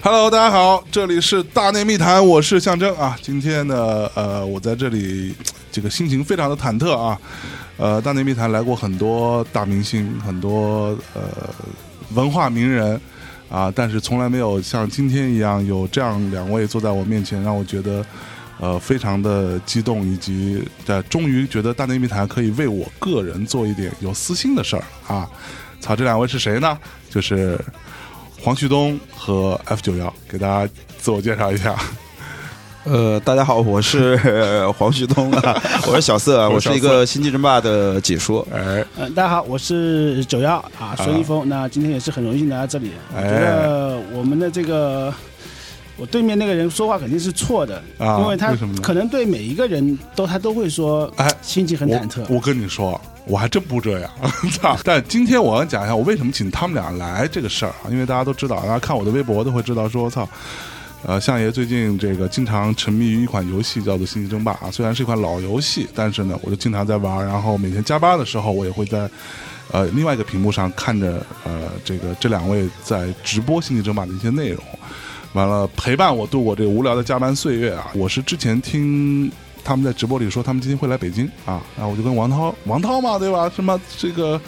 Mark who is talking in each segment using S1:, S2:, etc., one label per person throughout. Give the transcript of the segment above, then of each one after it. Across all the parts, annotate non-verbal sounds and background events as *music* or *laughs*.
S1: Hello，大家好，这里是大内密谈，我是象征啊。今天呢，呃，我在这里，这个心情非常的忐忑啊。呃，大内密谈来过很多大明星，很多呃文化名人啊，但是从来没有像今天一样有这样两位坐在我面前，让我觉得呃非常的激动，以及在终于觉得大内密谈可以为我个人做一点有私心的事儿啊。操，这两位是谁呢？就是黄旭东和 F 九幺，给大家自我介绍一下。
S2: 呃，大家好，我是呃黄旭东啊，我是小色啊，
S1: 我
S2: 我
S1: 是小
S2: 是一个《星际争霸》的解说。
S1: 哎，
S3: 呃，大家好，我是九幺啊，孙一峰。那今天也是很荣幸来到这里。
S1: 哎
S3: 我觉得我们的这个，我对面那个人说话肯定是错的，
S1: 啊
S3: 因为他
S1: 为什么呢
S3: 可能对每一个人都他都会说，
S1: 哎
S3: 心情很忐忑。
S1: 我。我跟你说，我还真不这样。 *laughs* 操！但今天我要讲一下我为什么请他们俩来这个事儿啊，因为大家都知道，大家看我的微博都会知道说，我操。呃，相爷最近这个经常沉迷于一款游戏，叫做《星际争霸》啊。虽然是一款老游戏，但是呢，我就经常在玩。然后每天加班的时候，我也会在呃另外一个屏幕上看着呃这个这两位在直播《星际争霸》的一些内容。完了，陪伴我度过这个无聊的加班岁月啊！我是之前听他们在直播里说他们今天会来北京啊，然后我就跟王涛，王涛嘛，对吧？什么这个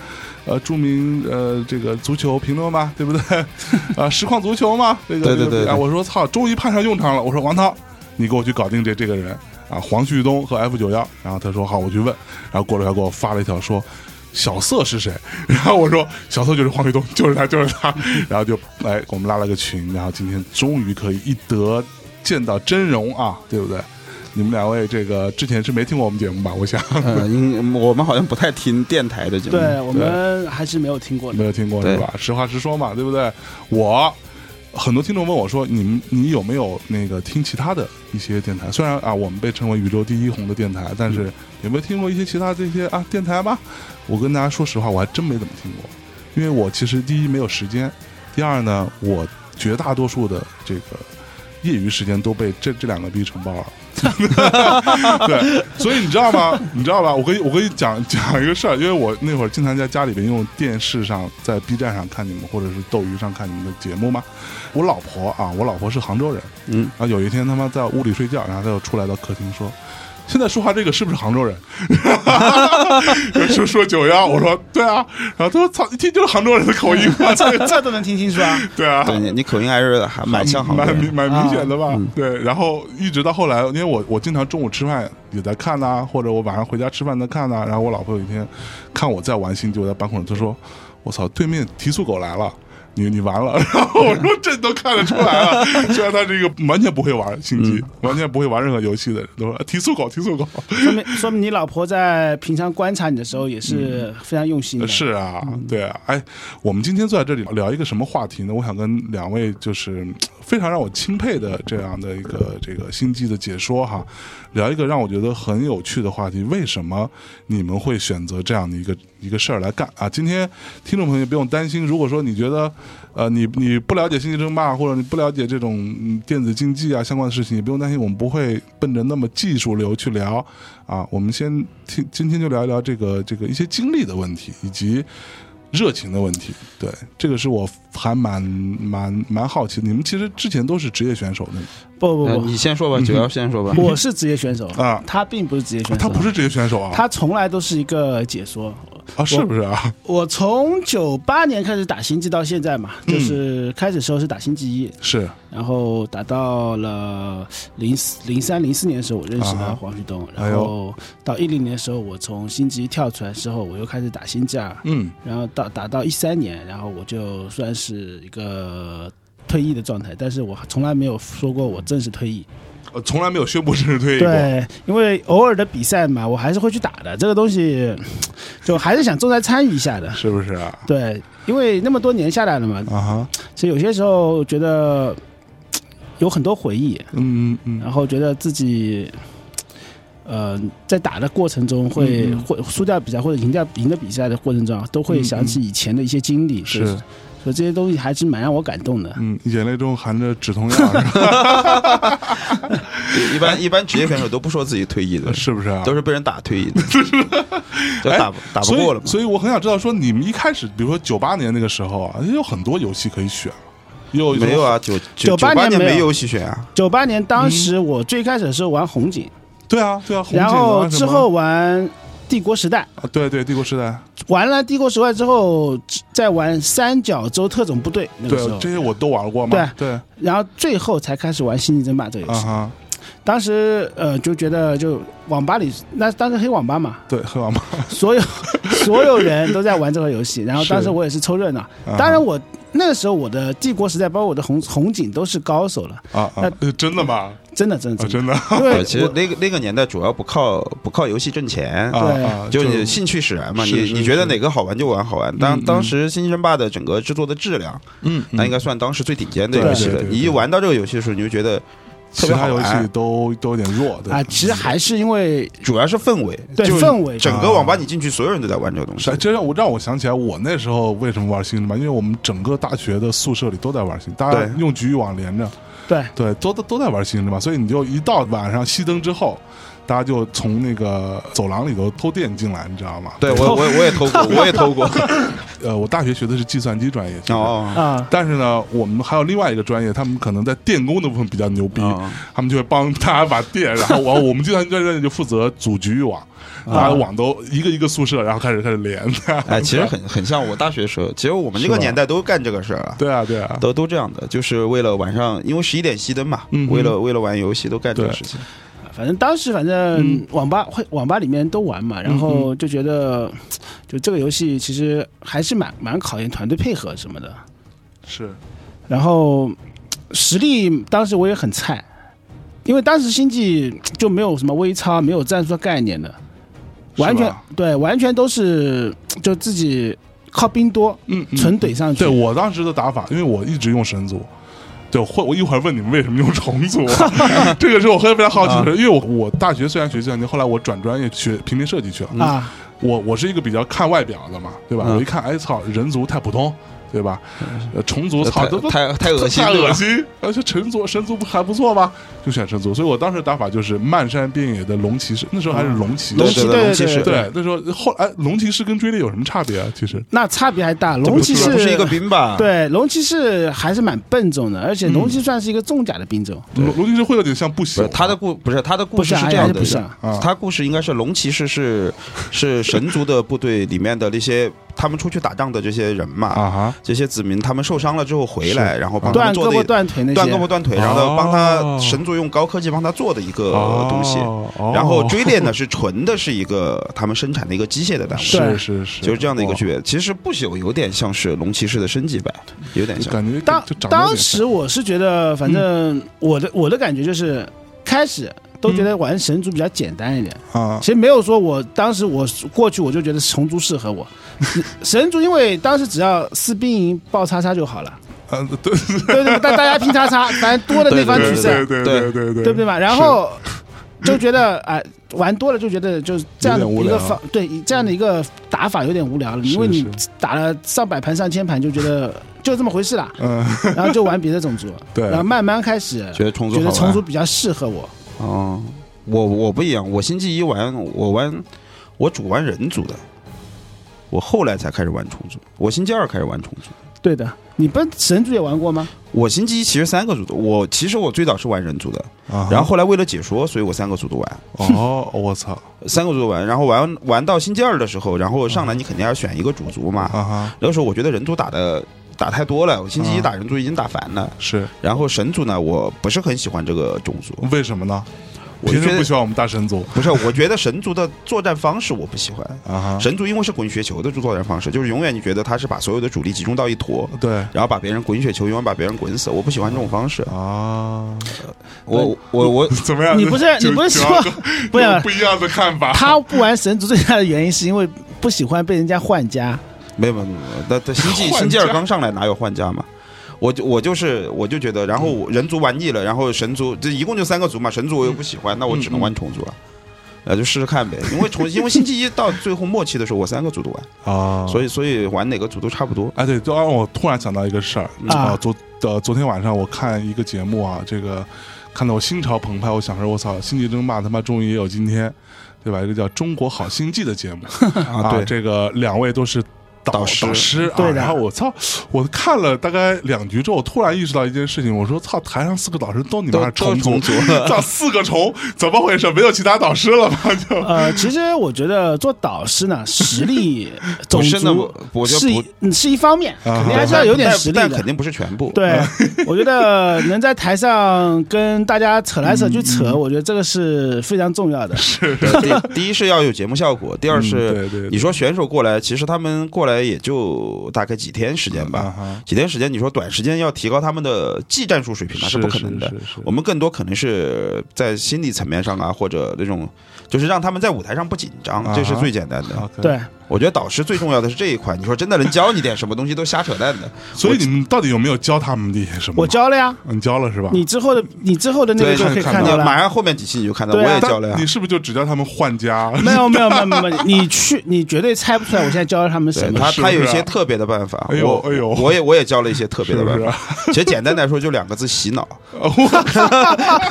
S1: 呃著名呃这个足球评论嘛，对不对？ *laughs* 啊，实况足球嘛，这个
S2: 对对
S1: 这个
S2: 对对
S1: 啊，我说操，终于派上用场了。我说王涛，你给我去搞定这这个人啊，黄旭东和 F 九幺。然后他说好，我去问。然后过了一会儿给我发了一条说。小色是谁？ *laughs* 然后我说小色就是黄旭东，就是他，就是他。然后就哎，我们拉了个群，然后今天终于可以一得见到真容啊，对不对？你们两位这个之前是没听过我们节目吧？我想
S2: 嗯，因我们好像不太听电台的节目。
S3: 对我们还是没有听过
S1: 嗯
S3: 的
S1: 没。有听过是吧？实话实说嘛，对不对？我很多听众问我说，你们你有没有那个听其他的一些电台？虽然啊，我们被称为宇宙第一红的电台，但
S3: 嗯
S1: 是有没有听过一些其他这些啊电台吧？我跟大家说实话，我还真没怎么听过，因为我其实第一没有时间，第二呢，我绝大多数的这个。业余时间都被这这两个逼承包了， *laughs* 对，所以你知道吗？你知道吧？我跟你我跟你讲讲一个事儿，因为我那会儿经常在家里边用电视上，在 B 站上看你们，或者是斗鱼上看你们的节目嘛。我老婆啊，我老婆是杭州人，
S2: 嗯，
S1: 然后有一天他妈在屋里睡觉，然后她就出来到客厅说。现在说话这个是不是杭州人？ *laughs* 说说九幺，我说对啊，然后他说操，一听就是杭州人的口音嘛，这个
S3: 这都能听清楚啊！
S1: *laughs* 对啊，
S2: 对，你你口音还是还蛮像杭州
S1: 蛮
S2: 人
S1: 明。蛮明显的吧？对，然后一直到后来，因为我我经常中午吃饭也在看呐、或者我晚上回家吃饭在看呐、然后我老婆有一天看我在玩星际，我在办公室，她说：“我操，对面提速狗来了。”你你完了， *laughs* 然后我说这都看得出来了， *laughs* 虽然他是一个完全不会玩星际，完全不会玩任何游戏的人，都说提速狗，提速狗，
S3: 说明说明你老婆在平常观察你的时候也是非常用心的。
S1: 嗯
S3: 嗯
S1: 是啊，对啊，哎，我们今天坐在这里聊一个什么话题呢？我想跟两位就是嗯非常让我钦佩的这样的一个这个心机的解说哈，聊一个让我觉得很有趣的话题。为什么你们会选择这样的一个一个事儿来干啊？今天听众朋友不用担心，如果说你觉得呃你你不了解星际争霸或者你不了解这种嗯电子竞技啊相关的事情，你不用担心，我们不会奔着那么技术流去聊。啊，我们先听今天就聊一聊这个这个一些经历的问题以及热情的问题。对，这个是我还蛮蛮蛮好奇的。你们其实之前都是职业选手的
S3: 不不
S2: 呃
S3: 不
S2: 你，先说吧，九幺先说吧。
S3: 我是职业选手
S1: 啊
S3: 他并不是职业选手，
S1: 他不是职业选手啊？
S3: 他从来都是一个解说。
S1: 啊，是不是啊？
S3: 我从九八年开始打星际到现在嘛，
S1: 嗯
S3: 就是开始时候是打星际一，
S1: 是
S3: 然后打到了零零三零四年的时候，我认识
S1: 啊哈
S3: 了黄旭东，
S1: 哎呦
S3: 然后到一零年的时候，我从星际一跳出来之后，我又开始打星际二，
S1: 嗯，
S3: 然后到打到一三年，然后我就算是一个退役的状态，但是我从来没有说过我正式退役。
S1: 呃从来没有宣布正式退役过。
S3: 对，因为偶尔的比赛嘛，我还是会去打的。这个东西， *sniffs* 就还是想重在参与一下的。
S1: 是不是啊？
S3: *laughs* 对，因为那么多年下来了嘛，
S1: 啊哈，
S3: 其实有些时候觉得有很多回忆，
S1: 嗯嗯
S3: 然后觉得自己。呃，在打的过程中会、
S1: 嗯嗯嗯
S3: 会输掉比赛或者赢掉赢的比赛的过程中啊，都会想起以前的一些经历，
S1: 是
S3: 所以所以这些东西还是蛮让我感动的。
S1: 嗯，眼泪中含着止痛药，是吧
S2: 一般一般职业选手都不说自己退役的，
S1: 是不是啊？
S2: 都是被人打退役的，就打打不
S1: 所以
S2: 过了嘛。
S1: 所以我很想知道，说你们一开始，比如说九八年那个时候啊，有很多游戏可以选。又
S2: 没有啊，九
S3: 九八
S2: 八
S3: 年没有
S2: 没游戏选啊，
S3: 九八年当时我最开始是玩红警，
S1: 对啊对啊，嗯红警啊
S3: 然后之
S1: 什么
S3: 后玩帝国时代，
S1: 啊对对帝国时代，
S3: 玩了帝国时代之后，再玩三角洲特种部队那个
S1: 对
S3: 时候
S1: 这，些我都玩过嘛，对啊
S3: 然后最后才开始玩星际争霸这个游戏。
S1: 哈，
S3: 当时呃就觉得就网吧里那当时黑网吧嘛，
S1: *laughs* 对黑啊网吧，
S3: 所有所有人都在玩这个游戏，然后当时
S1: 是
S3: 我也是凑热闹。
S1: 啊
S3: 当然我那个时候我的帝国时代，包括我的红红警都是高手了，
S1: 啊啊，真的吗？
S3: 真的真的
S1: 啊
S3: 真的。
S1: 真的
S3: 因
S2: *laughs*
S3: 为
S2: 呃其实
S3: 我
S2: 那个那个年代主要不靠不靠游戏挣钱
S1: 啊，啊，
S2: 就你兴趣使然嘛，
S1: 是
S2: 你
S1: 是
S2: 你觉得哪个好玩就玩好玩。当
S1: 嗯
S2: 当时《星际争霸》的整个制作的质量，
S1: 嗯，
S2: 那应该算当时最顶尖的
S3: 对
S2: 游戏
S1: 对
S2: 了。
S1: 对
S2: 你一
S1: 对
S2: 玩到这个游戏的时候，你就觉得特
S1: 其
S2: 别
S1: 他
S2: 好
S1: 游戏
S2: 玩，
S1: 都都有点弱，对
S3: 啊，其实还是因为
S2: 主要是氛围，
S3: 对
S2: 就是
S3: 氛围
S2: 整个网吧你进去，所有人都在玩这个东西
S1: 是，。哎这让我让我想起来，我那时候为什么玩星际争霸？因为我们整个大学的宿舍里都在玩星，大家
S2: 对
S1: 用局域网连着，
S3: 对
S1: 对，都都都在玩星际争霸，所以你就一到晚上熄灯之后，大家就从那个走廊里头偷电进来，你知道吗？
S2: 对我我我也偷
S1: *laughs*
S2: 过，我也偷过。
S1: 呃，我大学学的是计算机专业，其实
S2: 哦，
S3: 啊，
S1: 但是呢，我们还有另外一个专业，他们可能在电工的部分比较牛逼，
S2: 嗯
S1: 他们就会帮大家把电，然后 *laughs* 我我们计算机专业就负责组局域网，把网都一个一个宿舍，然后开始开始连。 *laughs*
S2: 哎，其实很很像我大学的时候，其实我们这个
S1: 是吧
S2: 年代都干这个事儿啊。
S1: 对啊，对啊，
S2: 都都这样的，就是为了晚上，因为十一点熄灯嘛，
S1: 嗯哼
S2: 为了为了玩游戏都干这个
S1: 对
S2: 事情。
S3: 反正当时反正
S1: 嗯
S3: 网吧会网吧里面都玩嘛，然后就觉得就这个游戏其实还是蛮蛮考验团队配合什么的，
S1: 是
S3: 然后实力当时我也很菜。因为当时星际就没有什么微操，没有战术概念的，完
S1: 是
S3: 全
S1: 吧
S3: 对，完全都是就自己靠兵多，
S1: 嗯嗯
S3: 纯怼上去。
S1: 对我当时的打法，因为我一直用神族。对，会我一会儿问你们为什么用重 *laughs* 组，这个是我非常好奇的事，因为我我大学虽然学计算机，后来我转专业学平面设计去了。
S3: 啊，
S1: 我我是一个比较看外表的嘛，对吧？
S2: 嗯
S1: 我一看，哎操，人族太普通，对吧？呃虫族操，都都
S2: 太太太恶心，
S1: 太
S2: 对吧
S1: 恶心。而且神族神族不还不错吗？就选神族，所以我当时打法就是漫山遍野的龙骑士，那时候还是龙骑
S3: 龙
S1: 士。
S3: 骑
S2: 嗯对对
S3: 对
S2: 龙
S3: 对
S2: 骑士
S3: 对，
S1: 对，那时候后来龙骑士跟追猎有什么差别啊？其实
S3: 那差别还大。
S2: 这
S3: 龙
S2: 不
S3: 骑
S2: 是
S3: 士
S2: 不是一个啊兵吧？，
S3: 对，龙骑士还是蛮笨重的，而且龙骑士算是一个重甲的兵种，
S1: 龙龙骑士会有点像不
S2: 不
S1: 朽
S2: 是，他的故不是他的故
S3: 不是
S2: 事
S3: 还
S2: 这
S3: 还
S2: 样
S3: 是
S2: 的，
S3: 不是啊？
S1: 啊
S2: 他故事应该是龙骑士是 *laughs* 是神族的部队里面的那些他们出去打仗的这些人嘛，
S1: 啊哈，
S2: 这些子民他们受伤了之后回来，然后帮他
S3: 断
S2: 们
S3: 胳
S2: 做
S3: 膊
S2: 的
S3: 断腿那些，
S2: 断胳膊断腿，然后
S1: 哦
S2: 帮他神族用高科技帮他做的一个
S1: 哦
S2: 呃东西。
S1: 哦
S2: 然后追猎呢是纯的是一个他们生产的一个机械的单位，
S1: 是
S3: 对
S1: 是是，哦
S2: 就是这样的一个
S1: 哇
S2: 区别。其实不朽有点像是龙骑士的升级版，有点像。
S1: 感觉
S3: 当
S1: 就长得有
S3: 当
S1: 点像
S3: 时我是觉得，反正我的我的感觉就是，开始都觉得玩神族比较简单一点，
S1: 啊
S3: 其实没有说我当时我过去我就觉得虫族适合我， *laughs* 神族因为当时只要四兵营爆叉叉就好了，
S1: 呃对
S3: 对对，大大家拼叉叉，反正多的那方取胜，
S1: 对对对对对
S3: 对不对嘛？然后就觉得啊、玩多了就觉得就是这样的
S1: 有点无
S3: 一
S1: 聊
S3: 个方，对这样的一个打法有点无聊了，
S1: 是
S3: 因为你
S1: 是
S3: 打了上百盘、上千盘就觉得就这么回
S1: *laughs*
S3: 事啦，
S1: 嗯
S3: 然后就玩别的种族，
S1: 对
S3: 然后慢慢开始
S2: 觉得虫族
S3: 觉得
S2: 好
S3: 虫
S2: 玩
S3: 族比较适合我，
S2: 哦，我我不一样，我星际一玩，我玩我主玩人族的，我后来才开始玩虫族，我星期二开始玩虫族。
S3: 对的。你不是神族也玩过吗？
S2: 我星期一其实三个组的，我其实我最早是玩人族的，
S1: 啊
S2: 然后后来为了解说，所以我三个组都玩，
S1: 哦我操
S2: 三个组都玩，然后玩玩到星期二的时候，然后上来你肯定要选一个主族嘛，
S1: 啊哈
S2: 那个时候我觉得人族打的打太多了，我星期一
S1: 啊
S2: 打人族已经打烦了，
S1: 是
S2: 然后神族呢，我不是很喜欢这个种族，
S1: 为什么呢？
S2: 我
S1: 平时
S2: 就觉
S1: 不
S2: 得
S1: 喜欢我们大神族
S2: 不是，我觉得神族的作战方式我不喜欢。
S1: 啊哈
S2: 神族因为是滚雪球的作战方式，就是永远你觉得他是把所有的主力集中到一坨，
S1: 对
S2: 然后把别人滚雪球，永远把别人滚死。我不喜欢这种方式。
S1: 啊，
S2: 我我我
S1: 怎么样？
S3: 你不是
S1: 九
S3: 你不是
S1: 九 *laughs*
S3: 说
S1: 幺哥
S3: 不
S1: 有
S3: 是
S1: 不一样的看
S3: *laughs*
S1: 法？
S3: 他不玩神族最大的原因是因为不喜欢被人家换 *laughs* 家，
S2: 没有没有没有，那那星际
S1: 换家
S2: 星际二刚上来哪有换家嘛？我就我就是我就觉得，然后人族玩腻了，然后神族这一共就三个族嘛，神族我又不喜欢，那我只能玩虫族了。那就试试看呗，因为虫， *laughs* 因为星期一到最后末期的时候，我三个组都玩，
S1: 啊
S2: 所
S1: 以
S2: 以所以玩哪个组都差不多。
S1: 哎对，就让我突然想到一个事儿
S3: 啊
S1: 昨呃昨天晚上我看一个节目啊，这个看得我心潮澎湃，我想说我操，星际争霸他妈终于也有今天，对吧？一个叫《中国好星际》的节目啊，
S2: 对
S1: 这个两位都是导
S2: 师
S1: 师啊，
S3: 对的
S1: 然后我操，我看了大概两局之后，我突然意识到一件事情，我说操，台上四个导师都你
S2: 都
S1: 妈是
S2: 都是
S1: 重
S2: 重组了
S1: 操四个重，怎么回事？没有其他导师了吗？就
S3: 呃，其实我觉得做导师呢，实 *laughs* 力种
S2: 不是那
S3: 族
S2: 么我觉得
S3: 是
S2: 不
S3: 一嗯是一方面，肯定
S1: 啊
S3: 还是要有点
S2: 但
S3: 实力
S2: 但
S3: 的
S2: 肯。定不是全部。
S3: 对， *laughs* 我觉得能在台上跟大家扯来扯去扯，我觉得这个嗯是非常重要的。
S2: 对，第第一是要有节目效果，第二
S1: 嗯
S2: 是
S1: 对对对
S2: 你说选手过来，其实他们过来也就大概几天时间吧，
S1: 啊哈，
S2: 几天时间，你说短时间要提高他们的技战术水平，那
S1: 是
S2: 不可能的
S1: 是。是是
S2: 我们更多可能是在心理层面上啊，或者那种，就是让他们在舞台上不紧张
S1: 啊，哈
S2: 这是最简单的。
S1: OK
S3: 对，
S2: 我觉得导师最重要的是这一块。你说真的能教你点什么东西都瞎扯淡的，
S1: 所以你们到底有没有教他们这些什么？
S3: 我，教了呀，
S1: 你教了是吧？
S3: 你之后的你之后的那
S2: 对，
S3: 个就可以
S2: 看
S3: 看到了
S2: 马。上后面几期你就看到，我
S3: 对啊
S2: 也
S1: 但
S2: 教了呀
S1: 你。是不是就只教他们换家？
S3: 没有没有没有没有，你去你绝对猜不出来我现在教了他们
S2: 对
S3: 什么。
S2: 他，
S1: 是不
S2: 他
S1: 是啊
S2: 有一些特别的办法。
S1: 哎呦
S2: 我
S1: 哎呦
S2: 我也我也教了一些特别的
S1: 是不啊
S2: 办
S1: 是
S2: 法。其实简单来说就两个字：洗
S1: *laughs*
S2: 脑。
S1: 哎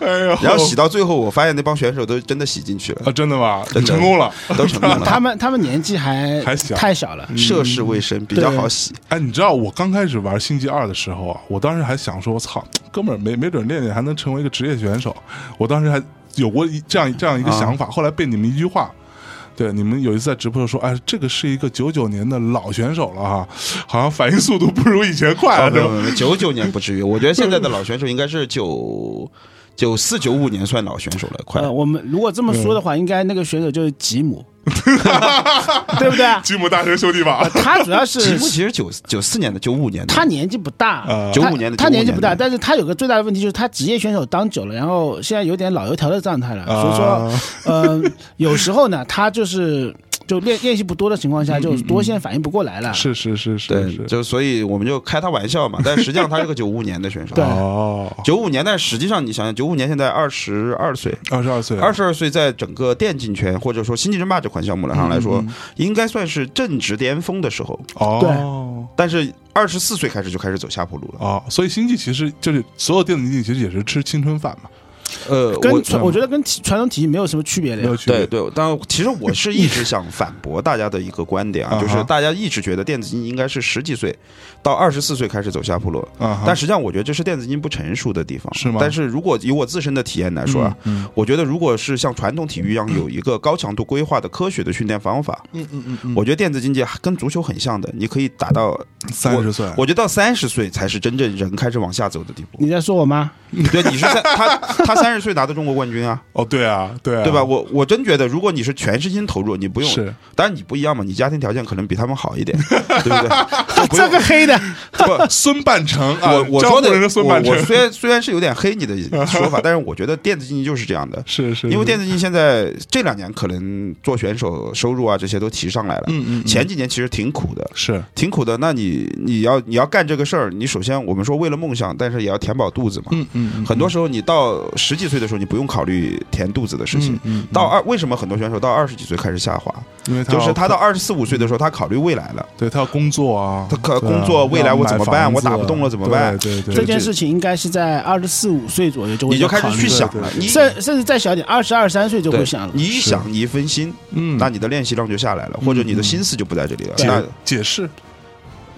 S1: 呦，
S2: 然后洗到最后，我发现那帮选手都真的洗进去了，
S1: 啊，真的吗？
S2: 真的
S1: 成功了。*laughs*
S2: 都成功了。
S3: 他们他们年纪还
S1: 还小
S3: 太小了，
S2: 涉世未深，比较好洗。
S1: 哎，你知道我刚开始玩星际二的时候啊，我当时还想说，我操，哥们儿没没准练练还能成为一个职业选手。我当时还有过一这样这样一个
S2: 啊
S1: 想法，后来被你们一句话。对，你们有一次在直播说，哎，这个是一个九九年的老选手了哈，好像反应速度不如以前快啊
S2: 哦
S1: 了，是吧？
S2: 九九年不至于，我觉得现在的老选手应该是九九四九五年算老选手了，快
S3: 呃，。我们如果这么说的话，应该那个选手就是
S2: *laughs*
S3: 吉姆，对不对？
S1: 吉姆大学兄弟吧，
S3: 他主要
S2: 吉
S3: 是
S2: 姆其实九九四年的，九五年的，
S3: 他年纪不大，
S1: 呃
S3: 他
S2: 95年的
S3: 他年纪
S2: 95
S3: 不大，
S2: 年的
S3: 但是他有个最大的问题就是他职业选手当久了，然后现在有点老油条的状态了，
S2: 啊
S3: 所以说，呃，有时候呢， *laughs* 他就是就练练习不多的情况下，就多线反应不过来了。
S1: 啊是是是是
S2: 对，
S1: 是，
S2: 就所以我们就开他玩笑嘛，但实际上他是个九五年的
S1: *laughs*
S2: 选手。
S3: 对
S1: 哦，
S2: 九五年，但实际上你想想，九五年现在二十二岁，
S1: 二十二岁，啊
S2: 二十二岁在整个电竞圈或者说星际争霸这款项目上来说
S1: 嗯，嗯
S2: 应该算是正值巅峰的时候。
S1: 哦。
S2: 但是二十四岁开始就开始走下坡路了。
S1: 哦，所以星际其实就是所有电子竞技其实也是吃青春饭嘛，
S2: 呃，
S3: 跟
S2: 我
S3: 传我觉得跟体传统体育没有什么区别的
S1: 没有
S3: 呀。
S1: 区别
S2: 对。对，但其实我是一直想反驳大家的一个观
S1: *laughs*
S2: 点
S1: 啊
S2: 啊，就
S1: 哈
S2: 是大家一直觉得电子竞技应该是十几岁到二十四岁开始走下坡路，
S1: 啊哈，
S2: 但实际上我觉得这是电子竞技不成熟的地方。
S1: 是吗
S2: 但是如果以我自身的体验来说啊，
S1: 嗯
S2: 我觉得如果是像传统体育一样有一个高强度规划的科学的训练方法，
S1: 嗯嗯嗯，
S2: 我觉得电子竞技跟足球很像的，你可以打到，
S1: 三十岁，啊
S2: 我觉得到三十岁才是真正人开始往下走的地
S1: *laughs*
S2: 步。
S3: 你在说我吗？
S2: 对，你是三他他三十岁拿的中国冠军啊，
S1: 哦，对啊， *laughs* 对啊，
S2: 对吧？？我我真觉得，如果你是全身心投入，你不用
S1: 是
S2: 当然你不一样嘛，你家庭条件可能比他们好
S1: *laughs*
S2: 一点，对不对？就不
S3: 这
S2: 用
S3: 个黑的，
S2: *laughs* 不。
S1: 孙半成啊，
S2: 我我
S1: 江
S2: 说
S1: 湖
S2: 的
S1: 人的孙
S2: 我
S1: 半成
S2: 我，虽然虽然是有点黑你的
S1: *laughs*
S2: 说法，但是我觉得电子竞技就是这样的，
S1: 是是，
S2: 因为电
S1: 子，
S2: 子竞技现在这两年可能做选手收入啊这些都提上来了，
S1: 嗯嗯，嗯
S2: 前几年其实挺苦的，
S1: 是
S2: 挺苦的。那你你要你要干这个事儿，你首先我们说为了梦想，但是也要填饱肚子嘛。
S1: 嗯嗯
S2: 很多时候你到十几岁的时候，你不用考虑填肚子的事情。，
S1: 嗯嗯
S2: 到二为什么很多选手到二十几岁开始下滑？
S1: 因为
S2: 就是他
S1: 要
S2: 到二十四五岁的时候，他考虑未来了。
S1: 对他要工作啊，
S2: 他可
S1: 对啊
S2: 工作未来我怎么办
S1: 要买
S2: 我打
S1: 房子啊
S2: 不动了怎么办
S1: 对对
S3: 这
S1: 对，
S3: 件事情应该是在二十四五岁左右就会
S2: 你就开
S3: 考
S2: 始
S3: 虑
S2: 去
S3: 了
S2: 想
S1: 对
S2: 了
S1: 对，
S2: 你
S3: 甚甚至再小一点，二十二三岁就
S2: 对
S3: 会想了。
S2: 你一
S1: 是
S2: 想你一分心，
S1: 嗯，
S2: 那你的练习量就下来了，或
S3: 嗯
S2: 者你的心思就不在这里了。那
S1: 解释，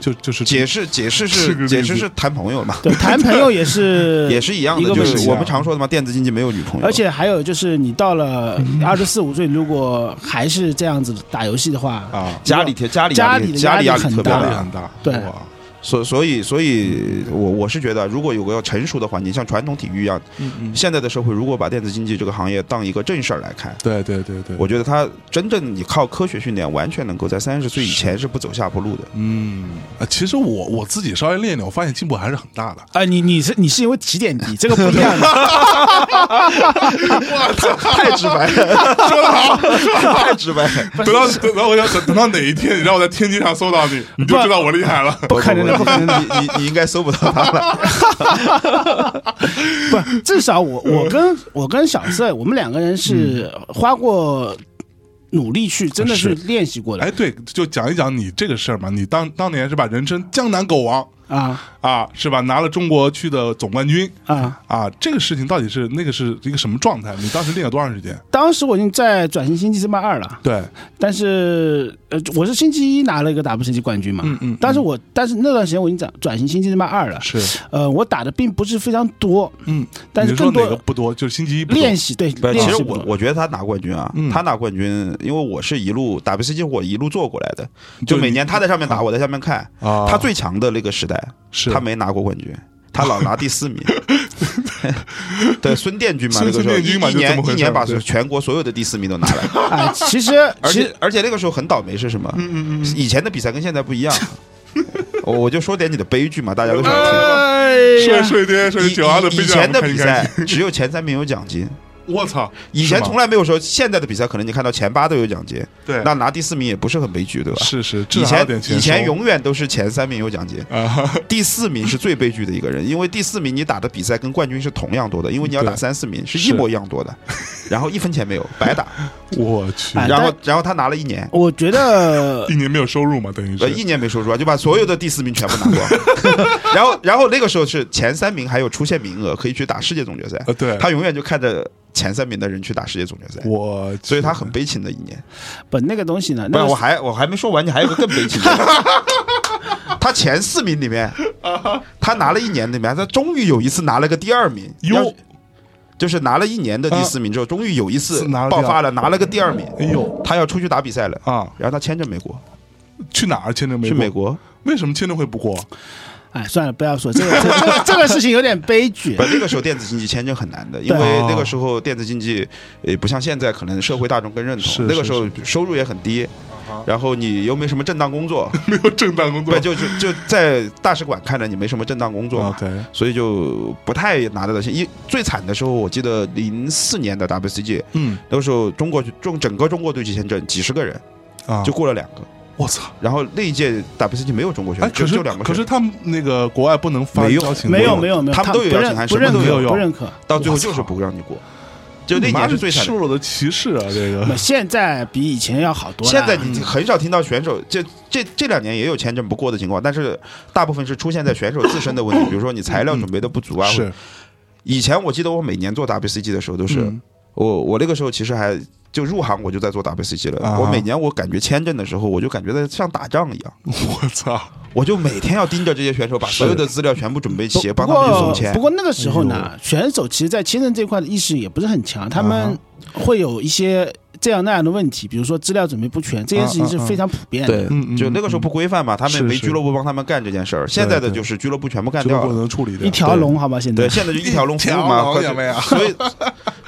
S1: 就就是
S2: 解释解释
S1: 是个例
S2: 是
S1: 子
S2: 解释是谈朋友嘛， *laughs*
S3: 对，谈朋友也是
S2: 也是一样
S3: 一
S2: 的，
S3: 个
S2: 就
S1: 问
S2: 是
S1: 题啊
S2: 我们常说的嘛，电子竞技没有女朋友，
S3: 而且还有就是，你到了二十四五岁，如果还是这样子打游戏的话，
S1: 啊，
S2: 家里天家里
S3: 家
S2: 压
S3: 里
S2: 力
S3: 的
S2: 家里
S3: 压
S2: 压
S3: 力
S2: 力特
S3: 很
S2: 别
S1: 压
S3: 大
S1: 力
S2: 大，
S1: 很大，
S3: 对
S1: 哇
S2: 所所以所以我我是觉得，如果有个成熟的环境，像传统体育一样，
S1: 嗯嗯，
S2: 现在的社会如果把电子竞技这个行业当一个正事儿来看。
S1: 对对对对，
S2: 我觉得他真正你靠科学训练，完全能够在三十岁以前是不走下坡路的。
S1: 嗯，呃其实我我自己稍微练一练，我发现进步还是很大的。
S3: 啊，你你是你是因为起点低，这个不一样的。
S1: 我操！
S2: *laughs* 太直白了， *laughs* 说的好， *laughs* 太直白了。
S1: 等到等到我想等等到哪一天，你让我在天津上搜到你，你就知道我厉害了。
S2: 不
S3: 可
S2: *laughs*
S3: 能的不可
S2: 能的，你你你应该搜不到他了。
S3: 不，至少我我跟我跟小色，我们两个人是花过努力去，真的是练
S1: 哎
S3: 习过的
S1: 哎，对，就讲一讲你这个事儿嘛。你当当年是吧？人称江南狗王
S3: 啊。
S1: 啊，是吧？拿了中国区的总冠军
S3: 啊。
S1: 啊，这个事情到底是那个是一个什么状态？你当时练了多长时间？
S3: 当时我已经在转型星期三班二了，
S1: 对，
S3: 但是呃，我是星期一拿了一个 W 成绩冠军嘛。
S1: 嗯嗯，
S3: 但是我但是那段时间我已经转转型星期三班二了，
S1: 是，
S3: 呃，我打的并不是非常多，
S1: 嗯，
S3: 但是
S1: 你说
S3: 更
S1: 哪个
S3: 多
S1: 不多？就是星期一不多
S3: 练习对
S2: 不是，
S3: 练
S2: 其
S3: 习
S2: 实
S3: 不
S2: 我
S3: 多
S2: 我觉得他拿冠军啊，
S1: 嗯
S2: 他拿冠军，因为我是一路 WCG 我一路做过来的，就每年他在上面打，我在下面看。
S1: 啊，
S2: 他最强的那个时代，
S1: 是
S2: 他没拿过冠军，他老拿第四
S1: *laughs*
S2: 名。对，孙殿军嘛，
S1: 孙
S2: 那个时候
S1: 孙殿军嘛
S2: 一一
S1: 就这么
S2: 年
S1: 回事
S2: 一年把
S1: 对
S2: 全国所有的第四名都拿来，
S3: 哎，
S2: *laughs*
S3: 其实
S2: 而且
S3: 其实
S2: 而且那个时候很倒霉是什
S1: 嗯
S2: 么？以前的比赛跟现在不一
S1: *laughs*
S2: 样。我我就说点你的悲剧嘛，大家都想听。
S1: 啊
S3: 哎
S1: 说
S3: 呀
S1: 说一点，说
S2: 啊以
S1: 九二的
S2: 以以
S1: 比赛，
S2: 前的
S1: 我们看
S2: 比
S1: 一看
S2: 赛，只有前三名有奖金，
S1: 我操，
S2: 以
S1: 是
S2: 前
S1: 吗
S2: 从来没有说现在的比赛，可能你看到前八都有奖金，
S1: 对，
S2: 那拿第四名也不是很悲剧，对吧？
S1: 是是，至
S2: 以
S1: 少还有
S2: 前
S1: 点
S2: 以前
S1: 收
S2: 永远都是前三名有奖金，
S1: 啊，
S2: 第四名是最悲剧的一个人， *laughs* 因为第四名你打的比赛跟冠军是同样多的，因为你要打
S1: 对
S2: 三四名是
S1: 是
S2: 一模一样 *laughs* 多的，然后一分钱没有，白打。
S1: 我去，
S3: 哎
S2: 然后然后他拿了一年，
S3: 我觉得
S1: 一年没有收入嘛，等于
S2: 呃，
S1: 是
S2: 一年没说出来，就把所有的第四名全部拿光。 *laughs* 然后然后那个时候是前三名还有出线名额，可以去打世界总决赛。
S1: 啊，对，
S2: 他永远就看着前三名的人去打世界总决赛，
S1: 我去，
S2: 所以他很悲情的一年。
S3: 本那个东西呢，
S2: 不
S3: 那
S2: 是，
S3: 个
S2: 我还我还没说完，你还有个更悲情的。 *laughs* 啊他前四名里 *laughs* 面，他拿了一年里面，他终于有一次拿了个第二名，
S1: 哟
S2: 要就是拿了一年的第四名之后，终于有一次
S1: 啊是拿了第二
S2: 爆发了，拿了个第二名。
S1: 哎呦
S2: 他要出去打比赛了，
S1: 啊，
S2: 然后他签证没过，
S1: 去哪儿签证没
S2: 去
S1: 过？
S2: 美国。
S1: 为什么签证会不过？
S3: 哎算了，不要说这个这个这
S2: *laughs*
S3: 个这个事情有点悲剧
S2: 不，，那个时候电子竞技签证很难的，因为
S1: 啊
S2: 那个时候电子竞技呃不像现在，可能社会大众更认
S1: 是
S2: 同。那个
S1: 是啊
S2: 时候收入也很低，然后你又没什么正当
S1: *laughs*
S2: 工作，
S1: 没有正当工作
S2: 不就就就在大使馆看着你没什么正当工作嘛。
S1: ？OK，
S2: 所以就不太拿得到钱。一最惨的时候，我记得零四年的 WCG，
S1: 嗯
S2: 那个时候中国中整个中国队去签证几十个人，
S1: 啊，
S2: 就过了两个。
S1: 我操，
S2: 然后那一届 WCG 没有中国选
S1: 哎，
S2: 手，
S1: 可
S2: 就是就两个
S1: 可
S2: 选手
S1: 是，他们那个国外不能发
S2: 没有
S1: 邀请
S3: 没有
S1: 函
S3: 没有没有，
S2: 他们都有
S3: 不
S2: 邀请
S3: 认
S2: 函
S3: 不
S2: 什么
S3: 认
S2: 都
S1: 有
S3: 可
S1: 用
S3: 不认可。
S2: 到最后就
S1: 我
S2: 是
S1: 操
S2: 不让你过，就那
S1: 你妈
S2: 年是最惨
S1: 赤
S2: 的。
S1: 裸裸的歧视啊！这
S3: 不
S1: 个
S3: 现在比以前要好多了。
S2: 现在你很少听到选手，这这这两年也有签证不过的情况，但是大部分是出现在选手自身
S1: *coughs*
S2: 的问题，比如说你材料准备的不足啊。或者
S1: 嗯是
S2: 以前我记得我每年做 WCG 的时候都是，
S1: 嗯
S2: 我我那个时候其实还就入行我就在做 WCG 了。
S1: 啊哈
S2: 我每年我感觉签证的时候，我就感觉在像打仗一样，
S1: 我操，
S2: 我就每天要盯着这些选手，把
S1: 是
S2: 所有的资料全部准备
S3: 不
S2: 齐，
S3: 不
S2: 帮他们去送哎
S3: 过
S2: 签
S3: 不。过那个时候呢，选手其实，在签证这块的意识也不是很强，他
S1: 啊
S3: 们会有一些这样那样的问题，比如说资料准备不全，这件事情是非常普遍的。
S2: 啊对
S1: 嗯嗯，
S2: 就那个时候不规范嘛，他
S1: 是
S2: 们没
S1: 是
S2: 俱乐部帮他们干这件事儿。现在的
S1: 对
S2: 就是俱乐部全部干
S1: 俱乐
S2: 掉
S1: 部
S2: 了，
S1: 能处理掉
S3: 一条龙，好吧，现在
S2: 对，现在就一条龙服务
S1: 一条
S2: 嘛
S1: 龙
S2: 快
S1: 有没有
S2: 点。所以，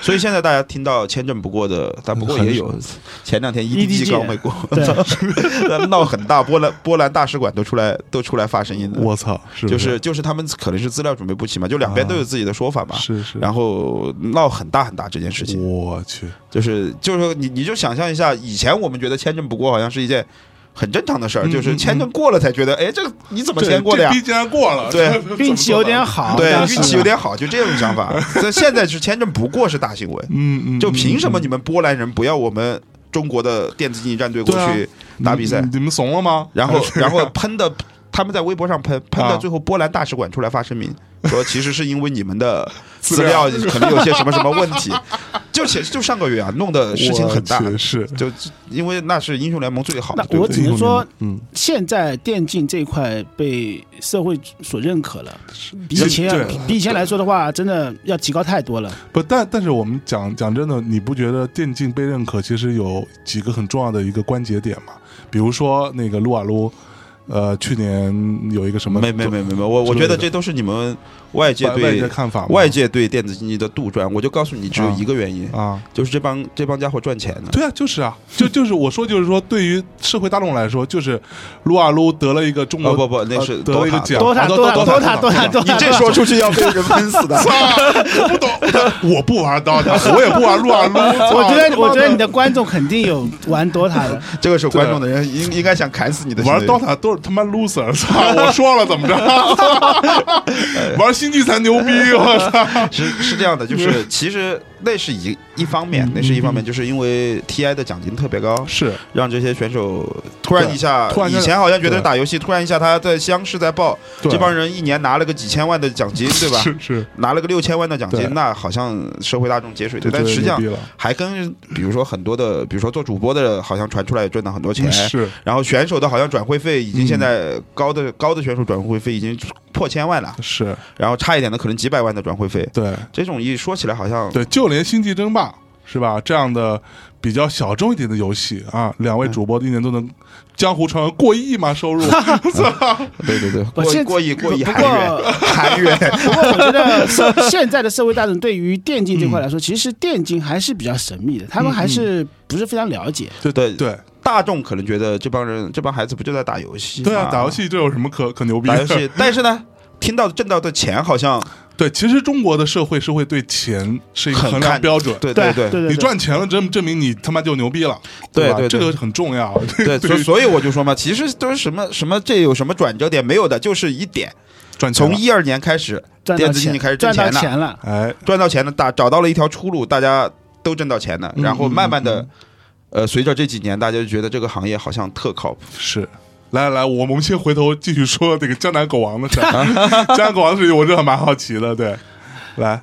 S2: 所以现在大家听到签证不过的，但不过也有
S1: 很，
S2: 前两天
S3: EDG
S2: EDG 刚没过，
S3: 对
S2: *laughs* 闹很大，波兰波兰大使馆都出来都出来发声音了。
S1: 我操，是不
S2: 就是就是他们可能是资料准备不齐嘛，就两边
S1: 啊
S2: 都有自己的说法嘛，
S1: 是是，
S2: 然后闹很大很大这件事情，
S1: 我去，
S2: 就是就是说你你就想象一下，以前我们觉得签证不过好像是一件很正常的事儿，
S1: 嗯
S2: 就是签证过了才觉得，哎，这个你怎么
S1: 这
S2: 签过的呀
S1: 这？逼竟然过了，
S2: 对 *laughs*
S1: 这怎么
S3: 运气有点
S1: 做
S3: 好，
S2: 对
S3: 当，时
S2: 运气有点好，就这种
S1: *laughs*
S2: 想法。这现在是签证不过是大新闻
S1: 到的，，嗯嗯，
S2: 就凭什么
S1: 嗯
S2: 你们波兰人不要我们中国的电子竞技战队过
S1: 对啊
S2: 去打比赛
S1: 嗯你？你们怂了吗？*laughs*
S2: 然后然后喷的，他们在微博上喷，喷
S1: 啊
S2: 到最后波兰大使馆出来发声明，说其实是因为你们的
S1: *laughs* 资
S2: 资
S1: 料
S2: 料可能有些什么什么问题，就其实就上个月啊，弄的事情很大
S1: 哎我，去是。
S2: 就因为那是英雄联盟最好的
S3: 那
S2: 队伍
S3: 我只能说，
S1: 嗯，
S3: 现在电竞这一块被社会所认可了，比以前
S1: 对
S3: 比以前来说的话，真的要提高太多了。
S1: 不，但但是我们讲讲真的，你不觉得电竞被认可，其实有几个很重要的一个关节点嘛？比如说那个撸啊撸，呃，去年有一个什么
S2: 没没没没没，我我
S1: 之类
S2: 觉得
S1: 的
S2: 这都是你们外界
S1: 外外
S2: 对
S1: 界看法嘛，
S2: 外界对电子竞技的杜撰，我就告诉你，只有一个原因，
S1: 啊，
S2: 就是这帮这帮家伙赚钱呢。
S1: 对啊，就是啊，就就是我说就是说，对于社会大众来说，就是撸啊撸得了一个中国
S2: 哦不不，那
S1: 呃
S2: 是
S1: 得了一个
S2: DOTA
S1: 奖，啊
S3: 多塔
S2: 多
S3: 多塔
S2: 多
S3: 多
S1: 塔
S3: 塔
S1: 多
S3: 多
S1: 塔
S3: 塔多
S2: 你
S3: 塔，
S2: 这说出去要被人喷
S1: *laughs*
S2: 死的。
S1: 啊我不懂， *laughs* 我不玩刀 *laughs* 塔，我也不玩撸啊撸。
S3: 我
S2: 哦
S3: 觉
S1: 操
S3: 得，我觉得你的观众肯定有玩
S2: *laughs*
S3: DOTA 的，
S2: 这个时候观众的人应应该想砍死你的。
S1: 玩
S2: 现在
S1: DOTA 都是他妈 loser，操！ *laughs* 我说了怎么着？玩星际才牛逼，我操！
S2: 是是这样的，就是其实那是一一方面，那是一方面，就是因为 TI 的奖金特别高，
S1: 嗯是
S2: 让这些选手突然一下，
S1: 对突然一下
S2: 以前好像觉得
S1: 对
S2: 打游戏，突然一下他在央视在报，
S1: 对
S2: 这帮人一年拿了个几千万的奖金，对吧？
S1: 是是，
S2: 拿了个六千万的奖
S1: 对
S2: 金，那好像社会大众节水的，
S1: 就觉
S2: 但
S1: 得
S2: 实际上
S1: 牛逼了
S2: 还跟比如说很多的，比如说做主播的，好像传出来也赚到很多
S1: *laughs*
S2: 钱，
S1: 是
S2: 然后选手的好像转会费已经现在
S1: 嗯
S2: 高的、高的选手转会费已经破千万了，
S1: 是，
S2: 然后差一点的可能几百万的转会费，
S1: 对
S2: 这种一说起来好像
S1: 对，就连《星际争霸》是吧这样的比较小众一点的游戏啊，两位主播一年都能江湖传闻过亿吗？收入 *laughs*
S2: 对对对，
S3: 不
S2: 过
S3: 现
S2: 过亿过亿
S3: 不
S2: 韩
S3: 过
S2: 元韩
S3: *laughs*
S2: 元，
S1: *laughs*
S3: 不过我觉得社现在的社会大众对于电竞这块来说，其实电竞还是比较神秘的，他们还
S2: 嗯
S3: 是不是非常了解。
S1: 对
S2: 对
S1: 对
S2: 大众可能觉得这帮人这帮孩子不就在打游戏吗？
S1: 对啊，打游戏这有什么可可牛逼
S2: 打游
S1: 的？
S2: 戏，但是呢，听到挣到的钱好像
S1: 对，其实中国的社会是会对钱是一个
S2: 很
S1: 衡
S2: 看
S1: 量标准。
S2: 对
S3: 对
S2: 对
S3: 对
S1: 你赚钱了，证证明你他妈就牛逼了，
S2: 对
S1: 吧？
S2: 对
S1: 这
S2: 对
S1: 个很重要。
S2: *laughs* 对，所所以我就说嘛，其实都是什么什么，这有什么转折点没有的，就是一点，
S1: 赚钱
S2: 从
S1: 了
S2: 一二年开始，
S3: 赚到
S2: 电子竞技
S3: 钱，
S2: 开始挣
S3: 赚到
S2: 钱了
S3: 钱了，
S1: 哎，
S2: 赚到钱了，大找到了一条出路，大家都挣到钱了，
S1: 嗯
S2: 然后慢慢
S1: 嗯
S2: 的，呃，随着这几年，大家就觉得这个行业好像特靠
S1: *laughs*
S2: 谱。
S1: 是。来来，我们先回头继续说这个江南狗王的事儿。
S2: *laughs*
S1: 江南狗王的事情，我真的蛮好奇的。对，来，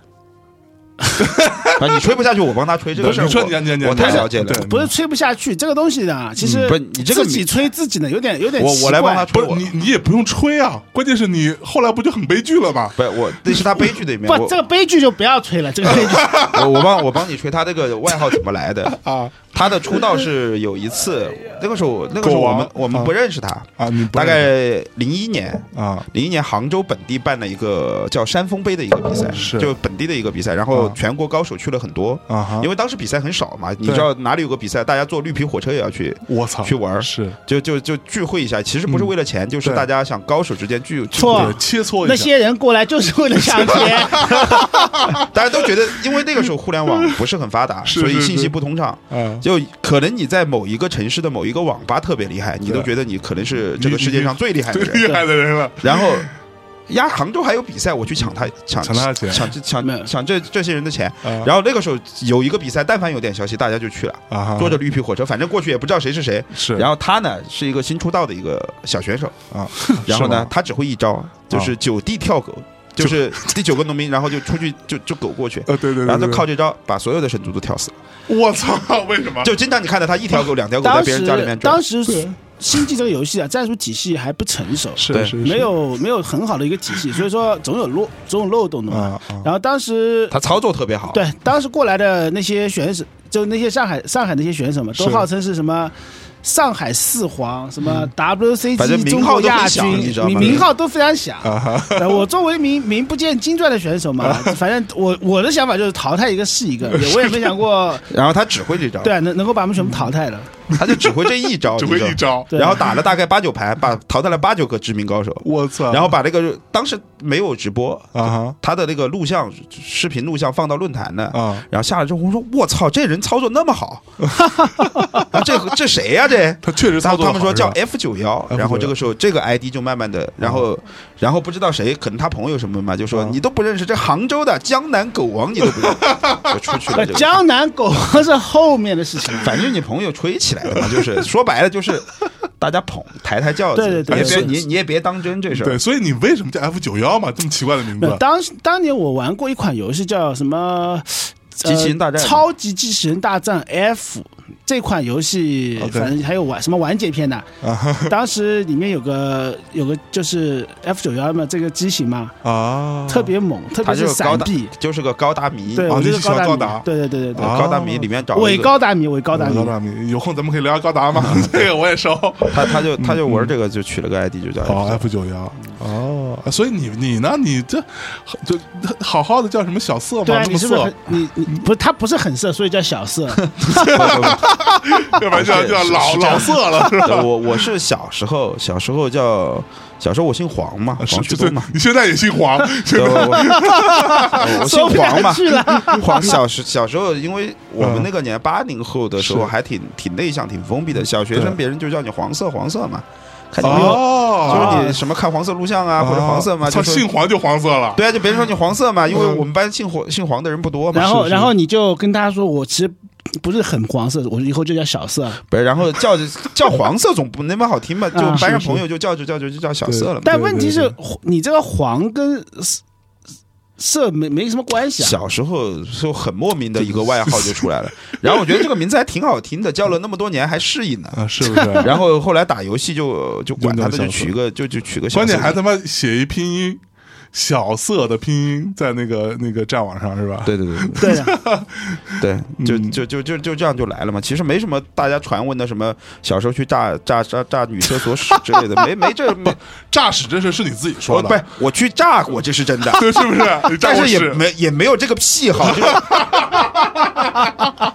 S2: 啊，你吹不下去，我帮他吹这个
S1: 不是
S2: 事儿，
S1: 你说
S2: 我
S1: 你你你
S2: 我太了解了
S1: 对。
S3: 不是吹不下去这个东西的啊，其实
S2: 嗯不是你这个
S3: 自己吹自己呢，有点有点
S2: 我
S3: 奇
S2: 我来帮他
S3: 怪
S1: 不
S2: 吹
S1: 是
S2: 我，
S1: 你，你也不用吹啊。关键是你后来不就很悲剧了吗？
S2: 不，我那是他悲剧的
S1: *laughs*
S2: 一面。
S3: 不，
S2: 我
S3: 这个悲剧就不要吹了，这个
S2: *laughs*
S3: 悲剧
S2: 我我帮我帮你吹他这个外号怎么来的？
S1: 啊
S2: 他的出道是有一次，那个时候那个时候
S1: 狗
S2: 我
S1: 王
S2: 们我们
S1: 啊
S2: 不认识他，
S1: 啊，你不
S2: 大
S1: 认
S2: 概零一年。
S1: 识啊，
S2: 零一年杭州本地办了一个叫山峰杯的一个比赛，
S1: 是
S2: 就本地的一个比赛，然后
S1: 啊
S2: 全国高手去了很多，
S1: 啊哈
S2: 因为当时比赛很少嘛，你知道哪里有个比赛，大家坐绿皮火车也要去，
S1: 我操，
S2: 去玩儿
S1: 是
S2: 就就就聚会一下，其实不是为了钱，就是
S1: 嗯对
S2: 大家想高手之间聚，聚
S3: 错
S1: 对切磋
S3: 那
S1: 一下，
S3: 些人过来就是为了
S2: *laughs*
S3: 抢钱，
S2: 大家都觉得，因为那个时候互联网不是很发
S1: *laughs*
S2: 达，
S1: 是
S2: 所以
S1: 是
S2: 信息
S1: 是
S2: 不通畅。
S1: 啊，
S2: 就可能你在某一个城市的某一个网吧特别厉害，你都
S1: 对
S2: 觉得你可能是这个世界上最厉害的
S1: 最
S2: 人。
S1: 厉害的人了，
S2: *laughs* 然后，呀，杭州还有比赛，我去抢他抢
S1: 抢他的钱啊
S2: 抢这
S3: 没有
S2: 抢抢这这些人的钱。
S1: 然
S2: 然后那个时候有一个比赛，但凡有点消息，大家就去了，
S1: 啊哈，
S2: 坐着绿皮火车，反正过去也不知道谁是谁。
S1: 是，
S2: 然后他呢是一个新出道的一个小选手，
S1: 啊，
S2: *laughs* 然后
S1: *laughs* 是吗，
S2: 呢
S1: 啊
S2: 他只会一招，就是九地
S1: *laughs*
S2: 跳狗，就是第九个农民，然后就出去就就狗过去，
S1: 呃，对对对，
S2: 然后就
S1: 对
S2: 靠这招把所有的神族都跳死了。
S1: 我操，为什么？
S2: 就经常你看到他一条狗、两条狗在
S3: 当
S2: 别人家里面
S3: 时
S2: 转
S3: 当，时星际这个游戏啊，战术体系还不成熟，
S1: 是
S2: 对
S1: 是
S3: 没有没有很好的一个体系，所以说总有漏总有漏洞的嘛。
S1: 啊啊，
S3: 然后当时
S2: 他操作特别好。，
S3: 对当时过来的那些选手，就那些上海上海那些选手们，
S1: 是
S3: 都号称是什么。上海四皇什么 WCG、
S2: 嗯反正名
S3: 中
S2: 号
S3: 国
S2: 都很
S3: 亚军
S2: 响，你知道吗
S3: 名名号都非常响。
S1: 啊哈，
S3: 呃我作为名名不见经传的选手
S2: *laughs*
S3: 嘛，反正我我的想法就是淘汰一个是一个，也我也没想过
S2: 然后他只会这招，
S3: 对啊能能够把我们全部淘汰了。
S2: 他就只会这一
S1: *laughs*
S2: 招，
S1: 只会
S2: 你
S1: 一
S2: 知道
S1: 招，
S3: 对
S2: 然后打了大概八九盘，把淘汰了八九个知名高手，
S1: 我操，
S2: 然后把那个当时没有直播，
S1: 啊
S2: 他的那个录像视频录像放到论坛
S1: 哈
S2: 呢。
S1: 啊，
S2: 然后下来之后，我说我操，这人操作那
S1: *laughs*
S2: 么好，然后这这谁呀、这？
S1: 他确实
S2: 然
S1: 操
S2: 后
S1: 作
S2: 他
S1: 好
S2: 们说叫
S1: 是吧
S2: F 九幺，
S1: F91
S2: 然后这个时候这个 ID 就慢慢
S1: 啊
S2: 的，然后然后不知道谁，可能他朋友什么嘛，就说
S1: 嗯
S2: 你都不认识这杭州的江南狗王，你都不认识，就出去
S3: *laughs*
S2: 了。就
S3: 呃江南狗王是后面的事情，
S2: 反正你朋友吹起来了嘛，就是 *laughs* 说白了就是大家捧抬抬轿子，
S3: 对对对
S2: 你也别
S1: 是
S2: 你你也别当真这事儿
S1: 对，。所以你为什么叫 F 九幺嘛？这么奇怪的名
S3: 没有
S1: 字，
S3: 当时当年我玩过一款游戏叫什么《
S2: 机器人大战
S3: 呃超级机器人大战 F》这款游戏，
S1: OK
S3: 反正还有玩什么完结篇的。
S2: 啊 *laughs*
S3: 当时里面有个有个就是 F 九幺嘛，这个机型嘛，
S1: 啊，
S3: 特别猛，特
S2: 他
S3: 别
S2: 哦就是是高
S3: 闪
S2: 达
S3: 避。，
S2: 就是个高达迷，
S3: 对，
S1: 哦
S3: 我
S1: 你
S3: 就是
S1: 喜欢
S3: 高
S1: 高
S3: 达
S1: 达
S3: 迷。对对对对对
S1: 啊，
S2: 高达迷里面找了
S3: 伪
S2: 哦一个嗯
S3: 高达迷，伪高达
S1: 达
S3: 迷
S1: 高。达迷，有空咱们可以聊聊高
S2: *laughs*
S1: 达嘛？这个我也熟。
S2: 他他就他就玩这个就取了个 ID 就叫
S1: 哦，F 九幺哦，所以你你呢？你这就好好的叫什么小色
S3: 对
S1: 吗？
S3: 啊，
S1: 这
S3: 你
S1: 么
S3: 是不是很
S1: 色，
S3: 你你不是他不是很色，所以叫
S2: *laughs*
S3: 小色。
S1: *laughs* 要不然就要
S2: 对
S1: 就要
S2: 啊是
S1: 老
S2: 是这样
S1: 老色了，是吧？
S2: *laughs* 对我我是小时候小时候叫小时候我姓黄嘛，
S1: 啊是
S2: 黄旭
S1: 对
S2: 东嘛，，
S1: 你现在也姓黄，
S2: 对我我我姓
S3: 说不下
S2: 黄嘛
S3: 去，了
S1: *laughs*
S2: 黄小时小时候，因为我们
S1: 嗯
S2: 那个年八零后的时候
S1: 是
S2: 还挺挺内向、挺封闭的，小学
S1: 对
S2: 生别人就叫你黄色黄色嘛，看你没有，
S1: 哦，
S2: 就是你什么看黄色录像啊，或者黄色嘛，
S1: 操，
S2: 就
S1: 姓
S2: 说
S1: 黄就黄色了，
S2: 对啊，就别人说你黄色嘛，因为
S1: 嗯
S2: 我们班姓黄姓黄的人不多嘛。哦
S3: 然
S2: 是
S3: 后
S2: 是
S3: 然后你就跟他说，我其实不是很黄色，我以后就叫小色。
S2: 不是，然后叫叫黄色总不那么好听嘛，就
S3: 啊
S2: 班上
S1: 是
S2: 朋友就叫着叫着就叫小
S1: 对
S2: 色了嘛。
S1: 对
S3: 但
S1: 对
S3: 问题是
S1: 对，
S3: 你这个黄跟色色没没什么关系啊。
S2: 小时候就很莫名的一个外号就出来了，然后我觉得这个名字还挺好听的，叫了那么多年还适应呢。
S1: 啊，是不是？
S2: *laughs* 然后后来打游戏就就管他的，
S1: 就
S2: 就
S1: 叫小色
S2: 取一个就就取个小色。
S1: 关键还他妈写一拼音，小色的拼音在那个那个战网上是吧？
S2: *laughs* 对对对对
S3: *laughs* 对的，
S2: 对，就
S1: 嗯
S2: 就就就就这样就来了嘛。其实没什么大家传闻的什么小时候去炸炸炸炸女厕所屎之类的，没没
S1: *laughs*
S2: 这没
S1: 诈使这事是你自己说
S2: 我
S1: 的，。
S2: 不是我去炸过，这是真的
S1: *laughs* 对，是不是？你诈
S2: *laughs* 但
S1: 我
S2: 是也
S1: 是
S2: 没也没有这个癖好，就是 *laughs*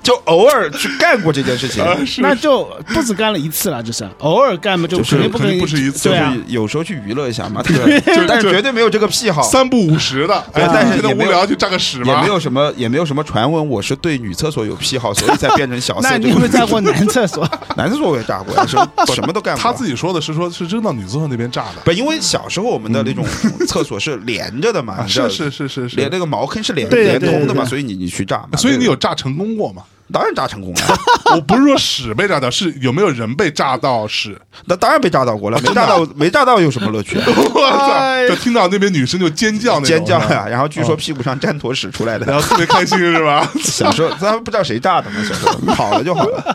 S2: 就偶尔去干过这件事情，
S1: 啊，是
S3: 那就不止干了一次了，就是偶尔哦干嘛，就
S2: 就是
S3: 肯定不可
S1: 肯定
S3: 以，
S1: 不止一次
S2: 就
S3: 对
S2: 是
S3: 啊，
S2: 有时候去娱乐一下嘛。
S1: *laughs*
S2: 对，
S1: 就
S2: 但是
S1: 就
S2: 绝对没有这个癖好，
S1: 三不五十的，哎，
S2: 但是
S1: 觉得
S2: 也没
S1: 无
S2: 有
S1: 聊去占个屎
S2: 也
S1: 吧
S2: 没。有什么也没有什么传闻，我是对女厕所有癖好，所以才变成小色
S3: 那
S2: 这个。
S3: 你有没有在过男厕所？
S2: *laughs* 男厕所我也炸过，什么什么都干过。
S1: 他自己说的是说，是扔到女厕所那边炸的
S2: 不，因为小时候我们的那种厕所是连着的
S1: *laughs*
S2: 嘛，
S1: 嗯啊，
S2: 你知道
S1: 是是是是
S2: 连
S1: 是，
S2: 那个茅坑是连
S3: 对对
S2: 连
S3: 对
S2: 通的嘛，
S3: 对
S2: 所以你你去炸嘛，
S1: 所以你
S2: 对
S1: 有炸成功过吗？ *laughs*
S2: 当然炸成功了， *laughs*
S1: 我不是说屎被炸到，是有没有人被炸到
S2: *laughs*
S1: 屎？
S2: 那当然被炸到过了，没炸到没炸到有什么乐趣啊？
S1: 啊 *laughs* 我操！
S3: 哎
S1: *laughs* 就听到那边女生就尖叫那种
S2: 尖叫啊
S1: 是吧
S2: 呀！然后据说屁股上沾坨屎出来
S1: *laughs* 然
S2: 的，
S1: 后特别开心是
S2: *laughs*
S1: 吧？
S2: 小时候咱们不知道谁炸的嘛，小时
S1: *laughs*
S2: 候跑了就好了。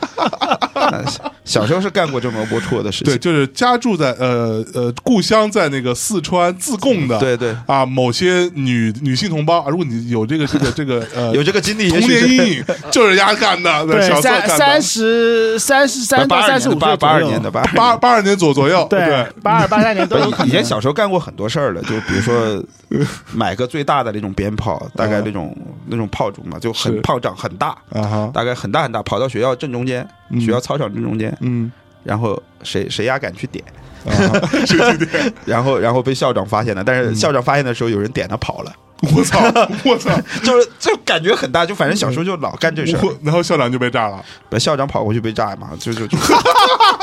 S2: 那小 *laughs* 小时候是干过这么龌龊的事
S1: 对，
S2: 情，
S1: 就是家住在呃呃故乡在那个四川自贡的，
S2: 嗯对对
S1: 啊，某些女女性同胞，啊如果你有这个这个这个呃
S2: 有这个经
S3: *laughs*
S2: 历，也
S1: 童
S2: 许
S1: 年
S2: 是
S1: 阴影，就是丫干的，对小
S3: 对，
S1: 时候
S3: 三
S1: 干
S3: 三
S1: 的，
S3: 十三十三到
S2: 八二
S3: 三十
S2: 年
S3: 五
S2: 的八
S3: 岁
S2: 八
S3: 左
S2: 二
S3: 右
S2: 年的，八二
S1: 八八二年左左右，
S3: 对，八二八三年都
S2: *laughs*
S3: 有可能。
S2: 以前小时候干过很多事儿了，就比
S1: *laughs*
S2: 如说买个最大的那种鞭炮，大概那种
S1: 嗯
S2: 那种炮竹嘛，就是很炮仗很大，
S1: 啊哈，
S2: 大概很大很大，跑到学校正中间，
S1: 嗯
S2: 学校操场正中间，
S1: 嗯，
S2: 然后谁谁丫敢去点， *laughs*
S1: 啊嗯哈是这 *laughs* 点，
S2: 然后然后被校长发现了，但是校长发现的时候有人点他跑
S1: *laughs*
S2: 了，
S1: 我
S3: *laughs*
S1: 操，我操，
S2: 就是就感觉很大，就反正小时候就老干这事儿，
S1: 嗯我然后校长就被炸了，
S2: 把校长跑过去被炸嘛，就就就， *laughs*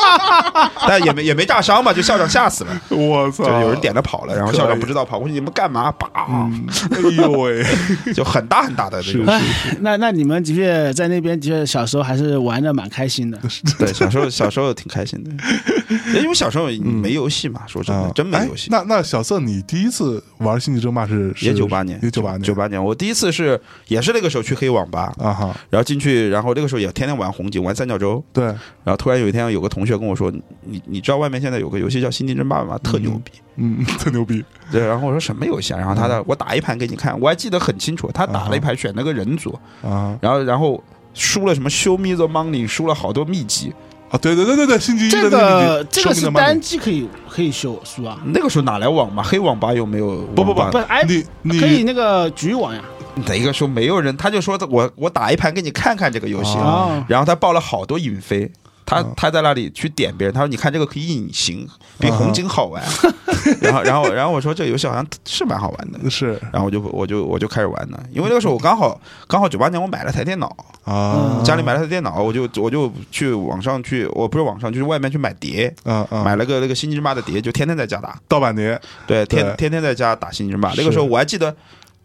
S2: 但也没也没炸伤嘛，就校长吓死了。
S1: 我操
S2: *laughs* 就，有人点他跑了，然后校
S1: 啊可
S2: 长
S1: 以
S2: 不知道跑过去你们干嘛，叭，
S1: 嗯，哎呦喂，
S2: *laughs* 就很大很大的那种
S1: 是。
S3: 哎，那那你们的确在那边的确小时候还是玩的蛮开心的。
S2: 对，小时候小时候挺开心的， *laughs* 因为小时候没游戏嘛，说真的，
S1: 啊，
S2: 真没
S1: 哎
S2: 游戏。
S1: 那那小瑟，你第一次玩星际争霸是
S2: 也
S1: 是
S2: 九八年，
S1: 也九八年，
S2: 九八年，我第一次是也是那个时候去黑网吧，
S1: 啊哈，
S2: 然后进去，然后那个时候也天天玩红警，玩三角洲，
S1: 对，
S2: 然后突然有一天有个同学跟我说，你你你知道外面现在有个游戏叫《星际争霸》吗？特牛逼。
S1: 嗯， *laughs* 特牛逼，
S2: 对，然后我说什么游戏啊？然后他
S1: 嗯
S2: 的我打一盘给你看，我还记得很清楚，他打了一盘选那个人组，
S1: 啊
S2: 然后然后输了什么 Show Me the Money，输了好多秘籍。
S1: 啊，对对对对对，星际一
S3: 这
S1: 的那
S3: 个
S1: 集
S3: 这
S1: 生
S3: 个是
S1: 命的漫
S3: 单
S1: 力
S3: 机可以可以修输啊，
S2: 那个时候哪来网吧？黑网吧又没有网吧？
S1: 不不不
S3: 不是哎，
S1: 你你
S3: 可以那个局域网呀。
S2: 哪个说没有人，他就说我我打一盘给你看看这个游戏，
S1: 啊
S2: 然后他报了好多影飞。他
S1: 啊
S2: 他在那里去点别人，他说：“你看这个可以隐形，比
S1: 啊哈
S2: 红警好玩。 *laughs* 然后，然后，然后我说这个游戏好像是蛮好玩的。
S1: 是
S2: 然后我就我就我就开始玩了，因为那个时候我刚好刚好九八年我买了台电脑，
S1: 啊，
S2: 家里买了台电脑，我就我就去网上去，我不是网上，就是外面去买碟，
S1: 啊啊，
S2: 买了个那个星际争霸的碟，就天天在家打。
S1: 盗版碟
S2: 对，天
S1: 对
S2: 天天在家打星际争霸。那个
S1: 是
S2: 时候我还记得，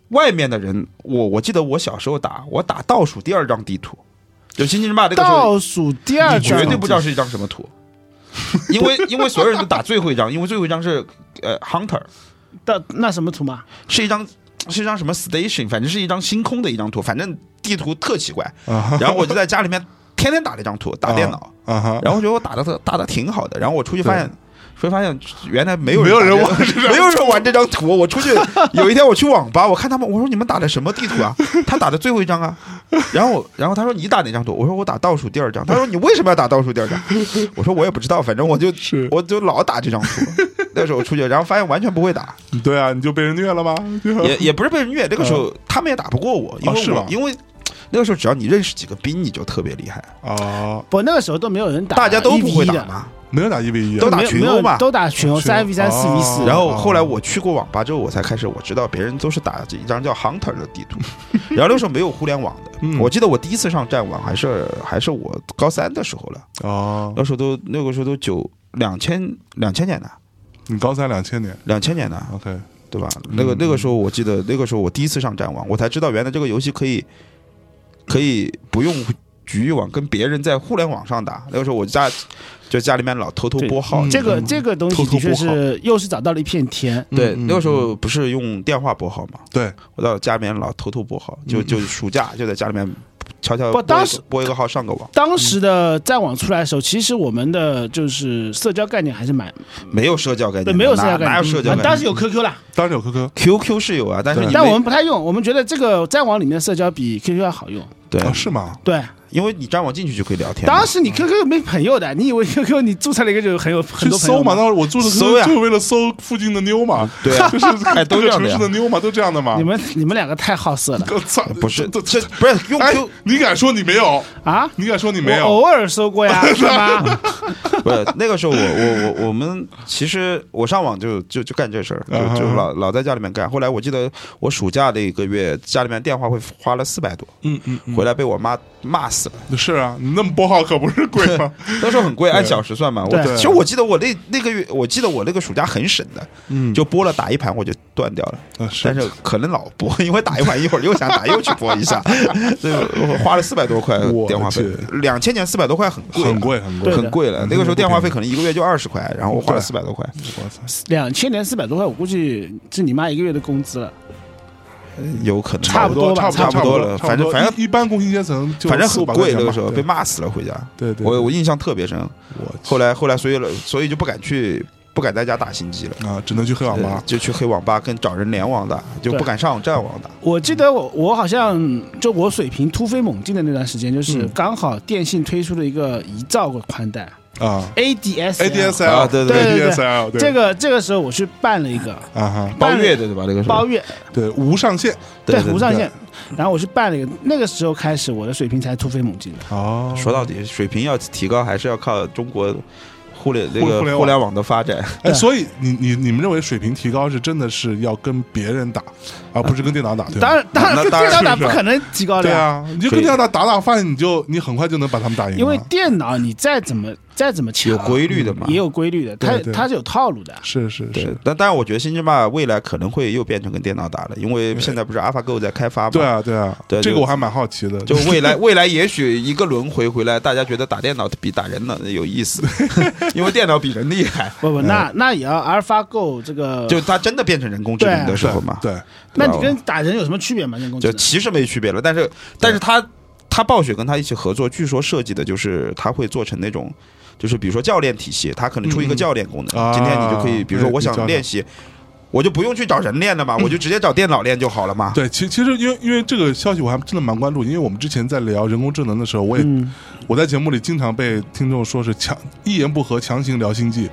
S2: 外面的人，我我记得我小时候打，我打倒数第二张地图，就星际争霸那个时候，
S3: 倒数第二
S2: 你
S3: 张，
S2: 绝对不知道是一张什么图，因为因为所有人都打最后一张，因为最后一张是呃 hunter，
S3: 到那什么图嘛？
S2: 是一张是一张什么 station，反正是一张星空的一张图，反正地图特奇怪。
S1: 啊哈
S2: 然后我就在家里面天天打那张图，打电脑，
S1: 啊哈，
S2: 然后我觉得我打的特打的挺好的，然后我出去发现。会发现原来没有
S1: 没有人
S2: 打
S1: 玩这张
S2: 没有人玩这张图。我出去 *laughs* 有一天我去网吧，我看他们，我说你们打的什么地图啊？他打的最后一张啊。然后我，然后他说你打哪张图？我说我打倒数第二张。他说你为什么要打倒数第二张？我说我也不知道，反
S1: *laughs*
S2: 正我就是我就老打这张图。那时候我出去，然后发现完全不会打，
S1: 对啊，你就被人虐了吧？
S2: 也也不是被人虐。那个时候他们也打不过我，因为
S1: 嗯哦是
S2: 我
S1: 吗
S2: 因为那个时候只要你认识几个兵，你就特别厉害。
S1: 啊
S3: 不，那个时候都没有人打，
S2: 大家都不会打
S3: 1v1 的
S2: 嘛，
S1: 没有打一 v 一，啊
S2: 都打
S3: 没有
S2: 群
S3: 没有
S2: 殴吧
S3: 都打群殴，
S1: 群殴
S3: 三 v 三、四 v
S1: 哦
S3: 四。
S2: 然后后来我去过网吧之后，我才开始我知道别人都是打着一张叫 Hunter 的
S1: *laughs*
S2: 地图，然后那时候没有互联网的。
S1: 嗯
S2: 我记得我第一次上战网还是还是我高三的时候了，
S1: 哦，
S2: 那时候都那个时候都九两千两千年的
S1: 你高三两千年
S2: 两千年的，
S1: ，OK，
S2: 对吧？那个
S1: 嗯
S2: 那个时候我记得那个时候我第一次上战网，我才知道原来这个游戏可以可以不用局域网跟别人在互联网上打。那个时候我家就家里面老偷偷拨号
S1: 嗯，
S3: 这个这个东西
S1: 偷偷
S3: 的确
S1: 拨号
S3: 是又是找到了一片天，
S2: 对，
S1: 嗯
S2: 那个时候不是用电话拨号嘛，
S1: 对，
S2: 我到家里面老偷偷拨号，就
S1: 嗯
S2: 就暑假就在家里面悄悄
S3: 不
S2: 拨一个
S3: 当时
S2: 拨一个号上个网，
S3: 当时的战网出来的时候，其实我们的就是社交概念还是蛮
S2: 没有社交概念
S3: 嗯对，
S2: 的，
S3: 没有社交
S2: 哪
S3: 概
S2: 哪有
S3: 念。
S2: 社交概
S3: 嗯
S2: 念？
S3: 当时有 QQ 啦，
S1: 当然有 QQ，
S2: QQ 是有啊，但是
S1: 对
S2: 你
S3: 但
S2: 没
S3: 我们不太用，我们觉得这个战网里面的社交比 QQ 要好用。
S2: 对，
S1: 哦是吗？
S3: 对，
S2: 因为你张网进去就可以聊天嘛。
S3: 当时你 QQ 没朋友的，你以为 QQ 你注册了一个就很有很
S1: 去
S3: 多朋友
S1: 搜嘛，
S3: 吗？
S1: 当时我住的
S2: 搜呀
S1: 就是为了搜附近的妞嘛，
S2: 对
S1: *laughs*
S2: 啊
S1: 就是
S2: *laughs* 哎都
S1: 各个
S2: 这样
S1: 城
S2: 的呀
S1: 市的妞嘛，都这样的
S2: 啊
S1: 嘛
S3: 你。们你们两个太好色了
S1: 我操，
S2: 不是
S1: 这
S2: 这
S1: 这，
S2: 不是用
S1: 哎
S2: Q，
S1: 你敢说你没有？
S3: 啊！
S1: 你敢说你
S3: 我
S1: 没有？
S3: 偶尔搜
S2: *laughs*
S3: 过呀，是吧？
S2: 不是那个时候我我我我们其实我上网就就就干这事儿，
S1: 啊哈
S3: 嗯
S2: 就就老老在家里面干。后来我记得我暑假那一个月，家里面电话会花了四百多，
S1: 嗯嗯
S2: 回来被我妈骂死了。
S1: 是啊，你那么拨号可不是贵
S2: *laughs*
S1: 吗？
S2: 那时候很贵，
S1: 对
S2: 按小时算嘛。我
S3: 对
S2: 其实我记得我那那个月，我记得我那个暑假很省的，
S1: 嗯
S2: 就播了打一盘我就断掉了，
S1: 啊
S2: 但
S1: 是
S2: 是可能老播，因为打一盘一会儿又想打又去播 *laughs* 一下，所以我花了四百多块
S1: 我
S2: 电话费
S1: 去，
S2: 两千年四百多块很贵，
S1: 很，贵啊很贵
S3: 对。
S2: 很贵啊了。那个时候电话费可能一个月就二十块，然后我花了
S1: 对
S2: 四百多块，
S1: 我操，
S3: 两千年四百多块，我估计是你妈一个月的工资了。
S2: 有可能
S3: 差不多
S1: 差
S3: 吧
S1: 不
S2: 差
S1: 差
S2: 不多
S1: 多
S2: 了
S1: 差不
S2: 反正
S1: 多
S2: 反正
S1: 一一般工薪阶层就
S2: 反正
S1: 四
S2: 很
S1: 五百块
S2: 贵
S1: 钱
S2: 那个
S1: 吧
S2: 时候
S1: 对
S2: 被骂死了回家，
S1: 对对，
S2: 我我印象特别深。
S1: 我
S2: 后来后来所以了所以就不敢去不敢在家打星际了。
S1: 啊，只能去黑网
S2: 呃
S1: 吧。
S2: 就去黑网吧跟找人联网打，就
S3: 对
S2: 不敢上网站网打。
S3: 我记得我我好像就我水平突飞猛进的那段时间，就是
S1: 嗯
S3: 刚好电信推出了一个一兆个宽带
S1: 啊
S3: ADS。
S1: ，ADSL，
S2: 啊对
S3: 对对对
S1: ADSL，对
S3: 这个这个时候我去办了一个
S1: 啊哈，
S2: 包
S3: 办了
S2: 月的对吧？那个时候
S3: 包月，
S1: 对无上限
S2: 对对
S3: 无上
S2: 对
S3: 限。然后我去办了一个，那个时候开始我的水平才突飞猛进的。
S1: 哦
S2: 说到底，水平要提高，还是要靠中国互联这个
S1: 互联网
S2: 互联网的
S1: *laughs*
S2: 发展。
S1: 哎，
S3: 对
S1: 所以你你你们认为水平提高是真的是要跟别人打，而不是跟电脑打？对吗
S3: 当然，当然，
S2: 嗯那
S3: 跟
S2: 当然
S3: 电脑打
S1: 是不
S3: 不
S1: 是
S3: 可能提高的
S1: 对
S3: 呀，
S1: 啊，你就跟电脑打打打，发现你就你很快就能把他们打赢了。
S3: 因为电脑你再怎么再怎么
S2: 嗯
S3: 强，
S2: 有规律的嘛
S3: 也有规律的，它
S1: 对对
S3: 它是有套路的。
S1: 是是
S2: 对
S1: 是，，
S2: 但但是我觉得星际霸未来可能会又变成跟电脑打了，因为现在不是 AlphaGo 在开发嘛？
S1: 对。啊对啊，
S2: 对
S1: 这个
S2: 就
S1: 我还蛮好奇的。
S2: 就未来，未来也许一个轮回回来，大家觉得打电脑比打人呢有
S1: *laughs*
S2: 意思，因为电脑比人厉害。
S3: 不不，那那也要阿尔法 Go 这个，
S2: 嗯就它真的变成人工智能的时候嘛，
S1: 对，啊
S3: 那
S2: 对吧
S3: 你跟打人有什么区别吗？人工智
S2: 就
S3: 能
S2: 其实没区别了。但是，但是他他暴雪跟他一起合作，据说设计的就是他会做成那种，就是比如说教练体系，他可能出一个
S1: 嗯
S2: 教练功能。
S1: 啊
S2: 今天你就可以，比如说
S1: 对
S2: 我
S1: 比较
S2: 想练习，我就不用去找人练了嘛，我就直接找电脑练就好了嘛。
S1: 嗯对，其其实因为因为这个消息我还真的蛮关注，因为我们之前在聊人工智能的时候，我也、
S3: 嗯，
S1: 我在节目里经常被听众说是强一言不合强行聊星际，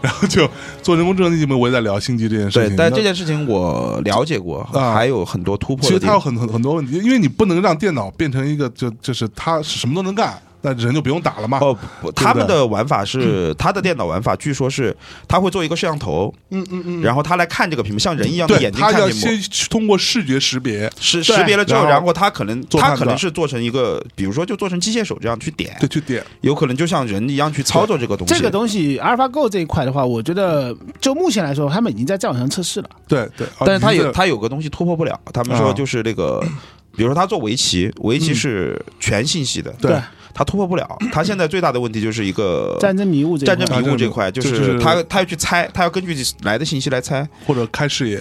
S1: 然后就做人工智能那节目我也在聊星际这件事
S2: 对
S1: 情。，
S2: 但
S1: 那
S2: 这件事情我了解过，
S1: 啊
S2: 还有很多突破
S1: 其
S2: 的
S1: 实
S2: 地
S1: 它有
S2: 方。
S1: 很很很多问题，因为你不能让电脑变成一个就就是它什么都能干，那人就不用打了嘛。
S2: 哦，不
S1: 对
S2: 他们的玩法是他的电脑玩法，据说是他会做一个摄像头，
S1: 嗯嗯嗯。
S2: 然后他来看这个屏幕，像人一样的
S1: 对，
S2: 眼睛
S1: 它
S2: 看
S1: 要
S2: 屏幕。
S1: 先通过视觉识别，
S2: 识
S3: 对
S2: 识别了之后，
S1: 然后
S2: 然后他可能
S1: 做判
S2: 他
S1: 断
S2: 可能是做成一个，比如说就做成机械手这样去点，
S1: 对，去点
S2: 有可能就像人一样去操作这个东西。
S3: 这个东西阿尔法 Go 这一块的话，我觉得就目前来说，他们已经在战网上测试了。
S1: 对对。啊
S2: 但是他
S1: 你
S2: 有
S1: 这
S2: 他有个东西突破不了，他们说
S1: 啊
S2: 就是那个，比如说他做围棋，围棋
S1: 嗯
S2: 是全信息的，
S1: 对
S2: 他突破不了。他现在最大的问题就是一个
S3: 战争迷雾这一块
S2: 呃战争
S1: 迷
S2: 迷雾这块，
S1: 就
S2: 就是是他他要去猜，他要根据来的信息来猜，
S1: 或者开视野，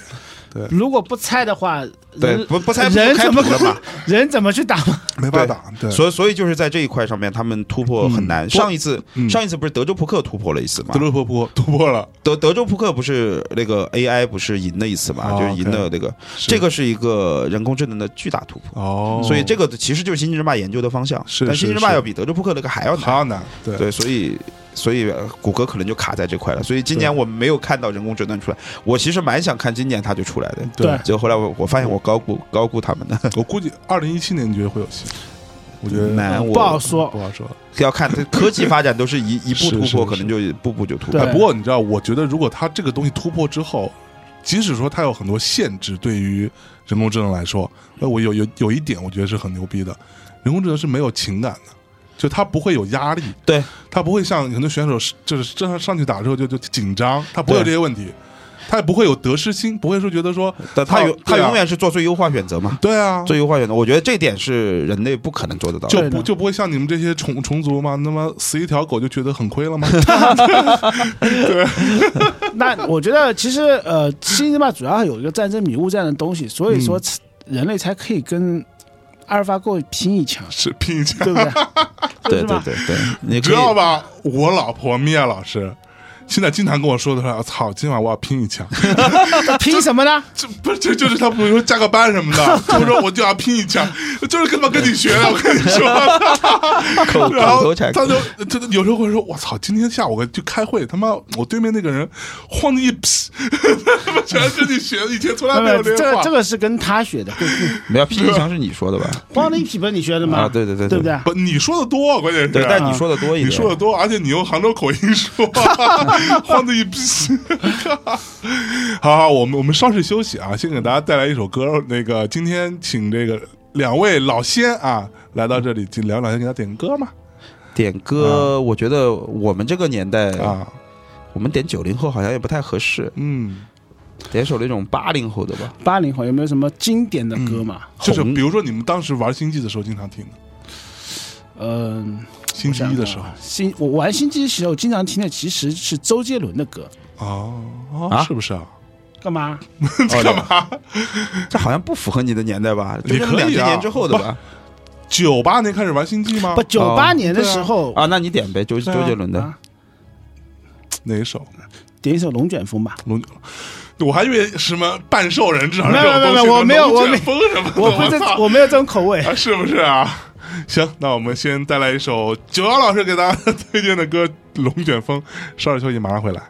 S3: 如果不猜的话，
S2: 对
S3: 人，
S2: 不不猜不
S3: 人
S2: 开
S3: 怎
S2: 谱
S3: 么
S2: 了嘛。
S3: 人怎么去打嘛？ *laughs*
S1: 没法打。对，
S2: *laughs* 所以所以就是在这一块上面，他们突破很难。
S1: 嗯
S2: 上一次
S1: 嗯
S2: 上一次不是德州扑克突破了一次吗
S1: 德？州破破突破了
S2: 德德州扑克不是那个 AI 不是赢了一次嘛，
S1: 哦
S2: 就是赢了那个，
S1: 是
S2: 这个是一个人工智能的巨大突破，
S1: 哦，
S2: 所以这个其实就是新之霸研究的方向，
S1: 是
S2: 但
S1: 是
S2: 新之霸
S1: 是
S2: 要比德州扑克那个还要
S1: 还
S2: 难，
S1: 要难。对
S2: 对，所以所以呃谷歌可能就卡在这块了，所以今年我们没有看到人工智能出来，我其实蛮想看今年它就出来的，
S1: 对
S3: 对
S2: 结果后来我我发现我高估高估他们的，
S1: 我估计二零一七年你觉得会有戏？我觉得
S2: 难，我
S3: 不好说
S1: 不好说。
S2: 要看它科技发展都是一一步
S1: 是
S2: 突
S1: 是
S2: 破，可
S1: 是
S2: 能就一步步就突
S3: 对
S2: 破
S1: 哎，。不过你知道，我觉得如果它这个东西突破之后，即使说它有很多限制，对于人工智能来说，那我有有有一点，我觉得是很牛逼的，人工智能是没有情感的。就它不会有压力，
S2: 对，
S1: 它不会像很多选手是就是真的上去打之后就就紧张，它不会有这
S2: 对
S1: 些问题，它也不会有得失心，不会说觉得说
S2: 但它
S1: 哦
S2: 永它
S1: 对啊
S2: 永远是做最优化选择嘛，
S1: 对啊，
S2: 最优化选择。我觉得这点是人类不可能做得到的。
S1: 就
S3: 对
S1: 不
S3: 的
S1: 就不会像你们这些虫虫族吗？那么死一条狗就觉得很亏了吗？ *laughs*
S3: 那我觉得其实呃，星际争霸主要有一个战争迷雾这样的东西，所以
S2: 嗯
S3: 说人类才可以跟阿尔法狗拼一枪，
S1: 是拼一下，
S3: 对不
S2: *laughs* 对
S3: 对？
S2: 对
S3: 是吧
S2: 对对，你可
S1: 知
S2: 以
S1: 道吧？我老婆米娅老师。现在经常跟我说的是，啊操，今晚我要拼一枪，
S3: 拼什么呢？
S1: *laughs* 这不是就就是他，比如说加个班什么的，他说我就要拼一枪， *laughs* 就是跟他妈跟你学的，我跟你说。
S2: *laughs* 口
S1: 然
S2: 口
S1: 后
S2: 头禅
S1: 他就他就有时候会说，我操，今天下午去开会，他妈我对面那个人晃的一屁， *laughs* 他妈全是跟你学的，以前从来没有
S3: 这
S1: 这样
S3: 个
S1: 话
S3: 这。个是跟他学的，跟跟
S2: 没有拼一枪是你说的吧？
S3: 光的一匹配你学的吗？
S2: 啊对对对对
S3: 对不对？
S1: 不，你说的多，关键是
S2: 对，但你说的多一点。
S1: 啊你说的多，而且你用杭州口音说， *laughs* 晃的一逼。好好，我们我们稍事休息啊，先给大家带来一首歌。那个今天请这个两位老仙啊来到这里，请聊聊先给他点歌嘛
S2: 点歌，我觉得我们这个年代，
S1: 啊，
S2: 我们点九零后好像也不太合适，
S1: 嗯，
S2: 点首那种八零后的吧。
S3: 八零后有没有什么经典的歌嘛？
S1: 就是
S2: 红
S1: 比如说你们当时玩星际的时候经常听的，
S3: 嗯，
S1: 星期一的时候
S3: 我想想啊星我玩星际的时候经常听的其实是周杰伦的歌，
S1: 哦
S2: 啊
S1: 是不是啊？ *laughs*
S3: 干嘛？
S2: 干嘛？这好像不符合你的年代吧？
S1: 也可以啊
S2: 就是两千年之后的吧？
S1: 九八年开始玩星际吗
S3: 不，？九八年的时候
S2: 啊，那你点呗，周周
S1: 对啊
S2: 杰伦的。
S3: 哦啊
S1: 哪一首？
S3: 点一首《龙卷风》吧。
S1: 龙，我还以为什么半兽人至少是
S3: 没有
S1: 这种
S3: 没有
S1: 东西什么龙
S3: 没有我没有我
S1: 卷
S3: 没
S1: 风什么的，
S3: *laughs* 我不是
S1: 操
S3: 我没有这种
S1: *laughs*
S3: 口味。
S1: 啊，是不是啊？ *laughs* 行，那我们先带来一首九幺老师给大家 *laughs* 推荐的歌《龙卷风》，稍事休息，马上回来。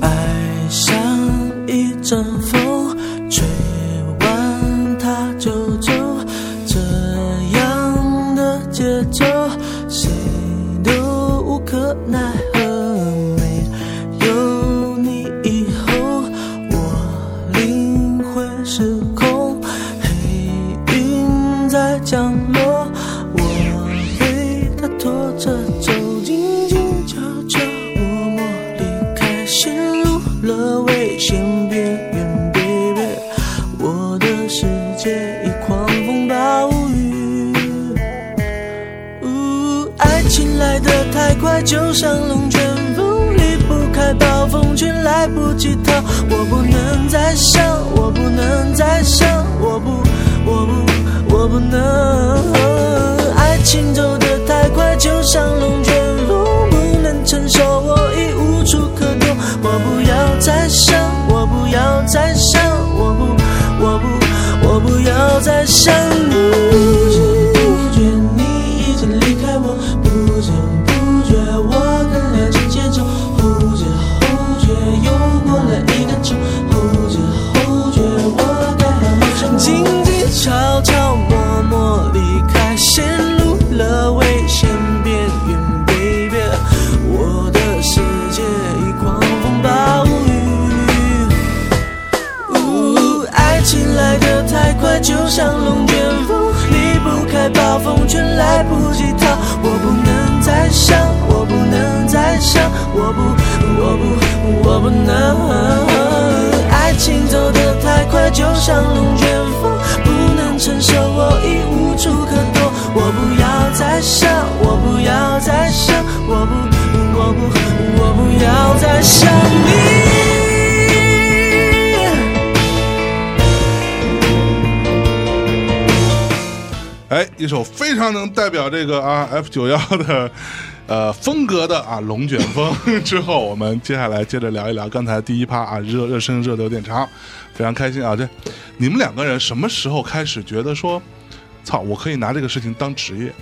S4: 爱像一阵风，吹完它就走。这样的节奏，谁都无可奈何。没有你以后，我灵魂失控，黑云在降落，我被它拖着走，静静悄悄默默离开，陷入了危险边缘，baby，我的世界已狂风暴雨。呜，爱情来得太快，就像龙卷风，离不开暴风圈，来不及逃。我不能再想，我不能再想，我不，我不，我不能。爱情走得太快，就像龙卷风，不能承受，我已无处可躲。我不要再想，我不要再想，我不，我不，我不要再想你。不知不觉你已经离开我，不知不觉我跟恋情牵手，后知后觉又过了一个秋，后知后觉我该好好生活。静静悄悄默默离开，陷入了危险边缘，baby，我的世界已狂风暴雨。呜，爱情来得太快，就像龙卷风，离不开暴风圈，来不及逃。我不能再想，我不能再想，我不，我不，我不能。爱情走得太快，就像龙卷风，不能承受，我已无处可躲。我不要再想，我不要再想，我不，我不，我不要再想你。
S1: 哎，一首非常能代表这个啊 F 九幺的呃风格的啊龙卷风 *laughs* 之后，我们接下来接着聊一聊刚才第一趴啊热热身热的有点长，非常开心啊！这你们两个人什么时候开始觉得说，操，我可以拿这个事情当职业？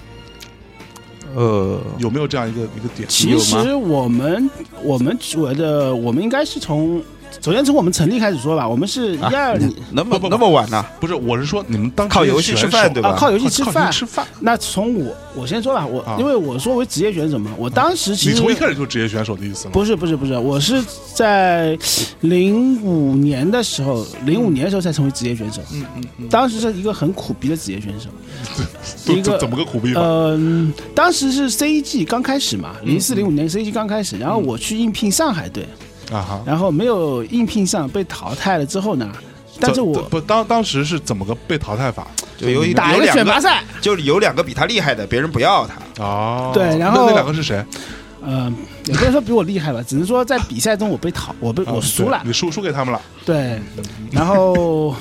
S2: 呃，
S1: 有没有这样一个一个点？
S3: *laughs* 其实我们我们觉得我们应该是从首先从我们成立开始说吧，我们是一
S2: 啊
S3: 二年
S2: 那么
S1: 不不
S2: 那么晚呢？啊
S1: 不是，我是说你们当
S2: 靠
S1: 职业
S2: 游戏吃
S1: 选
S2: 饭
S1: 手
S2: 对吧
S3: 啊靠游戏
S1: 靠
S3: 吃
S1: 靠游
S3: 饭
S1: 戏。吃饭。
S3: 那从我我先说吧，我
S1: 啊
S3: 因为我说为职业选手嘛，我当时其
S1: 你
S3: 实
S1: 从一开始就是职业选手的意思吗？
S3: 不是不是不是，我是在零五年的时候，零五年的时候才成为职业选手。
S1: 嗯嗯嗯，
S3: 当时是一个很苦逼的职业选手，
S1: 怎
S3: 一个
S1: 怎怎么个苦逼法？
S3: 嗯、当时是 CEG 刚开始嘛，零四零五年 CEG 刚开始，然后我去应聘上海队，
S1: 啊哈！
S3: 然后没有应聘上被淘汰了之后呢，但是
S1: 怎
S3: 我
S1: 怎不当当时是怎么个被淘汰法
S2: 就有一
S3: 打
S2: 有
S3: 了
S2: 两
S3: 选拔
S2: 个，
S3: 赛，
S2: 就有两个比他厉害的，别人不要他。
S1: 哦，
S3: 对然
S1: 那
S3: 后
S1: 那两个是谁？啊
S3: 嗯，也不能说比我厉害吧，只能说在比赛中我被淘，我被
S1: 啊
S3: 我输
S1: 对
S3: 了，啊
S1: 你输输给他们了
S3: 对，然后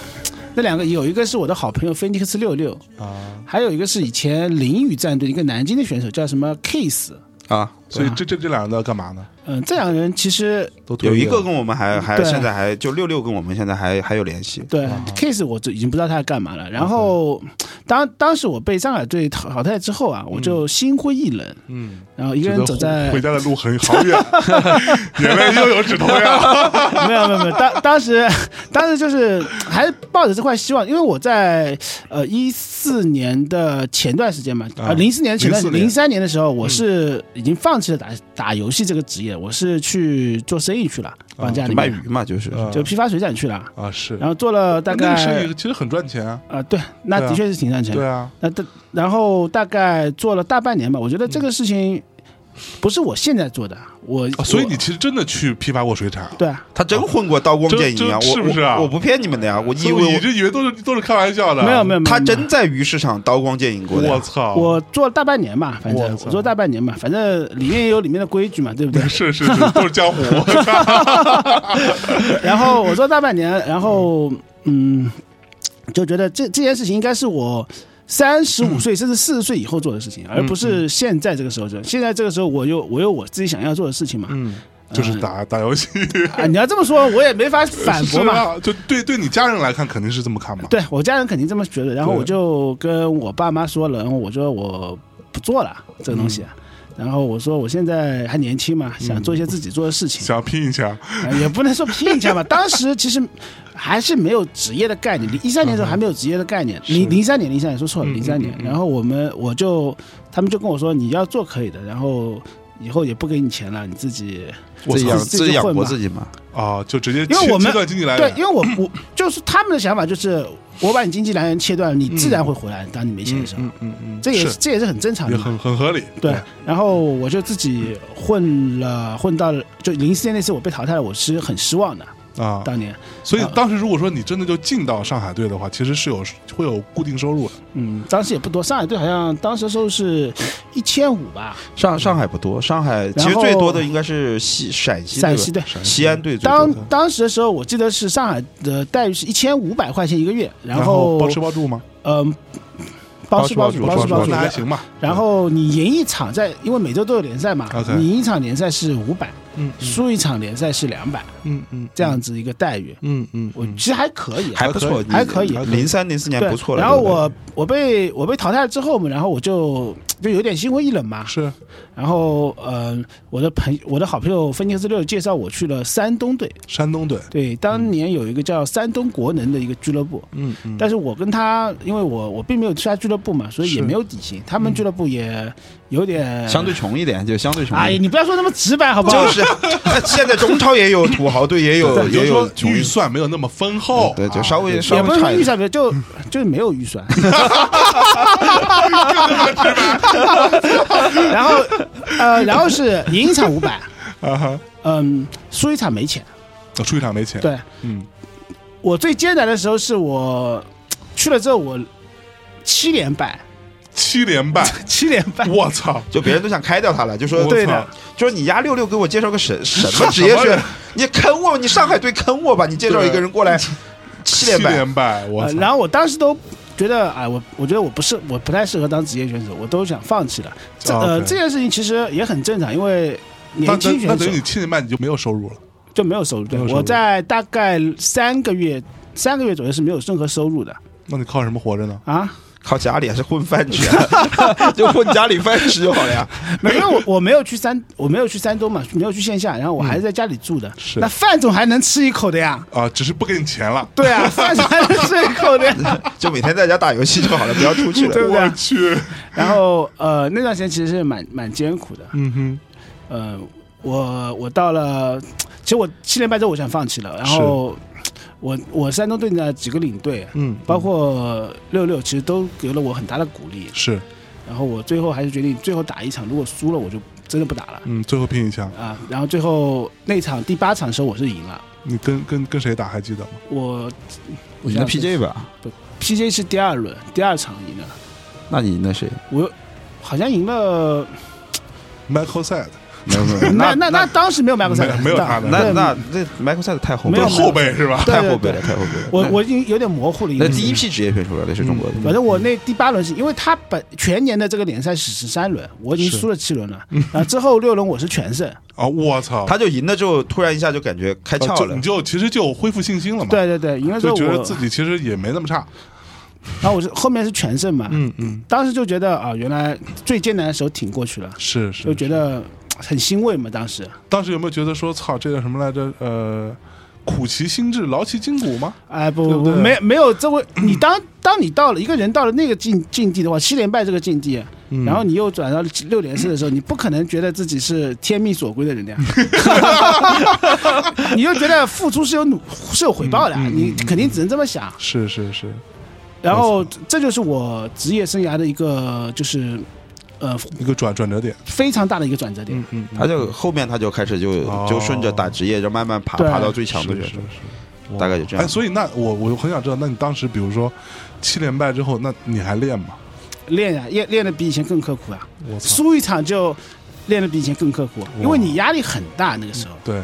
S3: 那两个有一个是我的好朋友菲尼克斯六六，
S1: 啊！
S3: 还有一个是以前淋雨战队一个南京的选手叫什么 Kiss，
S2: 啊，
S1: 所以这这这两个人在干嘛呢？
S3: 嗯，这两个人其实
S1: 都退
S2: 有
S1: 役
S2: 一个
S1: 了
S2: 跟我们还还
S3: 对
S2: 现在还就六六跟我们现在还还有联系。
S3: 对 Kiss 我就已经不知道他在干嘛了。然后当当时我被上海队淘汰之后啊，我就心灰意冷，
S1: 嗯，
S3: 然后一个
S1: 觉得
S3: 人走在
S1: 回回家的路很好远， *laughs* 眼泪又有止痛
S3: *laughs*
S1: 药。
S3: *laughs* 没有没有没有，当当时当时就是还是抱着这块希望，因为我在呃一四年的前段时间嘛，
S1: 啊
S3: 啊零四年的前段
S1: 04年
S3: 零三年的时候，我是已经放弃了打打游戏这个职业，我是去做生意去了，放假
S2: 就
S3: 里
S2: 卖
S3: 面、
S2: 鱼嘛，就是
S1: 嗯
S3: 就批发水产去了，
S1: 啊，是
S3: 然后做了大
S1: 那
S3: 概
S1: 个生意其实很赚钱啊，
S3: 啊、对，那
S1: 对啊
S3: 的确是挺赚钱的
S1: 对。啊，
S3: 那大然后大概做了大半年吧，我觉得这个事情不是我现在做的，我、
S1: 嗯啊所以
S3: 我
S1: 你其实真的去批发过水产啊。
S3: 对啊，
S2: 他真混过刀光剑影啊！
S1: 这这
S2: 我
S1: 是不是啊
S2: 我我不骗你们的呀，我以
S1: 所以我一
S2: 为
S1: 直以为都是都是开玩笑的，
S3: 没有没有没有，
S2: 他
S3: 没有
S2: 真在鱼市场刀光剑影过的
S1: 我
S2: 呀。
S1: 操，
S3: 我做了大半年嘛，反正
S1: 我
S3: 我
S1: 操？
S3: 做了大半年嘛，反正里面也有里面的规矩嘛，对不对
S1: *laughs* 是是是，都是江
S3: *laughs*
S1: 湖。我操
S3: 然后我做了大半年，然后嗯，就觉得这这件事情应该是我三十五
S1: 嗯
S3: 岁甚至四十岁以后做的事情，而不是现在这个时候做。现在这个时候，我有我有我自己想要做的事情嘛。
S1: 嗯，就是打 *laughs* 打游
S3: *laughs*
S1: 戏，
S3: 啊，你要这么说，我也没法反
S1: 是
S3: 驳嘛。
S1: 啊，就对对你家人来看肯定是这么看嘛。
S3: 对我家人肯定这么觉得，然后
S1: 对
S3: 我就跟我爸妈说了，然后我说我不做了这个东西，啊
S1: 嗯
S3: 然后我说我现在还年轻嘛，想做一些自己做的事情，
S1: 想要拼一下，
S3: 啊也不能说拼一
S1: *laughs*
S3: 下吧。当时其实还是没有职业的概念，一三年的时候还没有职业的概念，零零三年零三年说错了，
S1: 嗯
S3: 零三年
S1: 嗯嗯。嗯
S3: 然后我们我就他们就跟我说你要做可以的，然后以后也不给你钱了，你自己
S2: 自己养
S3: 自己
S2: 己养
S3: 混
S2: 活
S3: 吧
S2: 自己嘛，
S1: 啊，就直接
S3: 因为
S1: 切
S3: 我们
S1: 切断经济来
S3: 对
S1: 源，
S3: 因。为我我就是他们的想法就是我把你经济来源切断了，你自然会回来。当你没钱的时候，
S1: 嗯嗯嗯，
S3: 这也
S1: 是
S3: 是这也是很正常
S1: 也
S3: 的
S1: 很
S3: 嘛。
S1: 很合理。
S3: 对，然后我就自己混了，混到了就零四年那次我被淘汰了，我是很失望的。
S1: 啊，
S3: 当年，
S1: 所以当时如果说你真的就进到上海队的话，其实是有会有固定收入的。
S3: 嗯，当时也不多，上海队好像当时收入是一千五吧，
S2: 上上海不多，上海其实
S3: 然后
S2: 最多的应该是西陕西
S3: 陕西
S2: 队
S3: 队。
S2: 吧，西安队最多
S3: 当
S2: 的。
S3: 当时的时候，我记得是上海的待遇是一千五百块钱一个月，然后
S1: 包吃包住吗？
S3: 嗯，包吃包住，
S2: 包
S3: 包
S2: 吃
S3: 吃包
S2: 包
S3: 住
S2: 住
S1: 那还行吧。
S3: 然后你赢一场在，因为每周都有联赛嘛
S1: OK
S3: 你赢一场联赛是五百，
S1: 嗯
S3: 输一场联赛是两百，
S1: 嗯嗯，
S3: 这样子一个待遇，
S1: 嗯嗯，
S3: 我其实还可以啊，
S2: 还不错，
S3: 还可以。
S2: 零三零四年
S3: 对
S2: 不错了。
S3: 然后
S2: 对不对
S3: 我我被我被淘汰了之后嘛，然后我就就有点心灰意冷嘛。
S1: 是
S3: 然后呃，我的朋我的好朋友芬尼克斯六介绍我去了山东队，
S1: 山东队。
S3: 对，
S2: 嗯
S3: 当年有一个叫山东国能的一个俱乐部，
S1: 嗯嗯
S3: 但是我跟他，因为我我并没有去他俱乐部嘛，所以也
S1: 是
S3: 没有底薪，他们俱乐部也有点
S2: 嗯相对穷一点，就相对穷一
S3: 哎呀，
S2: 点。
S3: 你不要说那么直白好不好？
S2: 就是 *laughs* 现在中超也有土豪队，
S3: *laughs*
S2: 也有
S1: 也就
S2: 也
S1: 是
S2: 有
S1: 说
S2: 穷
S1: 预算没有那么丰厚，
S2: 对，就稍微稍
S3: 啊也不
S2: 微
S3: 是
S2: 差
S3: 说
S2: 一
S3: 预
S2: 点。
S3: 算，就就是没有预算。然后，呃，然后是赢一场五百，
S1: 啊哈，
S3: 嗯，输一场没钱。
S1: 啊出一场没钱，
S3: 对
S1: 嗯，
S3: 我最艰难的时候是我去了之后，我七连败，
S1: 七连败，
S3: 七连败。
S1: 我操！
S2: 就别人都想开掉他了，就说
S1: 我
S3: 对
S1: 操
S3: 的，
S2: 就是你丫六六给我介绍个什什么职业
S1: 什么
S2: 选
S1: 人
S2: 手？你坑我，你上海队坑我吧！你介绍一个人过来，七
S1: 七
S2: 连败，
S1: 连败，我
S3: 呃
S1: 操！
S3: 然后我当时都觉得啊，我我觉得我不是我不太适合当职业选手，我都想放弃了。这呃
S1: OK
S3: 这件事情其实也很正常，因为
S1: 那等
S3: 年轻
S1: 那
S3: 选手
S1: 等于你七年半你就没有收入了，
S3: 就没有收入。对
S1: 没有收入
S3: 我在大概三个月三个月左右是没有任何收入的
S1: 那你靠什么活着呢？ *laughs*
S3: 啊。
S2: 靠家里还是混饭吃啊，就混家里饭吃就好了呀。
S3: 没有，因为我我没有去山，我没有去山东嘛，没有去线下，然后我还是在家里住的。
S1: 嗯是
S3: 那饭总还能吃一口的呀。
S1: 啊，只是不给你钱了。*laughs*
S3: 对啊，饭总还能吃一口的呀，
S2: 就每天在家打游戏就好了，不要出去
S3: 对
S2: 了。
S3: 不对
S1: 我？去，
S3: 然后呃，那段时间其实是蛮蛮艰苦的。
S1: 嗯哼，
S3: 呃，我我到了，其实我七年半之后我想放弃了，然后我我山东队的几个领队，
S1: 嗯，
S3: 包括六六，其实都给了我很大的鼓励。
S1: 是，
S3: 然后我最后还是决定，最后打一场，如果输了我就真的不打了
S1: 嗯，最后拼一下，
S3: 啊。然后最后那场第八场的时候我是赢了，
S1: 你跟跟跟谁打还记得吗？
S3: 我
S2: 我赢了 PJ 吧？
S3: PJ 是第二轮第二场赢了，
S2: 那你赢了谁？
S3: 我好像赢了，
S1: Michael Said
S2: 没有没有，
S3: 那
S2: 嗯那
S3: 那那当时没有麦克赛，
S1: 没没有他的
S2: 那
S3: 对
S2: 那那 Michael 赛太后
S3: 没
S2: 背
S3: 有
S2: 了，
S1: 后辈是吧？
S3: 对
S2: 太
S3: 对
S2: 后背了，
S3: 对
S2: 太后背了。
S3: 我
S2: 那
S3: 我已经有点模糊了，已
S2: 那
S3: 经。
S2: 第一批职业选手了，那是中国的。
S3: 反正我那第八轮是因为他本全年的这个联赛是十三轮，我已经输了七轮了，然后之后六轮我是全胜，
S1: 啊，我操，
S2: 他就赢了之后，突然一下就感觉开
S1: 啊
S2: 窍
S1: 就
S2: 了
S1: 你。就其实就恢复信心了嘛，，
S3: 对对对，赢了之后
S1: 就觉
S3: 我
S1: 得，自己其实也没那么差，
S3: 然后我是后面是全胜嘛，
S1: 嗯嗯，
S3: 当时就觉得啊，原来最艰难的时候挺过去了，
S1: 是是
S3: 就，觉得很欣慰嘛，当时，
S1: 当时有没有觉得说操，这叫什么来着？呃，苦其心志，劳其筋骨吗？
S3: 哎不
S1: 对不
S3: 不
S1: 对
S3: 不，没没有这回，你当当你到了一个人到了那个境境地的话，七连败这个境地，
S1: 嗯
S3: 然后你又转到六连胜的时候，你不可能觉得自己是天命所归的
S1: *laughs*
S3: 人的呀，你就觉得付出是有努是有回报的，
S1: 嗯
S3: 你肯定只能这么想。
S1: 是是是，
S3: 然后这就是我职业生涯的一个就是呃
S1: 一个转转折点，
S3: 非常大的一个转折点。
S1: 嗯，
S2: 他就后面他就开始就
S1: 哦
S2: 就顺着打职业，就慢慢爬
S3: 对
S2: 爬到最强
S1: 是
S2: 的
S1: 是
S2: 选手，
S1: 是，
S2: 大概就这样
S1: 哎，。所以那我我很想知道，那你当时比如说七连败之后，那你还练吗？
S3: 练呀、练练的比以前更刻苦啊，
S1: 我
S3: *laughs*
S1: 操，
S3: 输一场就练的比以前更刻苦，因为你压力很大那个时候。
S1: 对，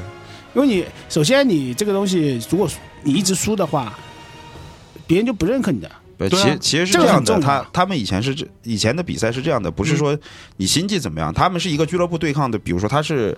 S3: 因为你首先你这个东西，如果你一直输的话，别人就不认可你的。
S2: 不
S1: 对
S2: 其
S1: 啊
S2: 实其实是
S3: 这
S2: 这
S3: 个
S2: 样
S3: 很
S2: 的，
S3: 重要
S2: 他他们以前是这以前的比赛是这样的，
S1: 嗯
S2: 不是说你心计怎么样，他们是一个俱乐部对抗的，比如说他是，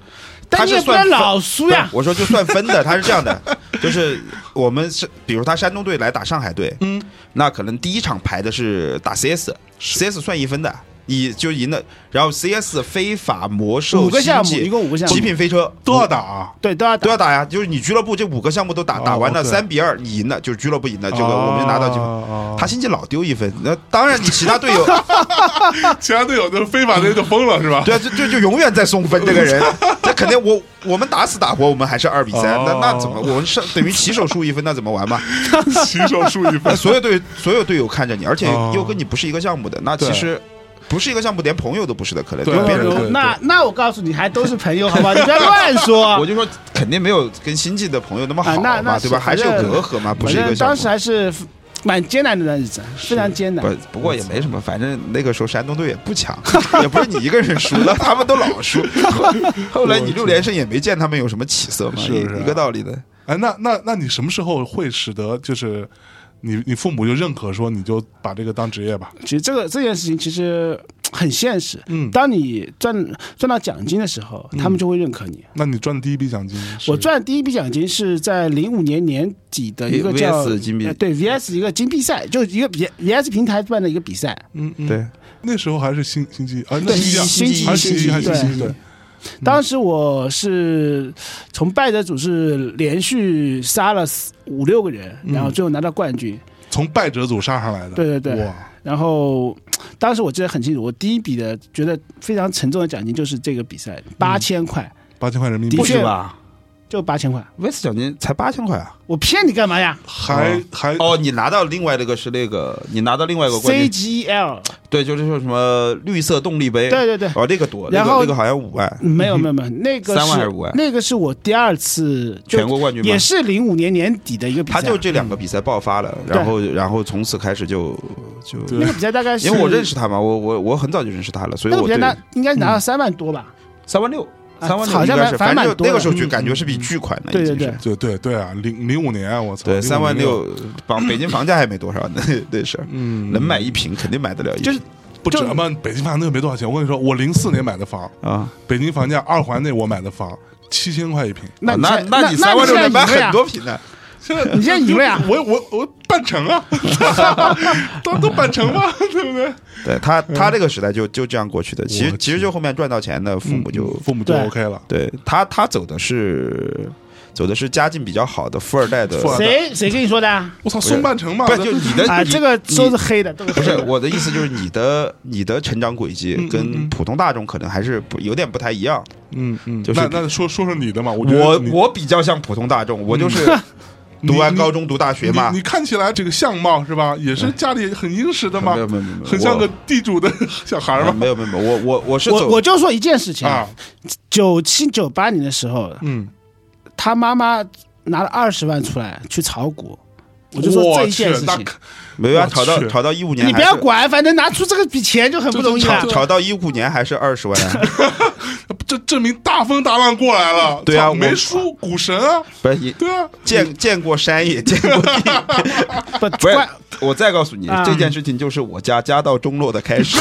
S2: 他
S3: 但你也
S2: 是
S3: 不
S2: 算
S3: 能
S2: 分
S3: 老输呀
S2: 对。我说就算分的，他是这样的， *laughs* 就是我们是，比如他山东队来打上海队，
S1: 嗯，
S2: 那可能第一场排的是打 CS，CS 算一分的，你就赢了，然后 CS 非法魔兽
S3: 五个项目，
S2: 星际
S3: 一共五个项目
S2: 极，品飞车
S1: 都要打啊，
S3: 对都要
S2: 都
S3: 打。
S2: 要打呀，就是你俱乐部这五个项目都打，
S1: 哦
S2: 打完了
S1: 对
S2: 三比二，你赢了，就是俱乐部赢了，这个我们就拿到积分。
S3: 哦
S1: 分
S2: 他星际老丢一分，那当然你其他队友，
S1: *laughs* 其他队友就非法队就疯了是吧？
S2: 对啊，就就就永远在送分这个人，这肯定我我们打死打活我们还是二比三，那
S1: 哦
S2: 那怎么我们是等于起手输一分，那怎么玩嘛？
S1: 起手输一
S2: *laughs* 那
S1: 分，
S2: 所有队所有队友看着你，而且
S1: 哦
S2: 又跟你不是一个项目的，那其实不是一个项目，连朋友都不是的，可能
S1: 对
S2: 就别
S1: 对
S2: 人
S1: 对
S2: 看。
S1: 对
S3: 那那我告诉你，还都是朋友，好吧？你不要乱
S2: 我 *laughs*
S3: 说。
S2: 就说肯定没有跟星际的朋友那么好
S3: 啊那
S2: 嘛，
S3: 那
S2: 对吧？
S3: 是
S2: 还是有
S3: 反正
S2: 隔阂嘛，不
S3: 反
S2: 是一
S3: 正
S2: 个项
S3: 当
S2: 目
S3: 时。还是蛮艰难的那段日子，非常艰难 *laughs*
S2: 不。，不过也没什么，反正那个时候山东队也不强，也不是你一个人输的，他们都老
S3: *laughs*
S2: 输。后来你六连胜也没见他们有什么起色嘛，
S1: 是不是啊
S2: 一个道理的。
S1: 哎，那那那你什么时候会使得就是你你父母就认可说你就把这个当职业吧？
S3: 其实这个这件事情其实很现实。
S1: 嗯
S3: 当你赚赚到奖金的时候，
S2: 嗯
S3: 他们就会认可你。
S1: 那你赚的第一笔奖金是，
S3: 我赚第一笔奖金是在零五年年底的一个
S2: V-
S3: 叫
S2: VS 金币
S3: 呃对 VS 一个金币赛，就一个 V VS 平台办的一个比赛。
S1: 嗯嗯，
S2: 对，
S1: 那时候还是星星际啊，那
S3: 对
S1: 星际啊
S3: 星际
S1: 还是星际
S3: 星际
S1: 还是星际
S3: 对
S1: 对，嗯
S3: 当时我是从败者组是连续杀了四五六个人，然后最后拿到冠军。
S1: 从败者组杀上来的，
S3: 对对对
S1: 哇，
S3: 然后当时我记得很清楚，我第一笔的觉得非常沉重的奖金就是这个比赛八千块，
S1: 八千块人民币
S3: 的确
S2: 吧
S3: 就八千块。
S2: ？VS 奖金才八千块啊！
S3: 我骗你干嘛呀
S1: 还
S3: 呃
S1: 还
S2: 哦，你拿到另外那个是那个，你拿到另外一个冠军，
S3: ？CGL
S2: 对，就是说什么绿色动力杯，
S3: 对对对
S2: 哦，那个多，
S3: 然
S2: 那个
S3: 后嗯
S2: 那个好像五万，
S3: 没有没有没有，那个
S2: 三万还是五万
S3: 那个是我第二次就
S2: 全国冠军嘛
S3: 也。是零五年年底的一嗯个比赛，
S2: 他就这两个比赛爆发了，然后然后从此开始就就，
S3: 那个比赛大概是
S2: 因为我认识他嘛，我我我很早就认识他了，所以
S3: 那个
S2: 我
S3: 比赛
S2: 对嗯
S3: 拿应该拿了三万多吧，
S2: 三万六，三万九
S3: 啊好
S2: 应
S3: 像
S2: 该
S3: 蛮
S2: 是，
S3: 反
S2: 反
S3: 正
S2: 正
S3: 蛮
S2: 就
S3: 多
S2: 那个
S3: 的
S2: 时候就感觉是比巨款了，
S3: 对
S2: 已
S3: 对
S2: 经是
S1: 对
S3: 对，
S1: 对对啊，零零五年我操，
S2: 对，三万
S1: 05
S2: 六，房北京房价还没多少 *laughs* 呢，那是，嗯，能买一平肯定买得了一平，
S3: 就是
S1: 不止嘛，北京房那个没多少钱。我跟你说，我零四年买的房，
S2: 啊，
S1: 北京房价二环内我买的房七千块一平，
S3: 那
S2: 啊
S3: 你
S2: 那
S3: 现在
S2: 那
S3: 那
S2: 你三万六能
S3: 现
S2: 买
S3: 在以为啊
S2: 很多平的，
S1: 现在
S3: *laughs* 你现在以为啊
S1: 我我我半成
S3: *laughs*
S1: 啊，都都半成吧，对不对？
S2: 对他他这个时代就就这样过嗯去的，其
S1: 我
S2: 实其实
S1: 去
S2: 就后面赚到钱的父母就
S1: 父母就
S3: 对
S1: OK 了。
S2: 对他他走的是走的是家境比较好的富二代的，
S1: 富二代
S3: 谁谁跟你说的啊？
S1: 我操，松半成嘛，
S2: 不就你的
S3: 啊，
S2: 你
S3: 这个
S2: 你
S3: 都是黑的，都是
S2: 不
S3: 黑
S2: 是
S3: 的。
S2: 我的意思，就是你的你的成长轨迹
S1: 嗯嗯
S2: 跟
S1: 嗯
S2: 普通大众可能还是不有点不太一样。
S1: 嗯嗯，
S2: 就是
S1: 那那说说说你的嘛，我觉得
S2: 我
S1: 你
S2: 我比较像普通大众，我就是
S1: 你
S2: 读完
S1: 你
S2: 高中读大学嘛
S1: 你，你看起来这个相貌是吧，也是家里很殷实的嘛
S2: 嗯没，有没有没有没有，
S1: 很像个地主的 *laughs* 小孩
S2: 我
S1: 儿嘛，
S2: 没有没有没有，我我我是
S3: 我
S2: 走
S3: 我就说一件事情，
S1: 啊，
S3: 九七九八年的时候，
S1: 嗯，
S3: 他妈妈拿了二十万出来去炒股，我就说这
S1: 我
S3: 一
S1: 去
S3: 件事，
S1: 那
S3: 情，
S2: 没有啊
S1: 我
S2: 炒到
S1: 去
S2: 炒到一五年，
S3: 你不要。管，反正拿出这个笔钱就很不容易啊
S1: 就
S3: 了
S1: 是。
S2: 炒到一五年还是二十万啊，
S1: 这证明大风大浪过来了，
S2: 对啊
S1: 操
S2: 我
S1: 没输股神啊，
S2: 不是你
S1: 对啊，
S2: 见见过山也见过地，
S3: 不
S2: 不是
S3: 关，
S2: 我再告诉你
S3: 啊，
S2: 这件事情就是我家家道中落的开始，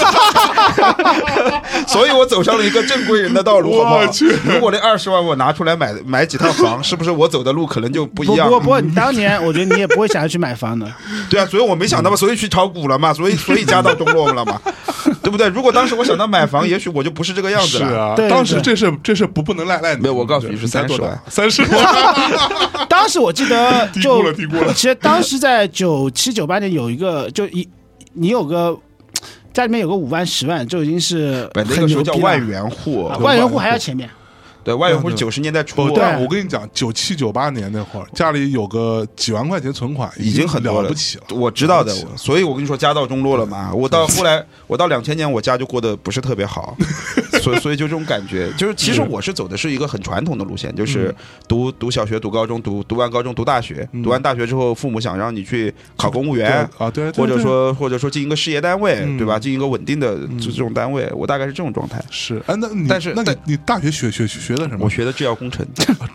S2: 所以我走上了一个正规人的道路，好不好
S1: 我去？
S2: 如果那二十万我拿出来买买几套房，是不是我走的路可能就不
S3: 不
S2: 一
S3: 不
S2: 样
S3: 过？不过你当
S2: *laughs*
S3: 年，我觉得你也不会想要去买房的。
S2: 对啊，所以我没想到嘛，所以去炒股了嘛，所以所以家道中落了嘛，对不对？如果当时我想到买房，也许我就不是这个样子
S1: 是
S2: 了。
S1: 啊，
S3: 对
S1: 当时
S3: 对
S1: 这事这事不不能赖赖你。
S2: 没有我告诉你是
S1: 才多大三
S2: *laughs*
S1: 十万，
S3: 当时我记得
S1: 低估
S3: 就
S1: 了低估了
S3: 其实当时在九七九八年有一个，就一你有个家里面有个五万十万，就已经是
S2: 本那
S3: 很
S2: 个时
S3: 牛
S2: 候叫
S3: 逼
S2: 万
S3: 了。
S2: 元户
S3: 啊，
S1: 万
S3: 万
S1: 元
S3: 元
S1: 户哦
S3: 户还要前面，
S2: 对，万元户是九十年代初
S1: 不，，
S3: 对
S1: 但我跟你讲，九七九八年那会儿，家里有个几万块钱存款，
S2: 已经
S1: 经
S2: 很多
S1: 了不起了。
S2: 我知道的
S1: 了不起，了
S2: 所以我跟你说家道中落了嘛。我到后来，我到两千年，我家就过得不是特别
S1: *laughs*
S2: 好，所以所以就这种感觉，就是其实我是走的是一个很传统的路线，就是
S1: 嗯
S2: 读读小学、读高中、读读完高中、读大学，读完大学之后，父母想让你去考公务
S1: 对
S2: 员
S1: 啊，，嗯对，对
S2: 或者
S1: 对
S2: 说或者说进一个事业单位，
S1: 嗯
S2: 对吧？进一个稳定的这这种单位，我大概是这种状态。
S1: 是，哎，那你
S2: 但是
S1: 那你
S2: 但
S1: 你大学学学学的什么
S2: 我？学的制药工程，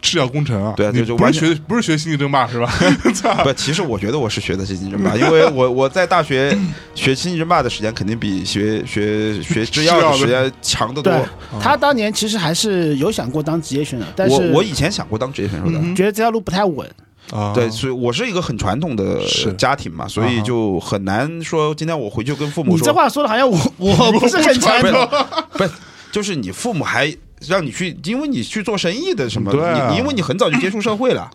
S1: 制药工程啊？
S2: 对啊
S1: 你
S2: 就就
S1: 不是
S2: 完全
S1: 学不是学星际争霸是吧？ *laughs*
S2: 不，其实我觉得我是学的经济争霸，因为我我在大学学经济争霸的时间肯定比学学学制药的时间长得多。啊
S3: 对他当年其实还是有想过当职业选手，但
S2: 我
S3: 是
S2: 我以前想过当职业选手的，
S1: 嗯
S3: 觉得这条路不太稳，
S1: 啊，
S2: 对，所以我是一个很传统的
S1: 是
S2: 家庭嘛，所以就很难说今天我回去跟父母
S3: 你这
S2: 说，
S3: 话说的
S2: *laughs*
S3: 好像我我不是很传
S2: 不是
S3: 统，
S2: 不是，就是你父母还让你去，因为你去做生意的什么，
S1: 对啊
S2: 你因为你很早就接触社会了，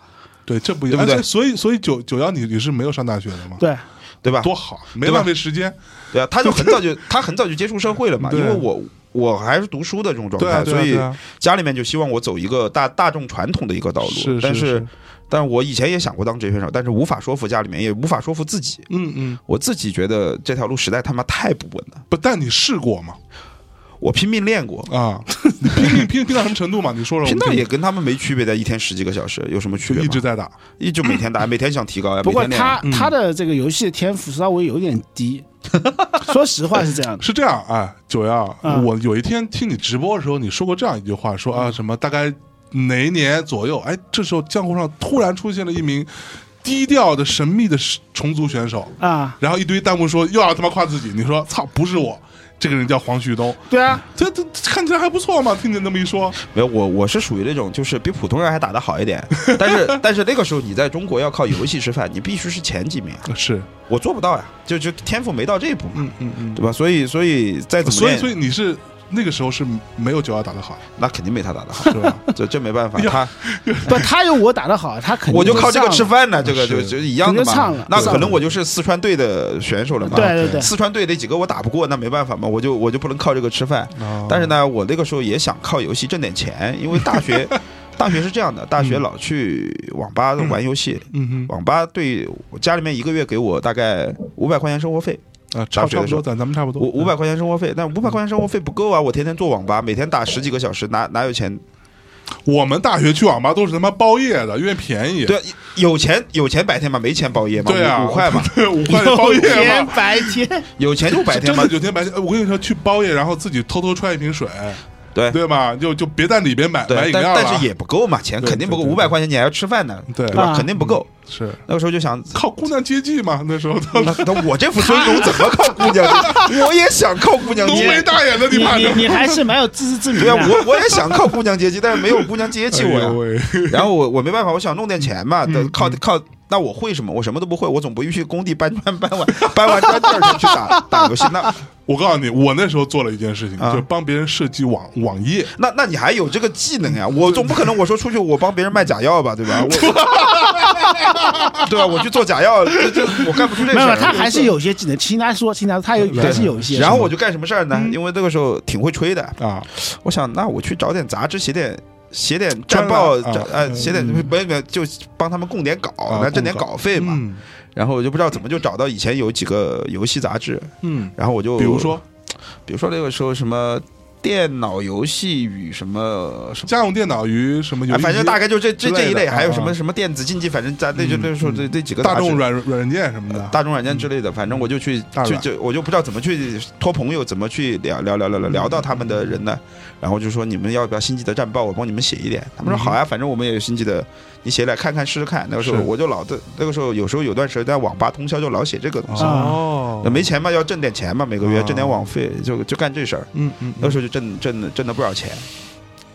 S1: 对，这不一
S2: 对
S1: 样。
S2: 不对
S1: 哎所以所以九九幺你你是没有上大学的吗？，
S2: 啊
S3: 对，
S2: 对吧？
S1: 多好，没
S2: 对吧
S1: 浪费时间。
S2: 对啊，他
S1: *laughs*
S2: 就很早就他很早就接触社会了嘛，因
S1: 对
S2: 为我我还是读书的这种状
S1: 对啊，
S2: 态，
S1: 对啊
S2: 所以
S1: 对啊
S2: 家里面就希望我走一个大大众传统的一个道
S1: 是
S2: 路，但
S1: 是
S2: 是。但我以前也想过当职业选手，但是无法说服家里面，也无法说服自己。
S1: 嗯嗯，
S2: 我自己觉得这条路实在他妈太不稳了。
S1: 不，但你试过吗？
S2: 我拼命练过，
S1: 啊，你拼命拼拼到什么程度嘛？你说
S2: *laughs*
S1: 了，
S2: 拼到
S1: 我们
S2: 也跟他们没区别的，一天十几个小时有什么区
S1: 就
S2: 别
S1: 一
S2: 吗
S1: 直在打。
S2: 一直每天打，每天想提高呀。
S3: 不过
S2: 每天练
S3: 他
S2: 呀
S3: 他的这个游戏的天赋稍微有点
S2: *laughs*
S3: 低，说实话是这样的。
S1: 是这样，哎，九幺，
S3: 嗯
S1: 我有一天听你直播的时候，你说过这样一句话，说啊
S2: 嗯
S1: 什么大概哪一年左右，哎，这时候江湖上突然出现了一名低调的神秘的虫族选手，
S3: 啊，
S1: 然后一堆弹幕说又要他妈夸自己，你说操，不是我，这个人叫黄旭东，
S3: 对啊，
S1: 这这这看起来还不错嘛，听你那么一说，
S2: 没有我，我是属于那种就是比普通人还打得
S1: *laughs*
S2: 好一点，但是但是那个时候你在中国要靠游戏吃饭，你必须是前几名啊，
S1: 是，
S2: 我做不到呀，就就天赋没到这一步嘛，
S1: 嗯嗯嗯，
S2: 对吧？所以所以再怎么
S1: 所以
S2: 练，
S1: 所以你是那个时候是没有九幺打得好，
S2: 那肯定没他打
S1: *laughs*
S2: 得好，
S1: 是
S2: *laughs*
S1: 吧？
S2: 这这没办法，
S1: 哎呀
S2: 他
S3: 不，他有我打的好，他肯定
S2: 我就靠这个
S3: 上
S2: 吃
S3: 了。
S2: 饭呢，这个
S1: 是
S2: 就就一样的
S3: 肯定上
S2: 嘛
S3: 了。
S2: 那
S3: 上
S2: 可
S3: 了
S2: 能我就是四川队的选手了嘛，
S3: 对对对
S2: 四川队那几个我打不过，那没办法嘛，我就我就不能靠这个吃饭。
S1: 啊
S2: 但是呢，我那个时候也想靠游戏挣点钱，因为大学大学是这样的，大学老去网吧玩游戏，
S1: 嗯
S2: 网吧对我家里面一个月给我大概五百块钱生活费，
S1: 哼，啊，差
S2: 大
S1: 差
S2: 学的
S1: 不
S2: 时
S1: 多，
S2: 候
S1: 咱咱们差不多，嗯
S2: 五五百块钱生活费，但五百块钱生活费不够啊！我天天做网吧，每天打十几个小时，哪哪有钱？
S1: 我们大学去网吧都是他妈包夜的，因为便宜。
S2: 对啊，有钱有钱白天嘛，没钱包夜嘛，
S1: 对啊，
S2: 五五块嘛，，
S1: *laughs* 对，五块钱包
S3: 有
S1: 夜
S3: 天
S1: 嘛。
S3: 白天，
S2: *laughs* 有钱就白天
S1: 真
S2: 嘛
S1: 的，有天白天，哎我跟你说，去包夜，然后自己偷偷揣一瓶水，
S2: 对
S1: 对吧？就就别在里边买买
S2: 对，
S1: 饮
S2: 但
S1: 料了，
S2: 但是也不够嘛，钱
S1: 对
S2: 肯定不够，
S1: 对对
S2: 五百块钱你还要吃饭呢，
S1: 对嗯
S2: 对吧？
S3: 啊
S2: 肯定不够。
S1: 是
S2: 那个时候
S1: *laughs*
S2: 就想，
S1: 靠姑娘接济嘛，那时候他
S2: 那那我这副尊容怎么靠姑娘？ *laughs* 我也想靠姑娘
S1: 浓
S2: 接
S1: 眉
S2: 济，
S1: 大眼的，
S3: 你
S1: 怕什么？
S3: 你你还是蛮有自知之明
S2: 对
S3: 的。
S2: 啊，我我也想靠姑娘接济，但是没有姑娘接济我
S1: 哎呦
S2: 呀。
S1: 喂
S2: *laughs* 然后我我没办法，我想弄点钱嘛，得靠靠。那我会什么？我什么都不会，我总不去工地搬砖 *laughs* 搬完搬完砖第二天去打打游戏。那
S1: 我告诉你，我那时候做了一件事情，
S2: 啊
S1: 就帮别人设计网网页。
S2: 那那你还有这个技能呀？我总不可能我说出去我帮别人卖假药吧，对吧？我 *laughs* 对啊吧？我去做假药，这这我干不出这事
S3: 没有，
S2: 儿。
S3: 他还是有一些技能。听他说，听他，他有还是有一些。
S2: 然后我就干什么事儿呢？因为那个时候挺会吹的，
S1: 啊，
S2: 我想那我去找点杂志写点。写点战报，
S1: 专栏
S2: 战
S1: 啊
S2: 呃，
S1: 嗯
S2: 写点没有没有，就帮他们供点稿，
S1: 啊
S2: 那挣点
S1: 供稿
S2: 稿费嘛。
S1: 嗯
S2: 然后我就不知道怎么就找到以前有几个游戏杂志，
S1: 嗯，
S2: 然后我就
S1: 比如说
S2: 比如说那个时候什么电脑游戏与什么什么。
S1: 家用电脑与什么游
S2: 啊，
S1: 戏机，
S2: 反正大概就这这
S1: 之类
S2: 这
S1: 的
S2: 一类，还有什
S1: 啊
S2: 么
S1: 啊
S2: 什么电子竞技，反正咱那就那时候这这几个
S1: 大
S2: 杂志
S1: 众软软件什么的，
S2: 大众软件之类的，反正我就去
S1: 大
S2: 就
S1: 软
S2: 就我就不知道怎么去托朋友，怎么去聊聊聊聊聊
S1: 嗯
S2: 聊到他们的人呢？然后就说你们要不要星际的战报，我帮你们写一点。他们说好呀，反正我们也有星际的，你写来看看试试看。那个时候
S1: 嗯是
S2: 我就老在那个时候有时候有段时间在网吧通宵就老写这个东西，
S1: 哦
S3: 啊
S2: 那没钱嘛，要挣点钱嘛，每个月
S1: 啊
S2: 挣点网费，就就干这事儿。
S1: 嗯嗯，
S2: 那时候就挣挣挣了不少钱，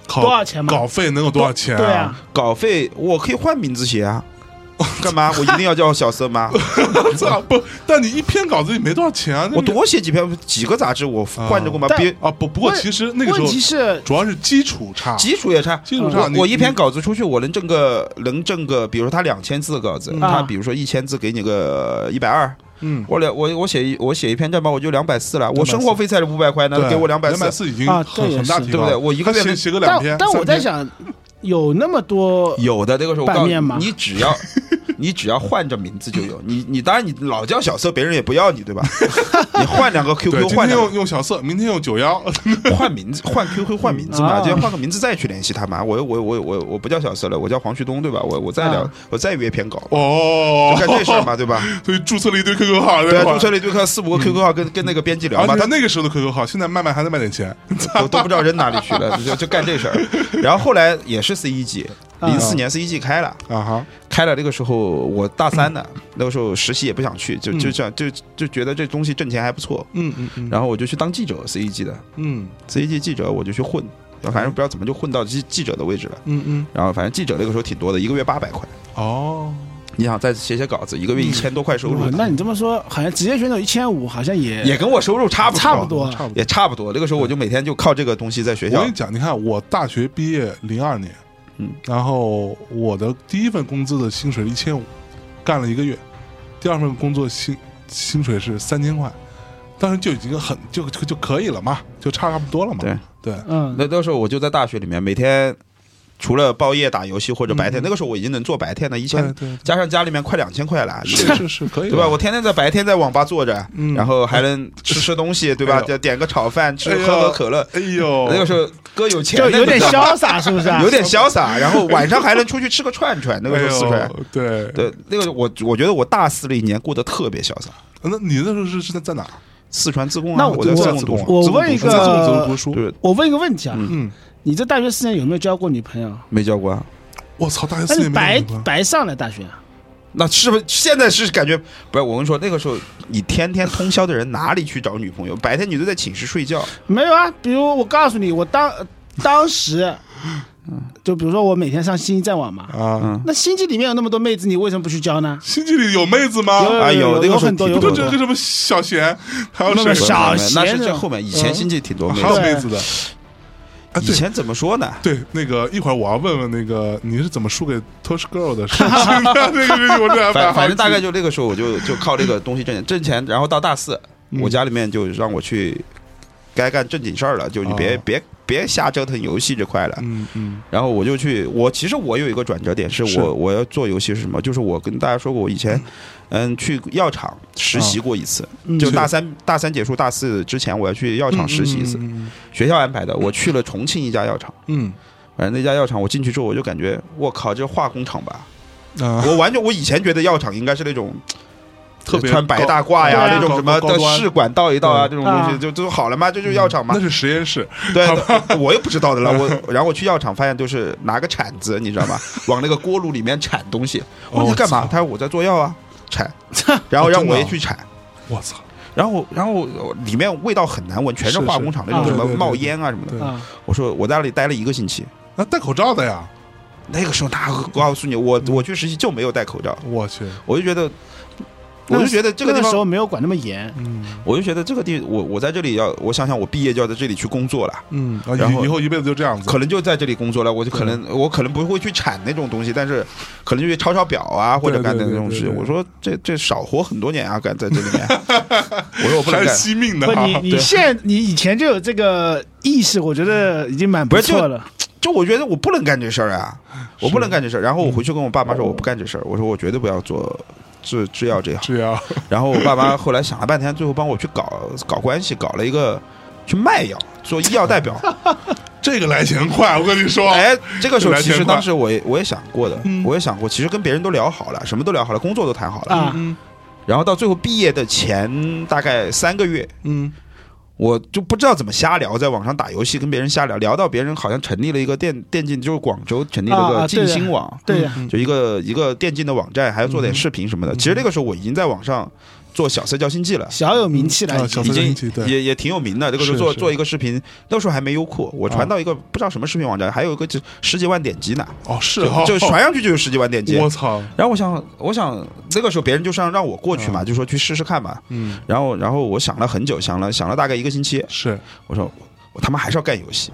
S1: 靠
S3: 多少钱嘛
S1: 稿费能有多少钱？
S3: 对啊，，
S2: 稿费我可以换名字写啊。干嘛？我一定要叫小色吗？
S1: 我操不！但你一篇稿子也没多少钱啊，那
S2: 我
S1: 你
S2: 多写几篇几个杂志，我换着过吗？
S3: 但
S2: 别
S1: 啊不不过
S3: 问
S1: 其实那个时
S3: 问
S1: 候
S3: 题是，
S1: 主要是基础差，
S2: 基础也差，
S1: 基础差
S2: 我
S1: 你
S2: 我一篇稿子出去，我能挣个能挣个，比如说他两千字的稿子，
S3: 嗯
S2: 他
S3: 啊
S2: 比如说一千字给你个一百二，
S1: 嗯，
S2: 我两我我写一我写一篇战报我就两百四了，我
S1: 240
S2: 生活费才五百块呢，
S1: 对
S2: 给我两百
S1: 两百
S2: 四，
S1: 四已经
S3: 啊这
S1: 很
S3: 也
S1: 很大
S3: 是
S1: 提
S2: 对
S1: 高
S2: 不
S1: 了，
S2: 对？我一个月
S1: 写
S2: 能
S1: 写个两
S3: 但
S1: 篇，
S3: 但我
S1: 三
S3: 在
S1: 篇
S3: 想，有那么多
S2: 有的那个时候，我告诉
S3: 版
S2: 你
S3: 面吗，
S2: 你只
S3: *laughs*
S2: 要你只要换着名字就有，你你当然你老叫小色，别人也不要你，
S3: *laughs*
S2: 对吧？你换两个
S1: 对，
S2: QQ，
S1: 今
S2: 换
S1: 天
S2: 两
S1: 用
S2: 个
S1: 用小色，明天用九
S2: *laughs*
S1: 幺，
S2: 换名字，换 QQ 换名字嘛，
S3: 啊
S2: 就要换个名字再去联系他嘛。我我我我我不叫小色了，我叫黄旭东，对吧？我我再聊
S3: 啊，
S2: 我再约篇稿。
S1: 哦，
S2: 干这事儿嘛，对吧？
S1: *laughs* 所以注册了一堆 QQ 号，
S2: 对啊，
S1: 吧
S2: 注册了一堆客四
S1: 嗯
S2: 五个 QQ 号，跟跟那个编辑聊
S1: 而
S2: 嘛，
S1: 且
S2: 他
S1: 那个时候的 QQ 号，现在卖卖还能卖点钱，
S2: 都都不知道扔哪里去了，就就干这事儿。然后后来也是 CEG，
S3: 啊
S2: 零四年 CEG 开了，
S1: 啊哈，
S2: 开了那个时候我大三呢，那个时候实习也不想去，就就想就就觉得这东西挣钱还不错，
S1: 嗯嗯嗯
S2: 然后我就去当记者 CEG 的
S1: 嗯
S2: CEG 记者，我就去混，反正不知道怎么就混到记记者的位置了。
S1: 嗯嗯，
S2: 然后反正记者那个时候挺多的，一个月八百块，
S1: 哦，
S2: 你想再写写稿子，一个月一千多块收入
S3: 哇，那你这么说，好像职业选手一千五，好像也
S2: 也跟我收入差不
S3: 差不多。
S1: 差不多。
S2: 也差不多。那个时候我就每天就靠这个东西在学
S1: 我
S2: 校
S1: 跟你讲，你看我大学毕业零二年，
S2: 嗯，
S1: 然后我的第一份工资的薪水一千五，干了一个月，第二份工作薪薪水是三千块，当时就已经很就就就可以了嘛，就差差不多了嘛，
S2: 对
S1: 对，
S2: *laughs*
S3: 嗯
S2: 那那时候我就在大学里面，每天除了包夜打游戏或者白天，那个时候我已经能做白天了，一
S1: 对
S2: 千
S1: 对，
S2: 加上家里面快两千块了，
S1: 是是是可以
S2: 对
S1: 的，
S2: 吧？我天天在白天在网吧坐着，
S1: 嗯
S2: 然后还能吃吃东西，对
S1: 哎
S2: 吧？
S1: 呦
S2: 就点个炒饭，吃
S1: 哎呦
S2: 喝喝可乐。
S1: 哎呦，
S2: 那个时候哥有钱
S3: 就
S2: 的，
S3: 有点
S2: 你知道吗
S3: 潇洒，是不是
S2: *laughs*
S3: 啊？
S2: 有点潇洒，然后晚上还能出去吃个串串。那个时候四川
S1: 哎，呦对，
S2: 对，那个我我觉得我大四那一年过得特别潇洒。
S1: 那你那时候是是在在哪儿？
S2: 四川自贡啊，
S3: *laughs* 那
S2: 我
S3: 我
S2: 在自
S3: 我
S2: 贡读书，
S3: 我
S2: 自贡
S3: 问一
S2: 读书
S1: 自贡走
S3: 个
S1: 读，书，
S2: 对，
S3: 我问一个问题啊，
S1: 嗯，
S3: 你这大学四年有没有交过女朋友？
S2: 没教过啊。
S1: 我操，大学
S3: 那
S1: 四
S3: 你
S1: 年
S3: 白
S1: 没干过
S3: 白上了大学啊，
S2: 那是不是现在是感觉不是？我跟你说，那个时候你天天通宵的人哪里去找女朋友？白天你都在寝室睡觉，
S3: 没有啊，比如我告诉你，我当呃当时，就比如说我每天上星际战网嘛，
S1: 啊，
S2: 嗯
S3: 那星际里面有那么多妹子，你为什么不去交呢？
S1: 星际里有妹子吗？
S2: 哎呦那个
S3: 有
S2: 时候
S3: 很多，
S2: 挺
S3: 有
S1: 就
S3: 很
S1: 这
S3: 多
S1: 个什么小贤，还有
S3: 那么
S1: 谁？
S3: 小
S2: 那
S3: 闲
S2: 是
S3: 着
S2: 这后面以
S3: 嗯
S2: 前星际挺多妹
S1: 还有
S2: 子，
S1: 妹子的。啊，
S2: 以
S1: 对
S2: 前怎么说呢？
S1: 对，那个一会儿我要问问那个你是怎么输给 Tosh Girl 的事情的？那个事情我这还蛮好
S2: 反
S1: 奇
S2: 反正大概就那个时候，我就就靠这个东西挣钱，挣钱。然后到大四，
S1: 嗯
S2: 我家里面就让我去该干正经事儿了，就你别
S1: 哦
S2: 别别瞎折腾游戏这块了。
S1: 嗯嗯
S2: 然后我就去，我其实我有一个转折点，是
S1: 是
S2: 我我要做游戏是什么？就是我跟大家说过，我以前嗯去药厂实习过一次，
S3: 嗯
S2: 就大三大三结束，大四之前我要去药厂实习一次，
S1: 嗯
S2: 学校安排的。我去了重庆一家药厂，
S1: 嗯
S2: 反正那家药厂我进去之后，我就感觉我靠，这化工厂吧，
S1: 嗯啊
S2: 我完全我以前觉得药厂应该是那种
S1: 特别
S2: 穿白大褂
S3: 高
S2: 呀，
S3: 对啊
S2: 那种什么
S1: 高高
S2: 的
S1: 端嗯
S2: 试管道一道啊，这种东
S3: 啊
S2: 西就就好了嘛，这就是药厂嘛
S1: 那。是实验室，
S2: 对，我又不知
S1: *laughs*
S2: 道的了。我然后我去药厂发现，就是拿个铲子，你知道吗？往那个锅炉里面铲东西。我说
S1: 哦
S2: 你干
S1: 我
S2: 嘛
S1: 操？啊
S2: 他说我在做药啊，
S1: *laughs*
S2: 铲。然后让我也去铲。
S1: 我操！
S2: 然后，然后我里面味道很难闻，全是
S1: 是
S2: 化
S1: 是
S2: 工厂那种什
S1: 啊
S2: 么
S1: 对对对
S2: 冒烟啊什么的。
S1: 对
S3: 啊，
S2: 我说我在那里待了一个星期，
S1: 那戴口罩的呀，
S2: 那个时候他告诉你，我
S1: 嗯
S2: 我去实习就没有戴口罩，
S1: 我去，
S2: 我就觉得，我就觉得这个地
S3: 那时
S2: 方，
S3: 候没有管那么
S2: *laughs*
S3: 严，
S1: 嗯
S2: 我就觉得这个地，我我在这里要，我想想，我毕业就要在这里去工作了。
S1: 嗯，啊
S2: 然后
S1: 以以后一辈子就这样子，
S2: 可能就在这里工作了，我就可能我可能不会去产那种东西，但是可能就去抄抄表啊，或者干那
S1: 对对对
S2: 种事
S1: 对
S2: 情。
S1: 对
S2: 我说这这少活很多年啊，干在这
S1: *laughs*
S2: 里面，我说我不
S1: 还
S2: 能
S1: 是
S2: 干，
S1: 惜命的
S3: 不，
S1: 啊，
S3: 你你现你以前就有这个意识，我觉得已经蛮
S2: 不是就
S3: 错了。
S2: 就我觉得我不能干这事儿啊，我不能干这事儿。然后我回去跟我爸妈
S1: 嗯
S2: 说，我不干这事儿，我说我绝对不要做制制药这一行。
S1: 只要
S2: 然后我爸妈后来想了半天，最后帮我去搞搞关系，搞了一个去卖药，做医药代表。
S1: 这个来钱快，我跟你说，
S2: 哎，这个时候
S1: 来
S2: 其
S1: 钱
S2: 实
S1: 快
S2: 当时我也我也想过的
S1: 嗯，
S2: 我也想过，其实跟别人都聊好了，什么都聊好了，工作都谈好了，
S3: 啊
S1: 嗯
S2: 然后到最后毕业的前大概三个月，
S1: 嗯，
S2: 我就不知道怎么瞎聊，在网上打游戏跟别人瞎聊，聊到别人好像成立了一个电电竞，就是广州成立了
S3: 啊
S2: 个
S3: 啊对
S2: 静
S3: 的
S2: 心网，
S3: 对呀，
S1: 嗯
S2: 就一个一个电竞的网站，还要做点
S1: 嗯
S2: 视频什么的。
S1: 嗯
S2: 其实那个时候我已经在网上做小社交经济了。
S3: 小有名气了
S1: 啊
S3: 已
S1: 小
S3: 经，
S1: 社交
S2: 已
S1: 经
S2: 经
S1: 济对
S2: 也也挺有名的，这个时候
S1: 是
S2: 做
S1: 是
S2: 做一个视频，那时候还没优酷，我传
S1: 啊
S2: 到一个不知道什么视频网站，还有一个就十几万点击呢，
S1: 哦是
S2: 就
S1: 哈，*laughs*
S2: 就传上去就有十几万点击。
S1: 我操，
S2: 然后我想，我想那个时候别人就让让我过去嘛，就说去试试看嘛。
S1: 嗯，
S2: 然后，然后我想了很久，想了想了大概一个星期，
S1: 是
S2: 我说我他妈还是要干游戏，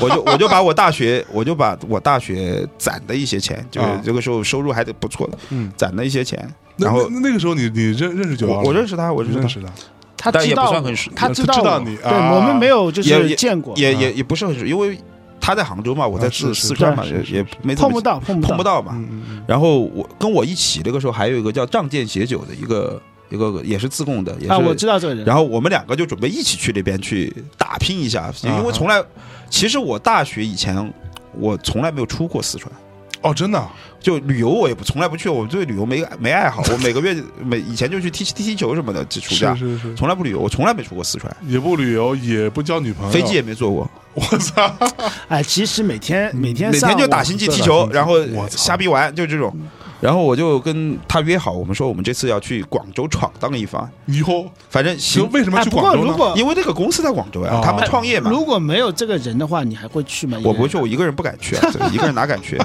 S2: 我就我就把我大学我就把我大学攒的一些钱，就是
S1: 啊
S2: 这个时候收入还得不错的，
S1: 嗯
S2: 攒的一些钱，
S1: 那
S2: 然后
S1: 那那个时候你你认认识九幺
S2: 我
S1: 二，
S2: 我认识他，我
S1: 我
S2: 认识
S1: 认
S2: 他，
S1: 识的，
S3: 他
S2: 但
S3: 知
S2: 也不
S3: 道
S2: 算
S3: 我
S2: 很熟
S3: 他
S1: 他
S3: 知道
S1: 知
S3: 我
S1: 道你
S3: 对
S1: 啊
S3: 我们没有就
S2: 也
S3: 是见过，
S2: 也
S1: 啊
S2: 也也不是很熟，因为他在杭州嘛，我在
S1: 啊
S2: 四
S1: 是是
S2: 四川嘛，
S1: 是
S2: 也
S1: 是
S2: 也
S1: 是
S2: 没怎么
S3: 碰不到碰
S2: 碰不
S3: 到
S2: 到嘛。
S1: 嗯嗯
S2: 然后我跟我一起那个时候还有一个叫仗剑携酒的一个一个也是自贡的，也
S3: 啊，我
S2: 是
S3: 知道这个人，
S2: 然后我们两个就准备一起去那边去打拼一下，
S1: 啊
S2: 因为从来，其实我大学以前我从来没有出过四川，
S1: 嗯，哦真的啊，
S2: 就旅游我也不从来不去，我对旅游没没爱好，我每个月 *laughs* 每以前就去踢踢踢球什么的，这暑假
S1: 是是是，
S2: 从来不旅游，我从来没出过四川，
S1: 也不旅游，也不交女朋友，
S2: 飞机也没坐过，
S1: 我操，
S3: 哎，其实每天每天
S2: 嗯每
S3: 上
S2: 天就
S3: 午
S2: 打星际踢
S1: 对打
S2: 球
S1: 星，际
S2: 然后
S1: 我操
S2: 瞎逼玩，就这种。然后我就跟他约好，我们说我们这次要去广州闯荡一番，
S1: 以后
S2: 反正
S1: 就
S2: 行，
S1: 为什么
S3: 哎，
S1: 去
S3: 不过
S1: 广州
S3: 如
S1: 呢？
S3: 果
S2: 因为这个公司在广州呀
S1: 哦，
S2: 他们创业嘛。
S3: 如果没有这个人的话，你还会去吗？
S2: 我不去，我一个人不敢
S1: *laughs*
S2: 去啊， *laughs* 这个一个人哪敢去？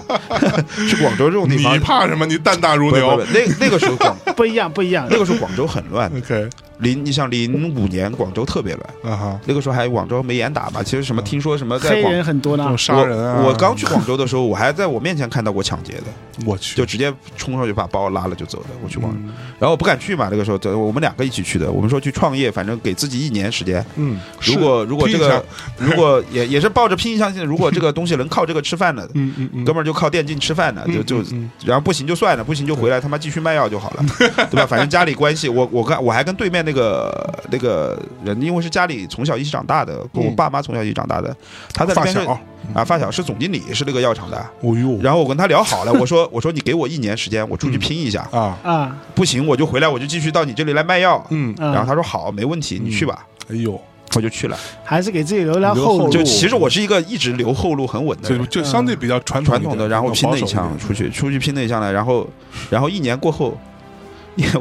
S2: 去广州这种地
S1: 你
S2: 方，
S1: 怕什么？你胆大如
S2: 不是不
S1: 牛
S2: 是那那个时候广
S3: 不一样，
S2: *laughs*
S3: 不一样
S2: 那。个时候广州很乱，
S1: ，OK
S2: 零你像零五年广州特别
S1: 啊
S2: 乱，
S1: 哈，
S2: 那个时候还广州没严打嘛，其实什么听说什么在
S3: 黑
S2: 广
S3: 人很多
S1: 这
S3: 呢
S1: 种，杀人啊！
S2: 我我刚去广州的时候，我还在我面前看到过抢劫的，
S1: 我去，
S2: 就直接冲上去把包拉了就走的。我去广州，
S1: 嗯
S2: 然后我不敢去嘛，那个时候这我们两个一起去的，我们说去创业，反正给自己一年时间。
S1: 嗯，
S2: 如
S1: 是
S2: 果如果
S1: 拼
S2: 这
S1: 一
S2: 个
S1: 下
S2: *laughs* 如果也也是抱着拼一下，如果这个东西能靠这个吃饭的，
S1: 嗯嗯嗯，
S2: 哥们儿就靠电竞吃饭的，就
S1: 嗯
S2: 就
S1: 嗯嗯
S2: 然后不行就算了，不行就回来他妈继续卖药就好了，对吧？反正家里关系，我我跟我还跟对面那个那个人，因为是家里从小一起长大的，跟我
S1: 嗯
S2: 爸妈从小一起长大的，他在那
S1: 发
S2: 边是
S1: 小，哦
S2: 啊发小是总经理，是那个药厂的。
S1: 呦
S2: 然后我跟他聊好了，我说我说你给我一年时间，我出去拼一下，
S1: 啊，
S3: 啊，
S2: 不行我就回来，我就继续到你这里来卖药。
S1: 嗯，
S3: 嗯
S2: 然后他说好，没问题，你去吧，
S1: 哎呦，
S2: 我就去了。
S3: 还是给自己留条
S1: 留
S3: 后
S1: 后
S3: 路
S1: 路。
S2: 就其实我是一个一直留后路很稳的人
S1: 就，就相对比较传
S2: 嗯传
S1: 统
S2: 统
S1: 一点
S2: 的，然后拼了
S1: 保守
S2: 一
S1: 点
S2: 枪出去，出去拼了一枪了，然后，然后一年过后，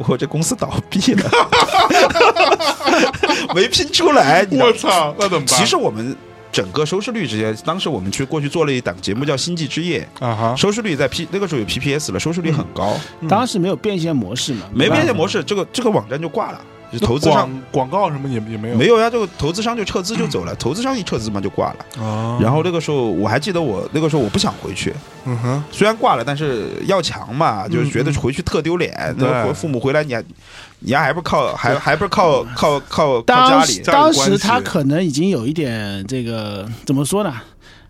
S2: 我这公司倒
S1: *laughs*
S2: 闭了，没拼出来。你知道
S1: 我操，那怎么办？
S2: 其实我们整个收视率之间，当时我们去过去做了一档节目叫《星际之夜
S1: 啊》，哈，
S2: 收视率在 P 那个时候有 PPS 了，收视率很高，
S1: 嗯
S3: 当时没有变现模式嘛，
S2: 嗯没变现
S3: 式。
S2: 模式，这个这个网站就挂了，就
S1: 那
S2: 投资商。
S1: 广广告什么也也没有
S2: 没有呀，这个投资商就撤资就走了，投资商一撤资嘛就挂了。
S1: 啊
S2: 然后那个时候我还记得我那个时候我不想回去，
S1: 嗯哼，
S2: 虽然挂了，但是要强嘛，
S3: 嗯
S2: 就是觉得回去特丢脸。那
S1: 对
S2: 回父母回来，你还你还不是靠还还不是靠靠靠靠
S3: 当
S2: 家
S3: 时
S2: 里
S1: 家里
S3: 当
S1: 关系
S3: 时他可能已经有一点这个怎么说呢，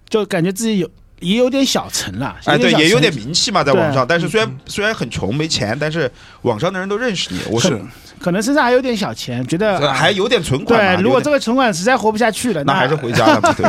S3: 就感觉自己有也有点小成了，
S2: 哎，对，也有点
S3: 小成
S2: 名气嘛，在网上。
S3: 嗯
S2: 但是虽然虽然很穷没钱，但是网上的人都认识你，我
S1: 是
S3: 可能身上还有点小钱，觉得啊
S2: 啊还有点存款嘛。
S3: 对，如果这
S2: 个
S3: 个存款实在活不下去了，
S2: 那
S3: 那
S2: 还是回家了嘛，
S3: *laughs*
S2: 对。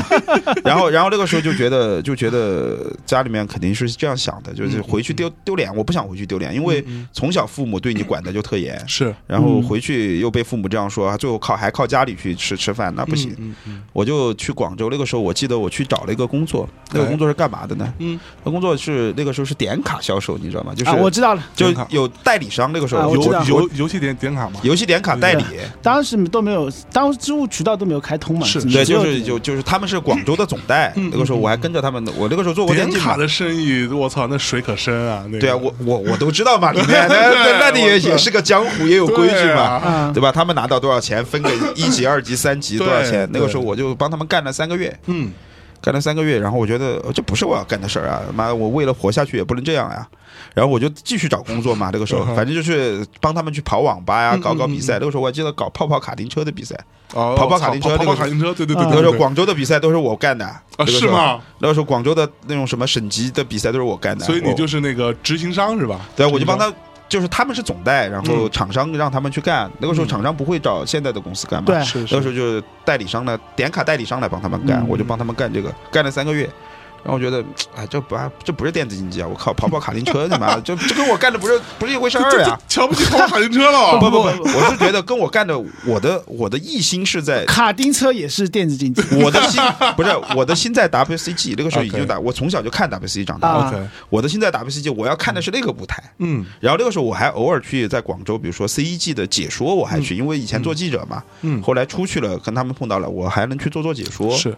S2: 然后然后那个时候就觉得就觉得家里面肯定是这样想的，
S3: 嗯
S2: 就是回去丢丢脸，我不想回去丢脸，因为从小父母对你管的就特严，
S1: 是
S2: 然后回去又被父母这样说，啊最后靠还靠家里去吃吃饭，那不行。
S1: 嗯嗯
S2: 我就去广州，那个时候我记得我去找了一个工作，那个
S1: 哎
S2: 工作是干嘛的呢？
S1: 嗯，
S2: 那工作是那个时候是点卡销售，你知道吗？就是、
S3: 啊，我知道了，
S2: 就
S1: 点卡
S2: 有代理商，那个时候、
S3: 啊
S1: 嗯
S3: 我嗯知道
S1: 游
S2: 游
S1: 游游戏点点卡嘛，
S2: 游戏点卡代理，
S3: 当时都没有，当时支付渠道都没有开通嘛，
S1: 是
S3: 只能
S2: 对，
S3: 只有
S2: 就是就就是他们是广州的总代，那个时候我还跟着他们，我那个时候做过
S1: 点
S2: 电竞嘛
S1: 卡的生意，我操，那水可深啊！那个、
S2: 对啊，我我我都知道嘛，里面那那那你也也是个江湖，也有规矩
S1: 对
S2: 嘛。
S1: 啊
S3: 啊，
S2: 对吧？他们拿到多少钱，分给一级、二级、三级多少钱？
S1: 对
S2: 那个时候
S1: 对
S2: 我就帮他们干了三个月，
S1: 嗯，
S2: 干了三个月，然后我觉得呃这不是我要干的事儿啊！妈，我为了活下去也不能这样呀、然后我就继续找工作嘛，那个时候
S1: 嗯哼
S2: 反正就是帮他们去跑网吧呀、
S1: 嗯
S2: 搞搞
S1: 嗯
S2: 比赛。那个时候我还记得搞泡泡卡丁车的比赛，
S1: 哦，
S2: 跑跑
S1: 我
S2: 卡
S1: 操
S2: 丁车
S1: 跑
S2: 那
S1: 跑
S2: 个
S1: 卡丁车，对对对
S3: 啊
S1: 对
S2: 那个时
S1: 对
S2: 候广州的比赛都是我干的啊
S1: 啊是？吗？
S2: 那个时候广州的那种什么省级的比赛都是我干的，
S1: 所以你
S2: 我
S1: 就是那个执行商是吧？
S2: 对，啊我就帮他。就是他们是总代，然后
S3: 嗯
S2: 厂商让他们去干。那个时候厂商不会找现在的公司干嘛，
S3: 对
S1: 是
S2: 那个
S1: 是
S2: 时候就是代理商呢，点卡代理商来帮他们干，
S3: 嗯
S2: 我就帮他们干这个，干了三个月。然后我觉得，哎，这不这不是电子竞技啊！我靠，跑跑卡丁车，他
S3: *laughs*
S2: 妈的，这这跟我干的不是不是一回事儿呀！
S1: 哎瞧不起跑跑卡丁车了
S2: *laughs* 不不不，我是觉得跟我干的，我的我的一心是在
S3: 卡丁车也是电子竞技
S2: 我的心 *laughs* 不是我的心在 WCG，那个时候已经
S1: OK
S2: 打，我从小就看 WCG 长大，
S3: 啊
S1: ？OK，
S2: 我的心在 WCG，我要看的是那个舞台。
S1: 嗯
S2: 然后那个时候我还偶尔去在广州，比如说 CEG 的解说，我还去，因为以前做记者嘛，
S1: 嗯，
S2: 后来出去了跟他们碰到了，我还能去做做解说，
S1: 是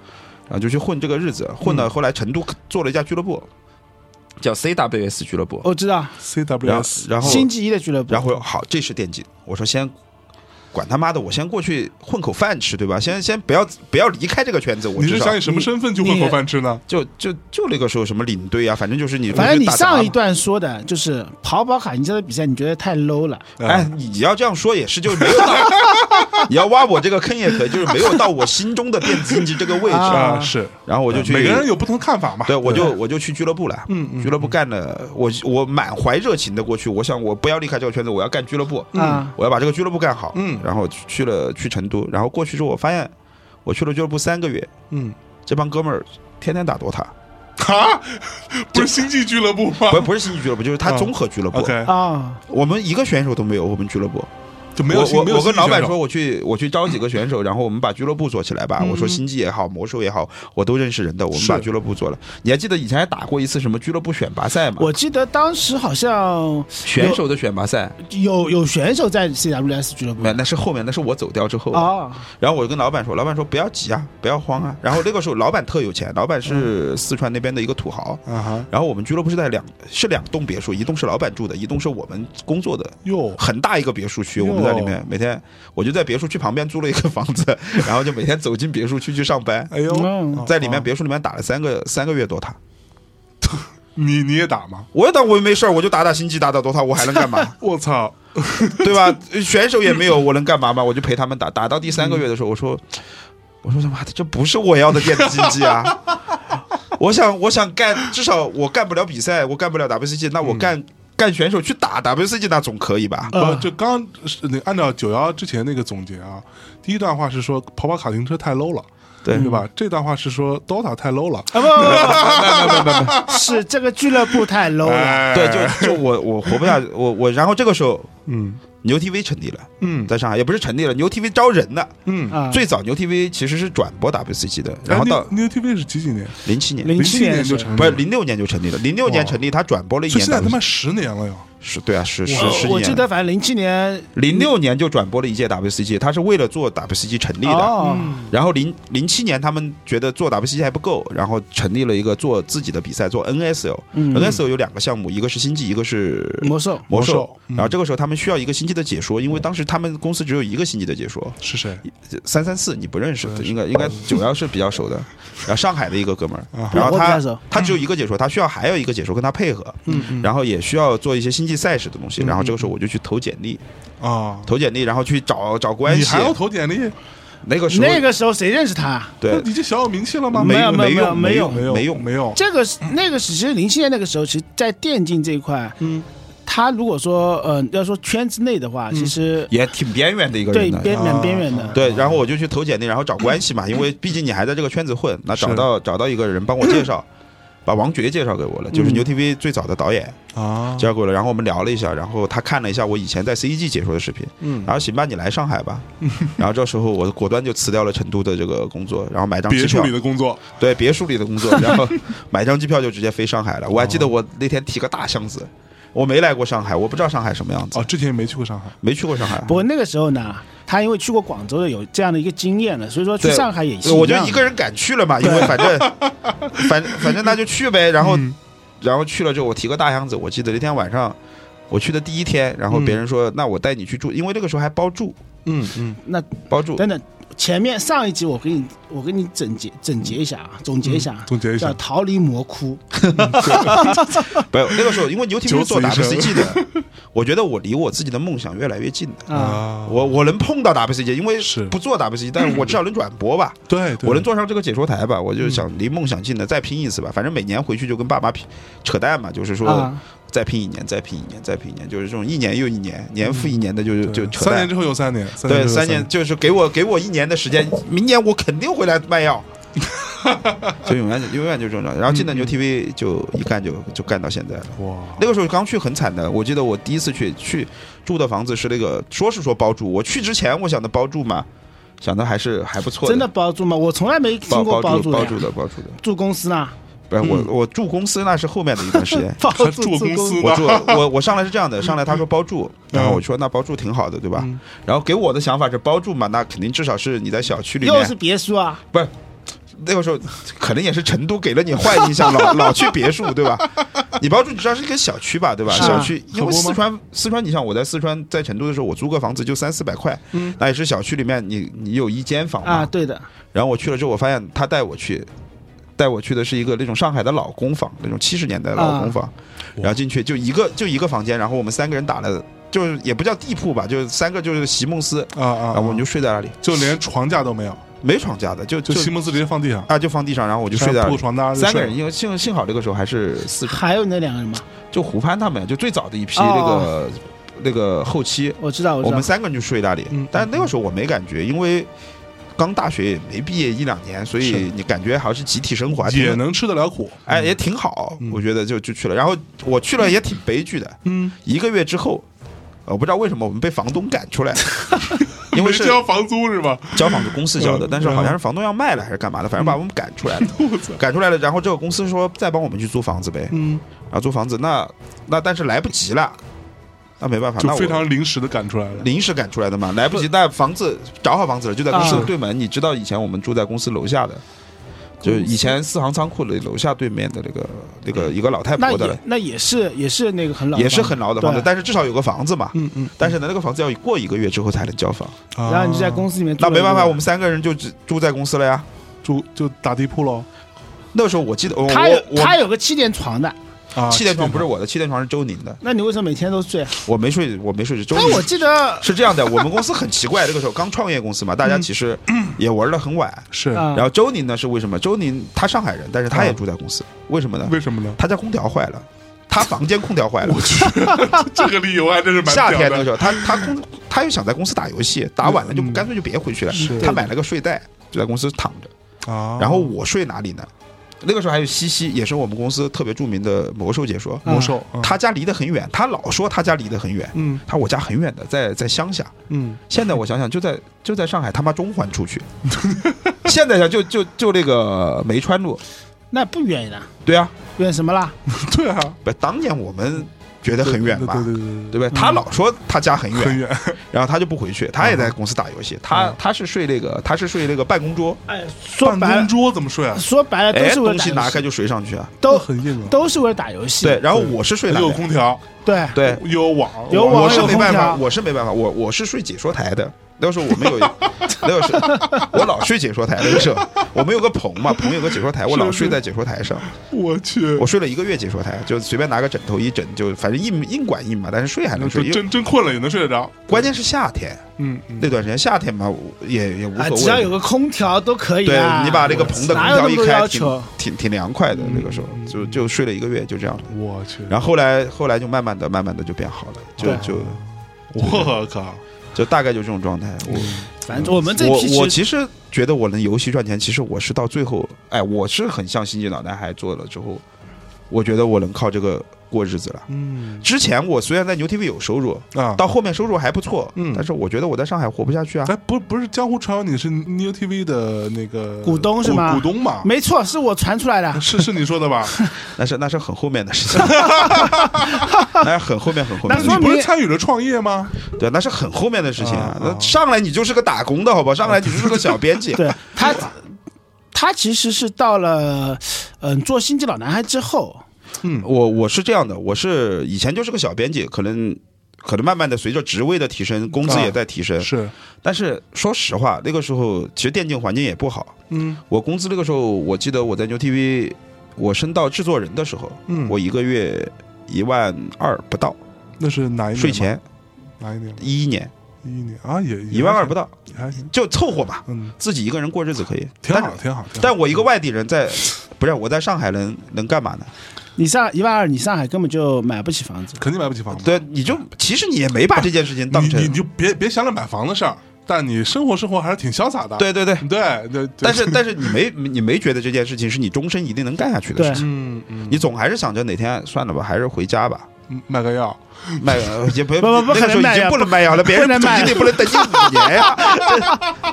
S2: 然后就去混这个日子，混到后来成都做了一家俱乐部，嗯叫 CWS 俱乐部，
S3: 哦我知道，
S2: 然后
S1: CWS，
S2: 然后
S3: 星际一的俱乐部，
S2: 然后好，这是电竞，我说先。管他妈的，我先过去混口饭吃，对吧？先先不要不要离开这个圈子，
S1: 你
S2: 我
S1: 是
S2: 至少
S1: 想以什么身份去混口饭吃呢？
S2: 就就就那个时候什么领队啊，反正就是你
S3: 反正你
S2: 打杂啊
S3: 上一
S2: 嘛
S3: 段说的就是跑跑卡丁车的比赛，你觉得太 low 了，
S1: 嗯
S2: 哎，你要这样说也是，就没有到，你要挖我这个坑也可以，就是没有到我心中的电子竞技这个位置。
S3: 啊
S1: 啊是，
S2: 然后我就去，
S1: 每个人有不同的看法嘛。
S2: 对，我就我就去俱乐部了。
S1: 嗯嗯
S2: 俱乐部干了，我我满怀热情的过去，我想我不要离开这个圈子，我要干俱乐部，
S3: 啊
S2: 我要把这个俱乐部干好。
S1: 嗯
S2: 然后去了去成都，然后过去之后，我发现我去了俱乐部三个月，
S1: 嗯， *laughs*
S2: 这帮哥们儿天天打 DOTA，
S1: 哈， *laughs* 不是星际俱乐部吗
S2: 不不是星际俱乐部，就是他综合俱乐
S1: 嗯
S2: 部。
S1: ？OK，
S3: 啊，
S2: 我们一个选手都没有，我们俱乐部。
S1: 就没有星
S2: 我
S1: 没
S2: 我
S1: 有
S2: 我跟
S1: 星际
S2: 老板
S1: 选手嗯
S2: 说，我去我去招几个选手，然后我们把俱乐部做起来吧。我说星际也好，魔兽也好，我都认识人的，我们
S1: 是
S2: 把俱乐部做了。你还记得以前还打过一次什么俱乐部选拔赛吗？
S3: 我记得当时好像
S2: 选手的选拔赛，
S3: 有有选手在 CWS 俱乐部
S2: 没，那是后面，那是我走掉之后。
S3: 啊，
S2: 然后我就跟老板说，老板说不要急啊，不要慌啊。然后那个时候老板特有钱，老板
S1: 嗯
S2: 是四川那边的一个土豪。
S1: 啊哈，
S2: 然后我们俱乐部是在两是两栋别墅，一栋是老板住的，一栋是我们工作的。
S1: 哟，
S2: 很大一个别墅区，我们在里面每天，我就在别墅区旁边租了一个房
S1: *laughs*
S2: 子，然后就每天走进别墅区去上班，
S1: 哎呦，
S3: 嗯
S1: 哦
S2: 在里面
S1: 哦
S2: 别墅里面打了三个三个月 DOTA。
S1: 你你也打吗？？
S2: 我也当我没事儿，我就打打星际，打打 DOTA，我还能干嘛
S1: *laughs* 我操，
S2: 对吧？选手也没有，我能干嘛嘛？我就陪他们打，打到第三个月的时候，我说，我说他妈的，这不是我要的电子竞技啊！
S1: *laughs*
S2: 我想，我想干，至少我干不了比赛，我干不了 WCG，那我
S1: 嗯
S2: 干、干选手去打 WCG，那总可以吧？
S1: 不
S3: 啊，
S1: 呃就刚是那按照九幺之前那个总结啊，第一段话是说跑跑卡丁车太 low 了，
S2: 对
S1: 对吧？这段话是说 DOTA 太 low 了，
S3: 啊不不不不不不， *laughs* 是这个俱乐部太 low 了，
S1: 哎
S2: 对，就就我我活不下去，我我然后这个时候
S1: 嗯
S2: 牛 TV 成立了，
S1: 嗯
S2: 在上海也不是成立了，牛 TV 招人的。
S1: 嗯。呃
S3: 啊，
S2: 最早牛 TV 其实是转播 WCG 的，然后到
S1: New TV 是几几年？
S2: 零七年，
S3: 零
S1: 七
S3: 年
S1: 年
S3: 的时
S1: 就
S3: 候
S1: 成立了，
S2: 不是零六年就成立了，零六年成立，他转播了一
S1: 所以
S2: 年
S1: 现在他
S2: WCG，
S1: 妈十年了哟，
S2: 是对啊，是是
S3: 我
S2: 十几
S3: 我记得
S2: 年。
S3: 反正零七年哦
S2: 零六年就转播了一届 WCG，他是为了做 WCG 成立的。
S3: 哦，
S2: 然后零零七年他们觉得做 WCG 还不够，然后成立了一个做自己的比赛，做 NSL。
S3: 嗯
S2: NSL 有两个项目，一个是星际，一个是
S3: 魔兽
S2: 魔
S1: 魔
S2: 兽
S1: 兽。嗯
S2: 然后这个时候他们需要一个星际的解说，因为当时他们公司只有一个星际的解说。
S1: 是谁？
S2: 三三四你不认识
S1: 不认，识啊
S2: 应该应该九幺是比较熟的，然后上海的一个哥们儿，然后
S3: 我比较
S2: 他
S3: 熟嗯
S2: 他只有一个解说，他需要还有一个解说跟他配合，然后也需要做一些星际赛事的东西，然后这个时候我就去投简历，
S1: 啊，
S2: 投简历，然后去找找关
S1: 你
S2: 系
S1: 还，要投简历？
S2: 那个时候
S3: 那个时候谁认识他啊？
S1: 不是
S2: 对
S1: 你这小有名气了吗？
S3: 没有
S2: 没
S3: 有
S2: 用
S3: 没有
S2: 用
S1: 没有
S2: 没用
S1: 没有，
S3: 这个是那个时，其实零七年那个时候，其实，在电竞这一块，
S1: 嗯，
S3: 他如果说呃要说圈子内的话，其实
S2: 也挺边缘的一个
S3: 对
S2: 人的。
S3: 边
S1: 啊
S3: 蛮边缘的。
S2: 对，然后我就去投简历，然后找关系
S1: *clears throat*
S2: 嘛，因为毕竟你还在这个圈子混，那找到找到一个人帮我介绍，把王珏介绍给我
S1: 嗯
S2: 了，就是牛 TV 最早的导演
S1: 啊
S2: 介绍给我了，然后我们聊了一下，然后他看了一下我以前在 CEG 解说的视频，
S1: 嗯
S2: 然后行吧，你来上海吧，然后这时候我果断就辞掉了成都的这个工作，然后买张
S1: 别
S2: 机
S1: 处
S2: 票
S1: 里，的工作，
S2: 对，别墅里的
S1: *laughs*
S2: 工作，然后买张机票就直接飞上海了。我还记得我那天提个大箱子，我没来过上海，我不知道上海什么样子
S1: 哦，，之前也没去过上海，
S2: 没去过上海。
S3: 不过那个时候呢，他因为去过广州的有这样的一个经验了，所以说去
S2: 对
S3: 上海也是
S2: 对我就
S3: 样的
S2: 一个人敢去了嘛，因为反
S1: *laughs*
S2: 正反反正那就去呗。然后、
S1: 嗯
S2: 然后去了之后，我提个大箱子。我记得那天晚上我去的第一天，然后别人说、那我带你去住，因为那个时候还包住
S1: 嗯嗯，
S2: 包住。
S3: 等等。前面上一集我给你，我给你总结总结一下啊，总结一下
S2: 嗯
S3: 啊，
S1: 总结一下
S3: 叫逃离魔窟。
S2: 不，那个时候因为牛
S1: 九
S2: 挺
S1: 死
S2: 是做
S1: 一生
S2: WCG 的，我觉得我离我自己的梦想越来越近了。
S3: 啊，
S2: 我我能碰到 WCG，因为
S1: 是
S2: 不做 WCG，但是我至少能转播吧。
S1: 对，对
S2: 我能坐上这个解说台吧，我就想离梦想近的再拼一次吧。反正每年回去就跟爸妈拼扯淡嘛，就是说
S3: 啊
S2: 再拼一年，再拼一年，再拼一年，就是这种一年又一年，年复一年的就
S1: 对
S2: 就扯
S1: 三年
S2: 淡
S1: 之。后有三年，三
S2: 对，
S1: 之后
S2: 三
S1: 有
S2: 年就是给我给我一年的时间，明年我肯定回来卖药。所以永远永远就这种状态。然后进了牛 TV 就一干就就干到现在了。
S1: 哇，
S2: 那个时候刚去很惨的，我记得我第一次去去住的房子是那个说是说包住，我去之前我想的包住嘛，想的还是还不错
S3: 真的包住吗？我从来没听
S2: 包
S3: 过
S2: 包
S3: 住
S2: 包
S3: 的嗯
S2: 住
S3: 呀。
S2: 的包住的，
S3: 住公
S2: *laughs*
S3: 司呢？
S2: 不是我我住公司那是后面的一段时
S3: *laughs*。
S2: 间
S3: 包
S1: 还
S3: 住嗯
S1: 住公
S3: 公
S1: 司
S2: 我住我我上来是这样的，上来他说包住，然后我说那包住挺好的，对吧？
S3: 嗯
S2: 然后给我的想法是包住嘛，那肯定至少是你在小区里
S3: 又是
S2: 面，
S3: 别墅啊！
S2: 不是那个时候可能也是成都给了你坏印象，
S3: *laughs*
S2: 老老去别墅，对吧？你包住你至少是一个小区吧，对吧？
S3: 是啊
S2: 小区因
S1: 可
S2: 为
S1: 不吗
S2: 四川四川，你像我在四川在成都的时候，我租个房子就三四百块，
S3: 嗯
S2: 那也是小区里面你你有一间房嘛，
S3: 啊，对的，
S2: 然后我去了之后，我发现他带我去，带我去的是一个那种上海的老公房，那种七十年代的老公房，然后进去就一个就一个房间，然后我们三个人打了，就是也不叫地铺吧，就是三个就是席梦思，
S1: 啊啊，
S2: 然后我们就睡在那里，
S1: 就连床架都没有，
S2: 没床架的，就
S1: 就
S2: 就
S1: 西蒙斯直接放地上，
S2: 啊就放地上，然后我就睡在
S1: 上
S2: 那
S1: 铺
S2: 里。
S1: 床啊单儿就
S2: 三个
S1: 睡
S2: 人，因为幸幸好那个时候还是四川，
S3: 还有那两个人吗？
S2: 就胡潘他们，就最早的一批
S3: 哦
S2: 那个那个后期，
S3: 我知道，我
S2: 我
S3: 知道
S2: 们。三个人就睡那里
S1: 嗯。
S2: 但那个时候我没感觉，因为刚大学也没毕业一两年，所
S1: 是
S2: 以你感觉好像是集体生活，还挺
S1: 也能吃嗯得了苦，
S2: 哎，也挺好，我觉得就就去了。然后我去了也挺悲剧的，
S1: 嗯，
S2: 一个月之后，呃我不知道为什么我们被房东赶
S1: *laughs*
S2: 出来，因为
S1: 没
S2: 是
S1: 交房租是吧？
S2: 交房租公司交的
S1: 嗯，
S2: 但是好像是房东要卖了还是干嘛的，反正把我们赶出
S1: *laughs*
S2: 来了，赶出来了。然后这个公司说再帮我们去租房子呗，
S1: 嗯，
S2: 啊，租房子那那但是来不及了，那没办法，啊那
S1: 就非
S2: 我。
S1: 常临时的赶出来了。
S2: 临时赶出来的嘛，来不及。那房子找好房子了，就在公司
S3: 啊
S2: 对门。你知道以前我们住在公司楼下的，就是以前四行仓库的楼下对面的那个那个一个老太
S3: 嗯那
S2: 婆的
S3: 也那也是也是那个很老的
S2: 也
S3: 房子，
S2: 是很老的房子，
S3: 对啊
S2: 但是至少有个房子嘛。
S1: 嗯嗯，
S2: 但是呢，那个房子要过一个月之后才能交房，
S1: 啊
S3: 然后你就在公司里面住
S2: 那
S3: 了一
S2: 没
S3: 个月，
S2: 办法，我们三个人就只住在公司了呀。
S1: 住就打地铺喽。
S2: 那时候我记得，我
S3: 他有
S2: 我
S3: 他有个气垫床的，
S1: 啊，
S2: 气垫床不是我的，气垫床是周宁的，
S3: 那你为什么每天都睡啊？
S2: 我没睡，我没睡是周
S3: 但
S2: 宁
S3: 我。记得
S2: 是这样的，我们公司很奇怪，那个时候刚创业公司嘛，大家
S3: 嗯
S2: 其实也玩的很晚。
S1: 是
S3: 啊，
S2: 然后周宁呢是为什么？周宁他上海人，但是他也
S1: 啊
S2: 住在公司，为什么呢？
S1: 为什么
S2: *laughs*
S1: 呢？
S2: 他家空调坏了，他房间空调坏了。
S1: 这个理由还真是蛮
S2: 夏天那
S1: 屌
S2: 个
S1: 的
S2: 时候，他他公他又想在公司打游戏，打晚了就干脆就别回去了
S1: 嗯是。
S2: 他买了个睡袋，就在公司躺着。
S1: 啊。
S2: 然后我睡哪里呢？那个时候还有西西，也是我们公司特别著名的魔兽解说。
S1: 魔兽，嗯
S2: 他家离得很远，他老说他家离得很远。
S1: 嗯
S2: 他我家很远的，在在乡下。
S1: 嗯，
S2: 现在我想想，就在就在上海他妈中
S1: *laughs*
S2: 环出去。现在想就就就那个梅川路。
S3: 那不远了，
S2: 对啊，
S3: 远什么啦？
S1: 对啊，
S2: 不，当年我们觉得很远
S1: 对
S2: 嘛
S1: 对，对对
S2: 对吧？他老说他家很
S1: 对，很
S2: 远，
S1: 远。嗯
S2: 然后他就不回去，他也在公司打游戏。他他是睡那个他是睡那个办公桌，
S3: 哎，说
S1: 办
S3: 白
S1: 公
S3: 了，
S1: 桌怎么睡啊？
S3: 说白了都
S2: 哎，
S3: 是
S2: 东
S3: 为了打
S2: 西
S3: 游
S2: 拿开
S3: 戏，
S2: 就睡上去啊。
S1: 那
S3: 都
S1: 很硬啊。
S3: 都是为了打游戏，
S2: 对，然后我是睡哪
S1: 有
S2: 里？
S1: 空调，
S3: 对
S2: 对，
S1: 有网，
S3: 有
S2: 我
S3: 网
S2: 是
S3: 有
S2: 没
S3: 空
S2: 办法，
S3: 调，
S2: 我是没办法，我我是睡解说台的。那个时候我们有一，那个时候我老睡解说台。那个时候我们有个棚嘛，棚有个解说台，我老睡在解说台上。
S1: 我去
S2: 我，睡了一个月解说台，就随便拿个枕头一枕，就反正硬硬管硬嘛，但是睡还能
S1: 就
S2: 睡。因为
S1: 真真困了也能睡得着。
S2: 关键是夏天，
S1: 嗯嗯
S2: 那段时间夏天嘛，也也无
S3: 啊，
S2: 所谓。
S3: 只要有个空调都可以
S2: 对
S3: 啊。
S2: 你把这个棚的空
S3: 哪有
S2: 调
S3: 那
S2: 一
S3: 么多
S2: 开，
S3: 要
S2: 挺
S3: 求？
S2: 挺挺凉快的。那个时候
S1: 嗯
S2: 就就睡了一个月，就这样。
S1: 我去，
S2: 然后后来后来就慢慢的、慢慢的就变好了，就
S3: 对
S2: 就
S1: 我靠，
S2: 就大概就这种状态。我
S3: 反正我嗯们这批
S2: 我我
S3: 其
S2: 其
S3: 实
S2: 实觉得我能游戏赚钱，其实我是到最后，哎，我是很像星际脑男孩做了之后，我觉得我能靠这个过日子了。
S1: 嗯
S2: 之前我虽然在牛 TV 有收入，
S1: 啊，
S2: 到后面收入还不错，
S1: 嗯
S2: 但是我觉得我在上海活不下去啊。
S1: 哎，不不是江湖传闻你是 New TV 的那个
S3: 股东是
S1: 股
S3: 吗
S1: 股东嘛，
S3: 没错，是我传出来的。
S1: 是是你说的
S3: *laughs*
S1: 吧？
S2: 那是那是很后面的事情， *laughs* 那是很后面很后面的
S3: 那
S2: 事
S1: 你
S3: 说
S2: 情，
S1: 不是参与了创业吗？
S2: 对，那是很后面的事情啊
S1: 啊。啊
S2: 那上来你就是个打工的好吧？上来你就是个小编辑，
S3: 对
S2: 哎
S3: 他，他其实是到了嗯、做星际老男孩之后，
S1: 嗯
S2: 我我是这样的，我是以前就是个小编辑，可能可能慢慢的随着职位的提升，工资
S1: 啊
S2: 也在提升。
S1: 是，
S2: 但是说实话，那个时候其实电竞环境也不好，
S1: 嗯
S2: 我工资那个时候，我记得我在牛 TV，我升到制作人的时候，
S1: 嗯，
S2: 我一个月一万二不到，
S1: 那是哪一年？
S2: 税前
S1: 哪一年？
S2: 一一年
S1: 一一年啊，也
S2: 一万二不，到，
S1: 也还行，
S2: 就凑合吧，
S1: 嗯，
S2: 自己一个人过日子可以，
S1: 挺
S2: 但
S1: 好，
S2: 是。
S1: 挺好。挺好
S2: 但我一个外地人在，不是我在上海能能干嘛呢？
S3: 你上一万二，你上海根本就买不起房子。
S1: 肯定买不起房子，
S2: 对，你就其实你也没把这件事情当
S1: 你你
S2: 成
S1: 你，就别别想着买房的事儿，但你生活生活还是挺潇洒的。
S2: 对对对，
S1: 对对，
S2: 但是但是你没你没觉得这件事情是你终身一定能干下去的
S3: 对
S2: 事，情，
S1: 嗯嗯，
S2: 你总还是想着哪天哎算了吧，还是回家吧，
S1: 卖个药，
S2: 卖个也不
S3: 不不不
S2: 那个时候
S3: 可能卖
S2: 已经
S3: 呀
S2: 不能卖药了，别人
S3: 不能
S2: 总
S3: 卖
S2: 经理不能等你五年呀，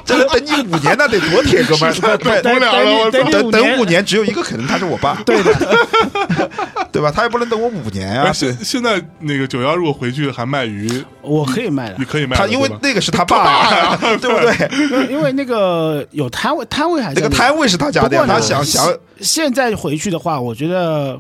S2: 这这等你五年那得多铁哥们儿，对
S1: 等不了了我
S3: 等你
S2: 等
S3: 等
S2: 等
S3: 你
S2: 五
S3: 五年，
S2: 年只有一个可能，他是我爸，
S3: 对的，
S2: *laughs* 对吧？他也不能等我五年
S1: 而
S2: 呀，
S1: 现现在那个九幺如果回去还卖鱼，
S3: 我可以卖的
S1: 你，可以卖了，
S2: 他因为
S1: 对吧
S2: 那个是他爸， *laughs* 对不对？
S3: 因为因为那个有摊位，摊位还在
S1: *laughs*
S2: 那个
S3: 里
S2: 摊位是他家的呀，
S3: 不过
S2: 他
S3: 呢
S2: 想想
S3: 现在回去的话，我觉得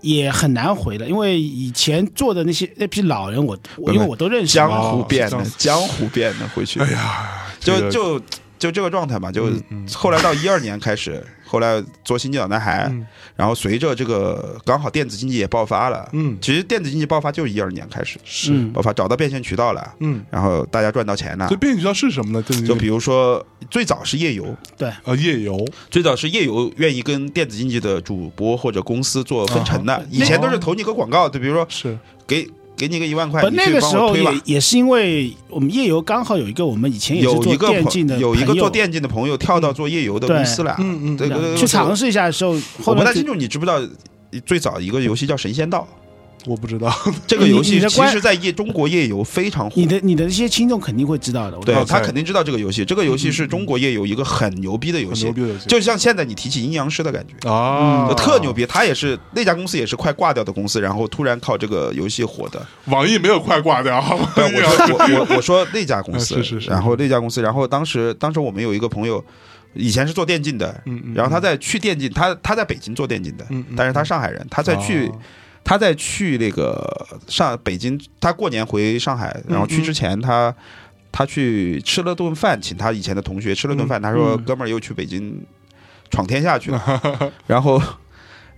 S3: 也很难回了，因为以前做的那些那批老人我，我
S2: 不
S3: 因为我都认识
S2: 江
S3: 嘛。
S2: 湖变
S1: 哦
S2: 了
S1: 是这样，
S2: 江湖变了，回去
S1: 哎呀，这个
S2: 就就就这个状态嘛，就
S1: 嗯嗯
S2: 后来到一二年开始，后来做新疆男孩，
S1: 嗯
S2: 然后随着这个刚好电子经济也爆发了，
S1: 嗯
S2: 其实电子经济爆发就是一二年开始
S1: 是
S3: 嗯
S2: 爆发，找到变现渠道了，
S1: 嗯，
S2: 然后大家赚到钱了
S1: 所以。便利渠道是什么呢？就
S2: 就比如说，最早是夜游，
S1: 呃夜游，
S2: 最早是夜游愿意跟电子经济的主播或者公司做分成
S3: 啊
S2: 的，以前都是投你个广告，就比如说
S1: 是
S2: 给给你个一万块，
S3: 不，
S2: 你
S3: 那
S2: 去
S3: 个
S2: 帮
S3: 时
S2: 我
S3: 候
S2: 推
S3: 也
S2: 吧。
S3: 也是因为我们夜游刚好有一个我们以前也是
S2: 有
S3: 做
S2: 一个
S3: 电竞的
S2: 朋有一个
S3: 朋友嗯
S2: 做电竞的朋友跳到做夜游的公司了，
S1: 嗯嗯
S2: 啊对
S3: 的
S2: 对对
S3: 去尝试一下的时候，后
S2: 我不
S3: 来
S2: 太
S3: 就
S2: 清楚，你知不知道最早一个游戏叫《神仙道
S1: 我不知道，》
S2: 这个游戏
S3: 你，的
S2: 其
S3: 关
S2: 实在夜中国夜游非常火
S3: 你。的你的一些听众肯定会知道的。我
S2: 对
S1: 哦
S2: 他
S1: 对
S2: 肯定知道这个游戏，这个游
S3: 嗯
S2: 戏是中国夜游一个很牛逼的游
S1: 很
S2: 戏
S1: 牛，逼的游戏，
S2: 就像现在你提起阴阳师的感觉，
S1: 啊
S2: 就特牛。逼。他也是那家公司也是快挂掉的公司，然后突然靠这个游戏火的。
S1: 网易没有快挂掉，好吧
S2: *laughs* 对，
S1: *laughs*
S2: 我说我我我说那家公司，
S1: 啊是是是
S2: 然后那家公司，然后当时当时我们有一个朋友，以前是做电竞的，
S1: 嗯嗯
S2: 然后他在去电竞，他他在北京做电竞的，
S1: 嗯嗯
S2: 但是他上海人，他在去、
S1: 哦
S2: 他在去那个上北京，他过年回上海，然后
S1: 嗯
S2: 去之前他。他去吃了顿饭，请他以前的同学吃
S1: 嗯
S2: 了顿饭。他说：“哥们儿又去北京闯天下去了。
S1: *laughs*
S2: 然后，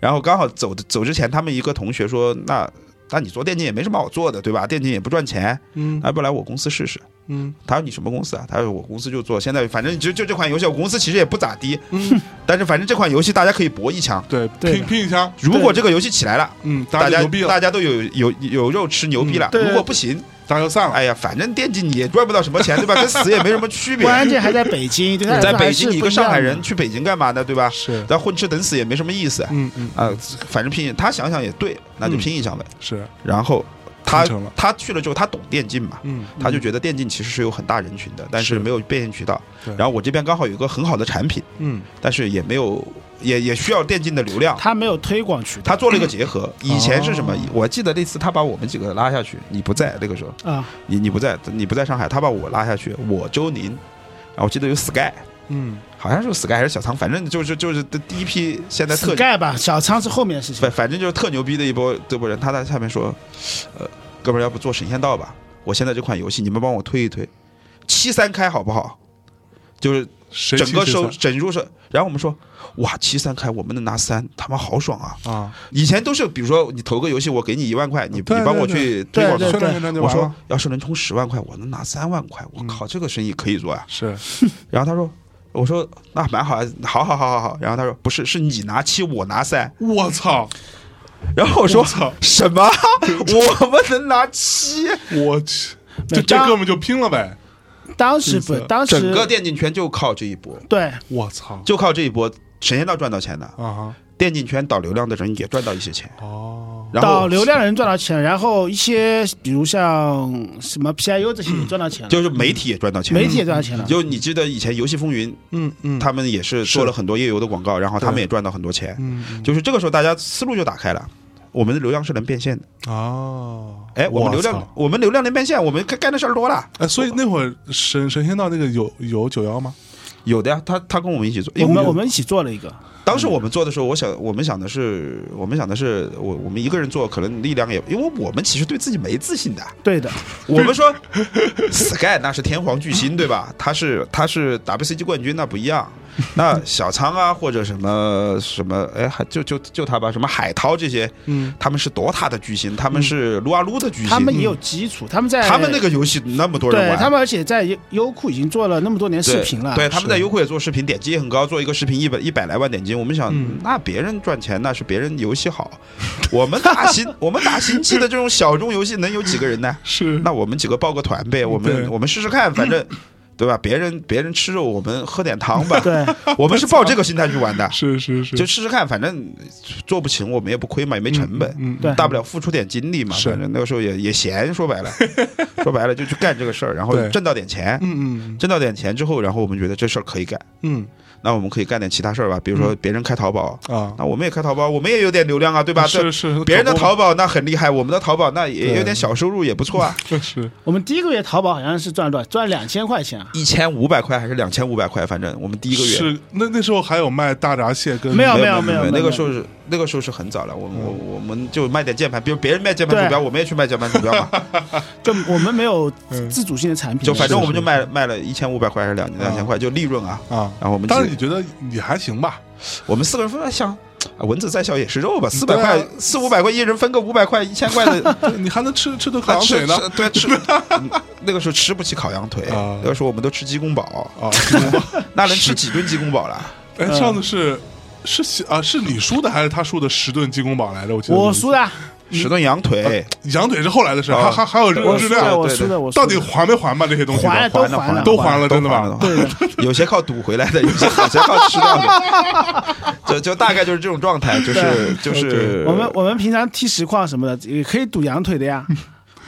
S2: 然后刚好走走之前，他们一个同学说：“那那你做电竞也没什么好做的，对吧？电竞也不赚钱，
S1: 嗯
S2: 要不来我公司试试？”
S1: 嗯
S2: 他说你什么公司啊？他说我公司就做，现在反正就就这款游戏，我公司其实也不咋地，
S1: 嗯，
S2: 但是反正这款游戏大家可以搏一枪。
S1: 对，
S3: 对
S1: 拼拼一枪，
S2: 如果这个游戏起来了，
S1: 嗯，大
S2: 大
S1: 家
S2: 家
S1: 牛逼了，嗯
S2: 大家都有有有肉吃，牛逼了。
S3: 对
S2: 如果不行，
S1: 大家就散了。
S2: 哎呀，反正电竞你也赚不到什么钱，对吧？跟死也没什么区
S3: *laughs*
S2: 别。
S3: 关键还在北京，对他来说
S2: 在北
S3: 还是
S2: 京，你一
S3: 不
S2: 个
S3: 一样
S2: 上海
S3: 的
S2: 人，去北京干嘛呢？对吧？
S1: 是，
S2: 但混吃等死也没什么意思啊、
S1: 嗯嗯，
S2: 反正拼，他想想也对，那就拼一枪呗。
S1: 是，
S2: 然后他
S1: 拼成了
S2: 他去了之后，他懂电竞嘛，
S1: 嗯，
S2: 他就觉得电竞其实是有很大人群的，但是
S1: 是
S2: 没有变现渠道
S1: 对。
S2: 然后我这边刚好有一个很好的产品，
S1: 嗯
S2: 但是也没有也也需要电竞的流量。
S3: 他没有推广渠道
S2: 他做了一个结合，以前是什么
S1: 哦？
S2: 我记得那次他把我们几个拉下去，你不在那个时候，
S3: 啊，
S2: 你你不在，你不在上海，他把我拉下去，我周宁，然后我记得有 Sky，
S1: 嗯，
S2: 好像是有 Sky 还是小仓，反正就是就是第一批现在特
S3: Sky 吧，小仓是后面的事情
S2: 反。反正就是特牛逼的一波这波人，他在下面说，呃，哥们儿，要不做神仙道吧？我现在这款游戏，你们帮我推一推，七三开好不好？就是
S1: 谁
S2: 整个
S1: 七谁
S2: 收
S1: 三
S2: 整入是，然后我们说，哇，七三开，我们能拿三，他妈好爽啊！
S1: 啊，
S2: 以前都是，比如说你投个游戏，我给你一万块，你你
S1: 对
S2: 帮我
S1: 对
S2: 去推
S3: 对
S2: 广
S1: 宣
S2: 的
S3: 对
S1: 传宣传就
S2: 我
S1: 完
S2: 说
S1: 了。
S2: 要是能充十万块，我能拿三万块，
S1: 嗯
S2: 我靠，这个生意可以做呀、啊
S1: 是
S2: 然后他说，我说那蛮好啊，好好好好好。然后他说不是，是你拿七，我拿三。
S1: 我操，
S2: 然后我说
S1: 我操 *laughs*
S2: 什么？我们能拿七？
S1: 我去，
S3: 没
S1: 这这
S3: 当
S1: 哥们就拼了呗！
S3: 当时
S1: 是
S3: 不
S1: 的，
S3: 当时
S2: 整个电竞圈就靠这一波，
S3: 对
S1: 我操
S2: 就靠这一波，神仙道赚到钱的，
S1: 啊哈！
S2: 电竞圈导流量的人也赚到一些钱。
S1: 哦，
S2: 然后
S3: 导流量的人赚到钱，然后一些比如像什么 PIU 这些也赚到钱了，
S2: 就是媒体也赚到钱了，
S3: 媒体也赚到钱了。
S2: 就你记得以前游戏风云，
S1: 嗯嗯，
S2: 他们也是
S1: 是
S2: 做了很多页游的广告，然后他们
S1: 对
S2: 也赚到很多钱。
S1: 嗯
S2: 就是这个时候，大家思路就打开了。我们的流量是能变现的，
S1: 哦，
S2: 哎，我们流
S1: 操
S2: 量，我们流量能变现，我们干干的事儿多了。
S1: 哎，所以那会儿神神仙道那个有有九幺吗？
S2: 有的呀，他他跟我们一起做，哎因
S3: 我
S2: 为
S3: 们我们一起做了一个，
S2: 当时我们做的时候，我想我们想的是，我们想的是，我我们一个人做，可能力量也，因为我们其实对自己没自信的。
S3: 对的，
S2: 我们说 Sky 那是天皇巨星对吧？他是他是 WCG 冠军，那不一样。那小仓啊，或者什么什么，哎，还就就就他吧，什么海涛这些，
S1: 嗯，
S2: 他们是 DOTA 的巨星，他们是撸啊撸的巨星，嗯
S3: 嗯他们也有基础，他们在
S2: 他们那个游戏那么多人
S3: 对
S2: 玩，
S3: 他们，而且在优优酷已经做了那么多年视
S2: 对
S3: 频了，
S2: 对，他们
S1: 是
S2: 在优酷也做视频，点击也很高，做一个视频一百一百来万点击。我们想，
S1: 嗯
S2: 那别人赚钱那是别人游戏好， *laughs* 我们打新
S1: *laughs*
S2: 我们打新期的这种小众游戏能有几个人呢？
S1: 是
S2: 那我们几个报个团呗，我
S1: 嗯对
S2: 们我们试试看，
S1: *laughs*
S2: 反正。对吧？别人别人吃肉，我们喝点汤吧。
S3: 对，
S2: 我们是抱这个心态去玩的，
S1: 是是是，
S2: 就试试看，反正做不行我们也不亏嘛，也没成本。
S1: 嗯，嗯
S3: 对
S2: 大不了付出点精力嘛，
S1: 是
S2: 反正那个时候也也闲，
S1: *laughs*
S2: 说白了，说白了就去干这个事儿，然后
S1: 对
S2: 挣到点钱，
S1: 嗯嗯
S2: 挣到点钱之后，然后我们觉得这事儿可以干，
S1: 嗯
S2: 那我们可以干点其他事儿吧，比如说别人开淘宝，
S1: 嗯啊，
S2: 那我们也开淘宝，我们也有点流量啊，对吧？
S1: 是
S2: 这
S1: 是，
S2: 别人的
S1: 可不
S2: 淘宝那很厉害，我们的淘宝那也
S1: 对
S2: 有点小收入，也不错啊，
S1: 是
S3: 我们第一个月淘宝好像是赚了多少？赚两千块钱啊？
S2: 一千五百块还是两千五百块，反正我们第一个月
S1: 是那那时候还有卖大闸蟹跟
S3: 没有
S2: 没
S3: 没有
S2: 有，
S3: 没有
S2: 那个时候是那个时候是很早了，我们我我们就卖点键盘，比如别人卖键盘
S3: 对
S2: 鼠标，我们也去卖键盘鼠标嘛， *laughs*
S3: 就我们没有
S1: *laughs* 嗯
S3: 自主性的产品，
S2: 就反正我们就是卖卖了一千五百块还是两两千块，就利润啊。
S1: 啊。
S2: 然后我们
S1: 当
S2: 几
S1: 时你觉得你还行吧？
S2: 我们四个人分来想，啊蚊子再小也是肉吧，四百
S1: 对啊
S2: 块四五百块一人分个五百块一千块
S3: *laughs*
S2: 的
S1: 对你还能吃吃顿烤
S2: 那
S1: 羊
S2: 吃，
S1: 腿呢？
S2: 吃
S1: *laughs*
S2: 对吃，嗯那个时候吃不起烤羊腿，
S1: 啊
S2: 那个时候我们都吃鸡公煲，
S1: 啊！
S2: 那能吃几吨鸡公煲了？
S1: 哎，上次是是喜啊，是你输的还是他输的十顿鸡公煲来着？我记得
S3: 我输，的，啊
S2: 十吨羊腿，
S1: 羊腿是后来的事，
S2: 啊
S1: 还还还有
S3: 我
S1: 肉质
S3: 输的，
S1: 量，
S3: 我
S2: 对
S3: 输
S2: 对
S3: 的，我输
S1: 到
S3: 的
S1: 底还没还吧？这些东西
S2: 还
S3: 还都还了
S2: 了
S1: 都还
S2: 还
S1: 了真的吗
S2: 还了
S3: 对的，
S2: *laughs* 有些靠赌回来的，有些有些靠吃掉的，就就大概就是这种状态，就是就是
S1: 呃
S3: 我们我们平常踢实况什么的也可以赌羊腿的呀，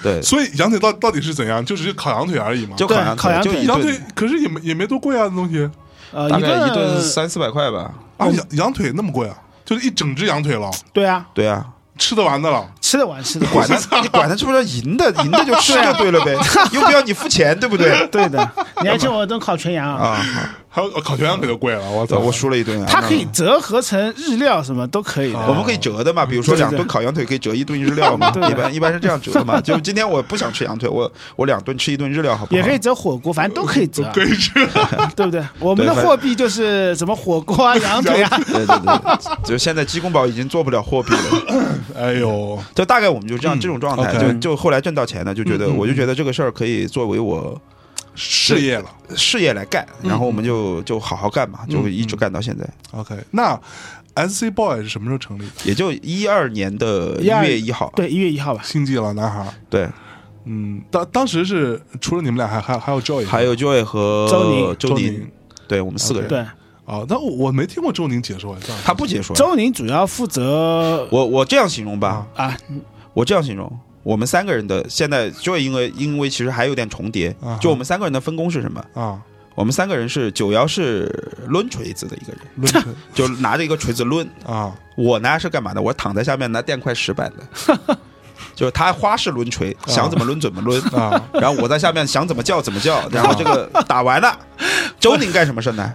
S2: 对
S1: 所以羊腿到到底是怎样？就只是烤羊腿而已嘛。
S2: 就烤羊
S3: 烤羊
S2: 就
S3: 腿
S2: 一
S1: 羊腿
S2: 顿，
S1: 可是也没也没多贵啊，那东西
S3: 呃，
S2: *laughs* 大
S3: 一
S2: 概一顿
S3: 顿
S2: 三四百块
S3: *laughs*
S2: 吧，
S1: 啊，羊羊腿那么贵啊？就是一整只羊腿了，
S3: 对啊，
S2: 对啊。
S1: 吃得完的了。
S3: 吃得完吃得
S2: 管
S3: 完，
S2: 他，你管他是不是赢的，赢的就吃就对了呗，又不要你付钱，对不对？
S3: 啊对啊的， *laughs* 你还请我一顿烤全羊啊？
S2: 啊，
S1: 还有烤全羊腿就贵了，我
S2: 对
S1: 操！
S2: 我输了一顿啊。
S3: 它可以折合成日料什么都可以
S2: 我
S3: 的，
S2: 们可以折的嘛，比如说
S3: 啊嗯对对
S2: 两顿烤羊腿可以折一顿日料嘛，
S3: *laughs* 对对
S2: 一般一般是这样折的
S3: *laughs*
S2: 嘛。就今天我不想吃羊腿，我我两顿吃一顿日料好不好？
S3: 也可以折火锅，反正都可以折，啊
S1: 可以吃，
S3: 对不对？我们的货币就是什么火锅啊、羊腿啊，
S2: *laughs* 对对对，就现在鸡公煲已经做不了货币
S3: *laughs*
S2: 了，
S1: *laughs* 哎呦，
S2: 就大概我们就这样
S1: 嗯
S2: 这种状态，
S1: OK
S2: 就就后来挣到钱了，就觉
S3: 嗯
S2: 得我就觉得这个事儿可以作为我
S1: 事业了。
S2: 事业来干，
S3: 嗯
S2: 然后我们就就好好干嘛，就一直干到现在，
S1: OK，那 SC Boy 是什么时候成立的？
S2: 也就一二年的一
S3: 12
S2: 月一号，
S3: 对，一月一号吧，
S1: 星际老男孩。
S2: 对，
S1: 嗯，当当时是除了你们俩还，还还有 Joy，
S2: 还有 Joy 和
S3: 周宁
S1: 周
S2: 宁
S1: 宁，
S2: 对我们四个人，
S3: 对。
S1: 啊。但我我没听过周宁解说，这样
S2: 他不解说。
S3: 周宁主要负责
S2: 我我这样形容吧，
S3: 啊，
S2: 我这样形容，我们三个人的现在 Joy 因为因为其实还有点重叠
S1: 啊哈，
S2: 就我们三个人的分工是什么？
S1: 啊，
S2: 我们三个人是九幺是抡锤子的一个人，
S1: 论坛
S2: 就拿着一个锤子抡。
S1: 啊，
S2: 我呢是干嘛的？我躺在下面拿垫块石板的，
S1: *laughs*
S2: 就是他花式抡锤，想怎么抡怎么抡。
S1: 啊
S2: 然后我在下面 *laughs* 想怎么叫怎么叫，然后这个打完
S1: 啊
S2: 了，周宁干什么事呢？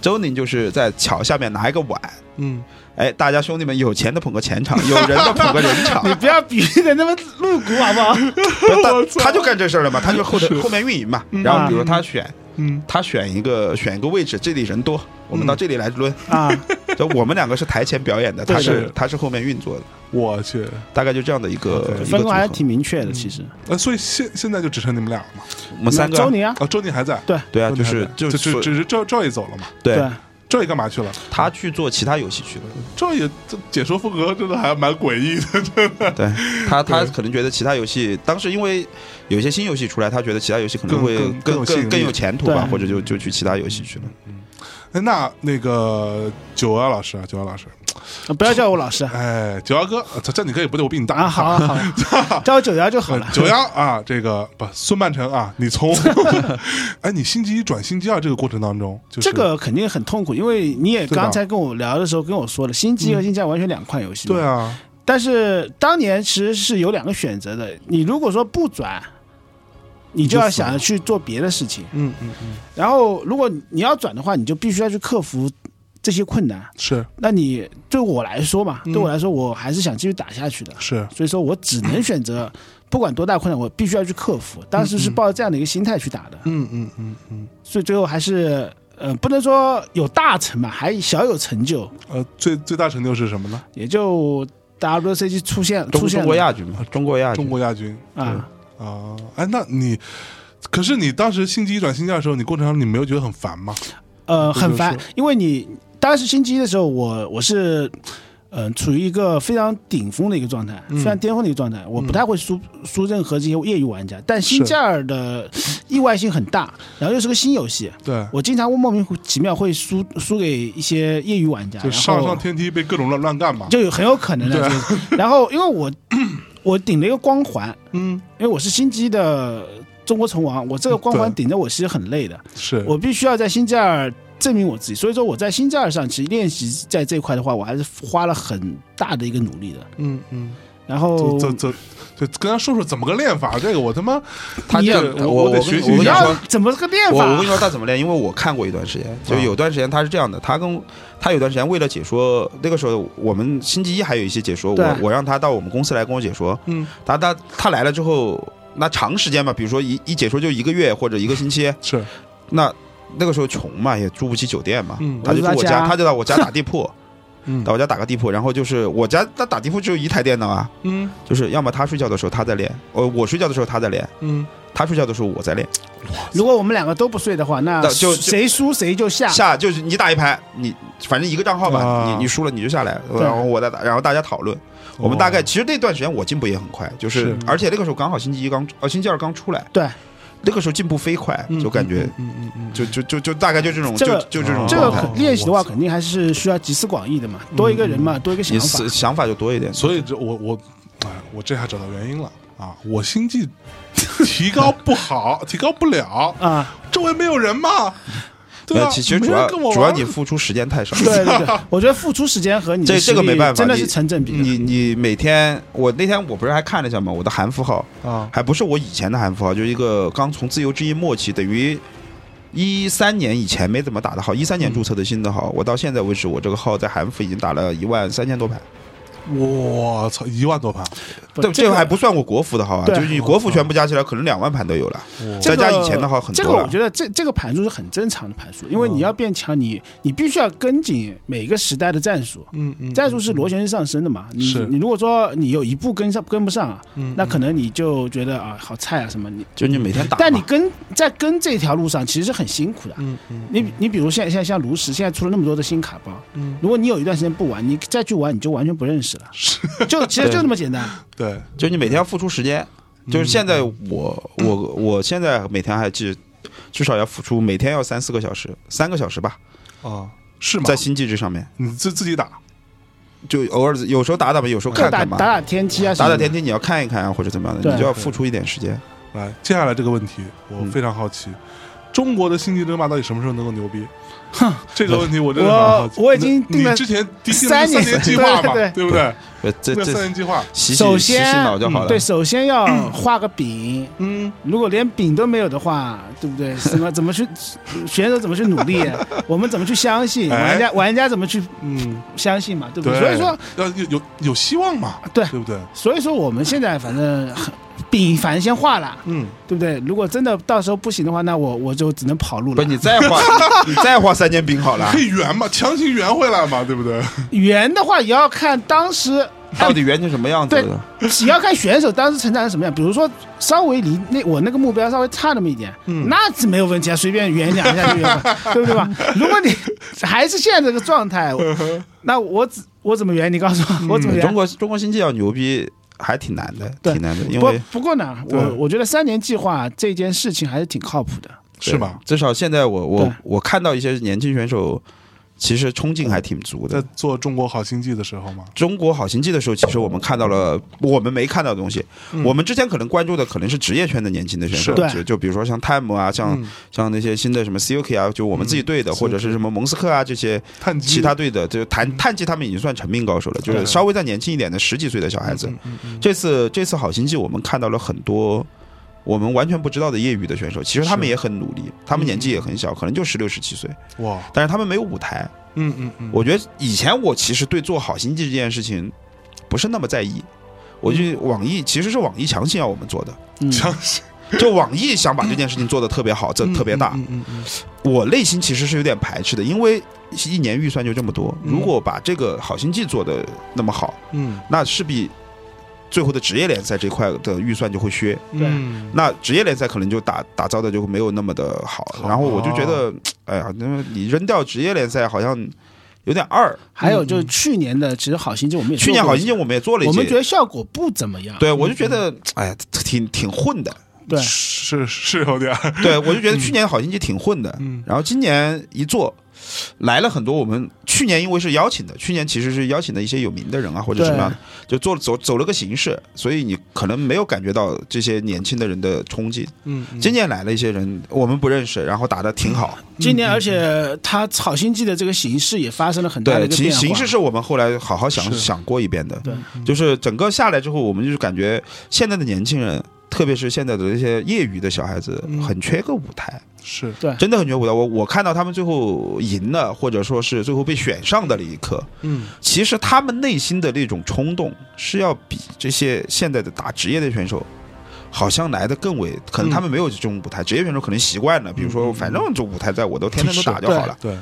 S2: 周宁就是在桥下面拿一个碗，
S1: 嗯，
S2: 哎，大家兄弟们，有钱的捧个钱场，有人的捧个人
S1: *laughs*
S2: 场，
S3: 你不要比喻的那么
S2: *laughs*
S3: 露骨好不好？
S2: 不是他他就干这事儿了嘛，他就后头后面运营嘛，然后比如他选
S1: 嗯
S2: 他选一个选一个位置，这里人多，我们到这里来抡。
S3: 啊，
S2: 就我们两个是台前表演的，他
S1: 对
S2: 是
S1: 对
S2: 他是后面运作的，
S1: 我去，
S2: 大概就这样的一个一个
S3: 分
S2: 组
S3: 工还
S2: 合。
S3: 挺明确的，其实。
S1: 呃，所以现现在就只剩你们俩了嘛？
S2: 我们三个啊
S3: 周宁啊，
S1: 啊，周宁还在，
S3: 对
S2: 对啊，
S1: 周
S2: 就
S1: 宁还
S2: 是
S1: 在
S2: 就
S1: 就是只
S2: 说
S1: 只是周周也走了嘛？
S2: 对，
S1: 周也干嘛去了？
S2: 他去做其他游戏去了。
S1: 周也这解说风格真的还蛮诡异的， *laughs*
S2: 对他，他
S1: 对
S2: 可能觉得其他游戏当时因为有一些新游戏出来，他觉得其他游戏可能
S1: 更
S2: 会
S1: 更更有
S2: 更
S1: 吸引力
S2: 更更有前途吧，
S3: 对
S2: 或者就就去其他游戏去了。
S1: 哎那那个九幺老师啊，九幺老师，
S3: 呃不要叫我老
S2: *laughs*
S3: 师啊
S1: 哎，九幺哥，他叫你哥也不对，我比你大
S3: 啊，好啊
S1: *laughs*
S3: 好啊，叫我九幺就好了。
S1: 九幺啊，这个不孙曼成啊，你从 *laughs* 哎，你星期一转星期二这个过程当中，就是
S3: 这个肯定很痛苦，因为你也
S1: 对吧
S3: 刚才跟我聊的时候跟我说了，星际和星战完全两款游戏。
S1: 对。啊，
S3: 但是当年其实是有两个选择的，你如果说不转，你就要想着去做别的事情。
S1: 嗯嗯嗯，
S3: 然后如果你要转的话，你就必须要去克服这些困难。
S1: 是
S3: 那你对我来说嘛，
S1: 嗯
S3: 对我来说，我还是想继续打下去的。
S1: 是，
S3: 所以说我只能选择，不管多大困难，我必须要去克服。当时是抱着这样的一个心态去打的，
S1: 嗯嗯嗯嗯，
S3: 所以最后还是呃，不能说有大成吧，还小有成就，
S1: 呃，最最大成就是什么呢？
S3: 也就 WCG 出现出
S2: 中
S3: 现
S2: 中国
S3: 了
S2: 亚军嘛，中国亚军
S1: 中国亚军
S3: 啊，
S1: 啊，哎，那你。可是你当时星期一转星期二的时候，你过程当中你没有觉得很烦吗？
S3: 呃，
S1: 这
S3: 很
S1: 就是
S3: 烦，因为你当时星期一的时候，我我是。嗯、处于一个非常顶峰的一个状态，非常巅峰的一个状态。我不太会输、输任何这些业余玩家，但星期二的意外性很大，然后又是个新游戏，
S1: 对，
S3: 我经常会莫名其妙会输输给一些业余玩家，
S1: 就
S3: 然
S1: 上
S3: 后
S1: 上天梯被各种乱乱干嘛。
S3: 就有很有可能的。
S1: 对
S2: 啊
S3: 就是然后因为我我顶了一个光环，
S1: 嗯，
S3: 因为我是星际的中国虫王，我这个光环
S1: 对
S3: 顶着我其实很累的，
S1: 是
S3: 我必须要在星际二证明我自己。所以说我在星际二上其实练习在这一块的话，我还是花了很大的一个努力的。
S1: 嗯嗯，
S3: 然后
S1: 就就就就跟他说说怎么个练法，这个我他妈
S2: 他这样
S1: 你得，我
S2: 我
S1: 我得
S2: 跟
S1: 学习
S2: 我
S1: 一
S2: 跟
S3: 你
S2: 你
S1: 下
S2: 说
S3: 要，怎么个练
S2: 我我跟
S3: 法啊
S2: 你？说他怎么练，因为我看过一段时间，就有段时间他是这样的，他跟他有段时间为了解说，那个时候我们星期一还有一些解说，
S3: 对
S2: 我我让他到我们公司来跟我解说，
S1: 嗯，
S2: 他他他来了之后，那长时间嘛，比如说一一解说就一个月或者一个星期，
S1: 是
S2: 那那个时候穷嘛，也住不起酒店嘛，
S1: 嗯
S2: 他就住
S3: 我
S2: 我
S3: 住他
S2: 家，
S3: 家
S2: 他就到我家打地
S3: *laughs*
S2: 铺，
S1: 嗯
S2: 到我家打个地铺，然后就是我家他打地铺只有一台电脑啊，
S1: 嗯
S2: 就是要么他睡觉的时候他在练，呃，我睡觉的时候他在练，
S1: 嗯，
S2: 他睡觉的时候我在练。
S3: 如果我们两个都不睡的话，那
S2: 那就就
S3: 谁输谁就下。
S2: 下就是你打一盘，你反正一个账号吧，
S1: 啊
S2: 你你输了你就下来，
S3: 对
S2: 然后我再打，然后大家讨论。我们大概其实那段时间我进步也很快，就是
S1: 是
S2: 而且那个时候刚好星期一刚呃星期二刚出来，
S3: 对，
S2: 那个时候进步飞快，就感觉
S1: 嗯嗯嗯，
S2: 就就就就大概就这种
S3: 这
S2: 就
S3: 个
S2: 就这种
S3: 这个
S2: 状态
S1: 哦，
S3: 肯练习的话，
S1: 我操
S3: 肯定还是需要集思广益的嘛，多一个人嘛，多一个
S2: 你
S3: 想法
S2: 思。想法就多一点。
S1: 所以这我我哎，我这下找到原因了啊！我心计提高不好， *laughs* 提高不了，
S3: 啊，
S1: 周围没有人嘛，对
S2: 那
S1: 吧？
S2: 呃其其实
S1: 没
S2: 主
S1: 人
S2: 要
S1: 跟我玩
S2: 主要你付出时间太少。
S3: 对
S2: *laughs*
S3: 对对，我觉得付出时间和你的
S2: 这
S3: 实
S2: 这
S3: 力
S2: 个没办法，
S3: 真的
S2: 你
S3: 是成正比的。
S2: 你你每天，我那天我不是还看了一下嘛，我的韩服号
S1: 啊，
S2: 还不是我以前的韩服啊号，就是一个刚从自由之翼末期，等于一三年以前没怎么打的号，一三年注册的新的号，我到现在为止，我这个号在韩服已经打了一万三千多盘，
S1: 我操，一万多盘，
S3: 不
S2: 这
S3: 这
S2: 个还不算我国服的号啊，
S3: 对
S2: 就是你国服全部加起来可能两万盘都有了，
S1: 哇
S3: 这
S2: 再
S3: 个
S2: 加以前的号很
S3: 这
S2: 多
S3: 个
S2: 了。嗯
S3: 我觉得这这个盘数是很正常的盘数，因为你要变强，你你必须要跟紧每个时代的战术。
S1: 嗯嗯，
S3: 战术是螺旋式上升的嘛？你
S1: 是
S3: 你如果说你有一步跟上跟不上啊，
S1: 嗯
S3: 那可能你就觉得啊好菜啊什么你，
S2: 就你每天打嘛，
S3: 但你跟在跟这条路上其实是很辛苦的。
S1: 嗯嗯
S3: 你你比如现在现在像炉石，现在出了那么多的新卡包，
S1: 嗯，
S3: 如果你有一段时间不玩，你再去玩你就完全不认识了，就其实就那么
S2: *laughs*
S3: 简单。
S1: 对，
S2: 就你每天要付出时间，
S3: 嗯
S2: 就是现在我我我现在每天还至至少要付出每天要三四个小时，三个小时吧，
S1: 啊，是吗
S2: 在？新机制上面，
S1: 你自自己打，
S2: 就偶尔有时候打打吧，有时候
S3: 各
S2: 嗯看
S3: 打
S2: 看嘛
S3: 打，打天梯啊，
S2: 打打天。梯你要看一看啊，或者怎么样的，
S3: 对
S2: 你就要付出一点时间。
S1: 来，接下来这个问题
S2: 嗯
S1: 我非常好奇，中国的星际争霸到底什么时候能够牛逼？哼，这个问题我真的很好奇。
S3: 我我已经
S1: 你
S3: 定了
S1: 你之前定定了
S3: 三
S1: 三
S3: 年
S1: 年计划嘛，
S3: 对对
S1: 对不对？
S2: 呃，这
S1: 那三
S2: 这
S1: 年计划，
S2: 洗洗
S3: 首
S2: 洗洗
S3: 先嗯
S2: 脑就好了
S3: 对，。首
S2: *coughs*
S3: 先要画个饼。
S1: 嗯，
S3: 如果连饼都没有的话，对不对？什么
S2: *laughs*
S3: 怎么去选手怎么去努力？啊我们怎么去相信
S1: 哎
S3: 玩家？玩家怎么去
S1: 嗯，
S3: 相信嘛？对不
S1: 对，
S3: 所以说，
S1: 要有有有希望嘛，
S3: 对啊
S1: 对不对？
S3: 所以说我们现在反正很饼反正先画了，
S1: 嗯，
S3: 对不对？如果真的到时候不行的话，那我我就只能跑路
S2: 不，
S3: 了。
S2: 你再
S3: *laughs*
S2: 画，你再画三件兵好了
S3: 哎
S1: 可，以圆嘛，强行圆回来嘛，对不对？
S3: 圆的话也要看当时，
S2: 到底圆成什么样子
S3: 对
S2: 的？
S3: *laughs* 也要看选手当时成长成什么样。比如说稍微离那我那个目标稍微差那么一点，
S2: 嗯
S3: 那是没有问题啊，随便圆两下就
S2: *laughs*
S3: 圆了，对不对吧？如果你还是现在这个状态，那我怎我怎么圆？你告诉 *laughs* 我，我怎么圆？
S2: 嗯中国中国经济要牛逼还挺难的，
S3: 对
S2: 挺难的，因
S3: 不
S2: 为
S3: 不过呢，
S1: 对
S3: 我我觉得三年计划这件事情还是挺靠谱的。
S1: 是吧？
S2: 至少现在我
S3: 对
S2: 我我看到一些年轻选手，其实冲劲还挺足
S1: 在
S2: 的。
S1: 做中国好星际的时候嘛，
S2: 中国好行迹的时候，其实我们看到了我们没看到的东西。我们之前可能关注的可能是职业圈的年轻的选手，
S1: 嗯是
S3: 对
S2: 就就比如说像泰姆啊，像、
S1: 嗯
S2: 像那些新的什么 CUK 啊，就我们自己队的，
S1: 嗯
S2: 或者是什么蒙斯克啊这些
S1: 碳基
S2: 其他队的，就弹碳基他们已经算成名高手了，就
S1: 嗯对嗯
S2: 是稍微再年轻一点的十几岁的小孩子。这次这次好行迹，我们看到了很多我们完全不知道的业余的选手，其实他们
S1: 是
S2: 也很努力，他们年纪也很小，可能就十六十七岁，
S1: 哇，
S2: 但是他们没有舞台。
S1: 嗯嗯嗯，
S2: 我觉得以前我其实对做好心计这件事情不是那么在意，我就
S1: 嗯
S2: 网易其实是网易强行要我们做的，
S3: 嗯，
S1: 强行
S2: 就网易想把这件事情做得特别好，这特别大。
S1: 嗯嗯嗯
S2: 我内心其实是有点排斥的，因为一年预算就这么多，
S1: 嗯
S2: 如果把这个好心计做得那么好，
S1: 嗯
S2: 那势必最后的职业联赛这块的预算就会削，
S1: 嗯，
S3: 对
S1: 嗯
S2: 那职业联赛可能就打打造的就没有那么的好。
S1: 好
S2: 然后我就觉得，哎呀，那么你扔掉职业联赛好像有点二。
S3: 还有就是去年的，其实好心计我们也
S2: 去年好心
S3: 心
S2: 计我们也做了一
S3: 我
S2: 届，
S3: 们觉得效果不怎么样。
S2: 对，我就觉得，哎呀，挺挺混的。
S3: 对
S1: 是是有点儿，
S3: *laughs*
S2: 对，我就觉得去年好心机挺混的，
S3: 嗯
S2: 然后今年一做，来了很多我们去年因为是邀请的，去年其实是邀请的一些有名的人啊或者
S3: 对
S2: 什么样的，就做走走了个形式，所以你可能没有感觉到这些年轻的人的冲劲。
S1: 嗯嗯
S2: 今年来了一些人，我们不认识，然后打的挺好，
S3: 今年而且他好心计的这个形式也发生了很大的
S2: 对，
S3: 一个
S2: 形
S3: 变化。
S2: 形式是我们后来好好想
S1: 是
S2: 想过一遍的，
S3: 对，嗯
S2: 就是整个下来之后，我们就是感觉现在的年轻人。特别是现在的这些业余的小孩子，
S1: 嗯
S2: 很缺个舞台，
S1: 是
S3: 对
S2: 真的很缺舞台。我我看到他们最后赢了，或者说是最后被选上的那一刻，
S1: 嗯
S2: 其实他们内心的那种冲动是要比这些现在的打职业的选手。好像来的更为，可能他们没有这种舞台，职业选手可能习惯
S1: 嗯
S2: 了，比如说，反正这舞台在我都天天都打就好了。
S1: 对，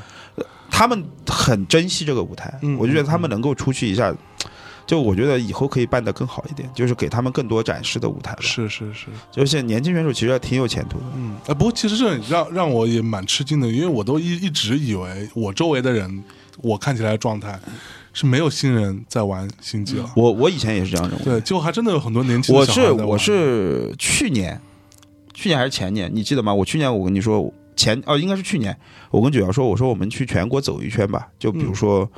S2: 他们很珍惜这个舞台，
S1: 嗯
S2: 我就觉得他们能够出去一下，就我觉得以后可以办得更好一点，就是给他们更多展示的舞台吧。
S1: 是是是，
S2: 就是现在年轻选手其实还挺有前途的。
S1: 嗯，哎，不过其实这让让我也蛮吃惊的，因为我都一一直以为我周围的人，我看起来的状态是没有新人在玩星际了，
S2: 我我以前也是这样认为，
S1: 对，结果还真的有很多年轻
S2: 我
S1: 的小孩
S2: 是
S1: 在玩
S2: 我是去年，去年还是前年，你记得吗？我去年我跟你说前哦，应该是去年，我跟九瑶说，我说我们去全国走一圈吧，就
S3: 嗯
S2: 比如说。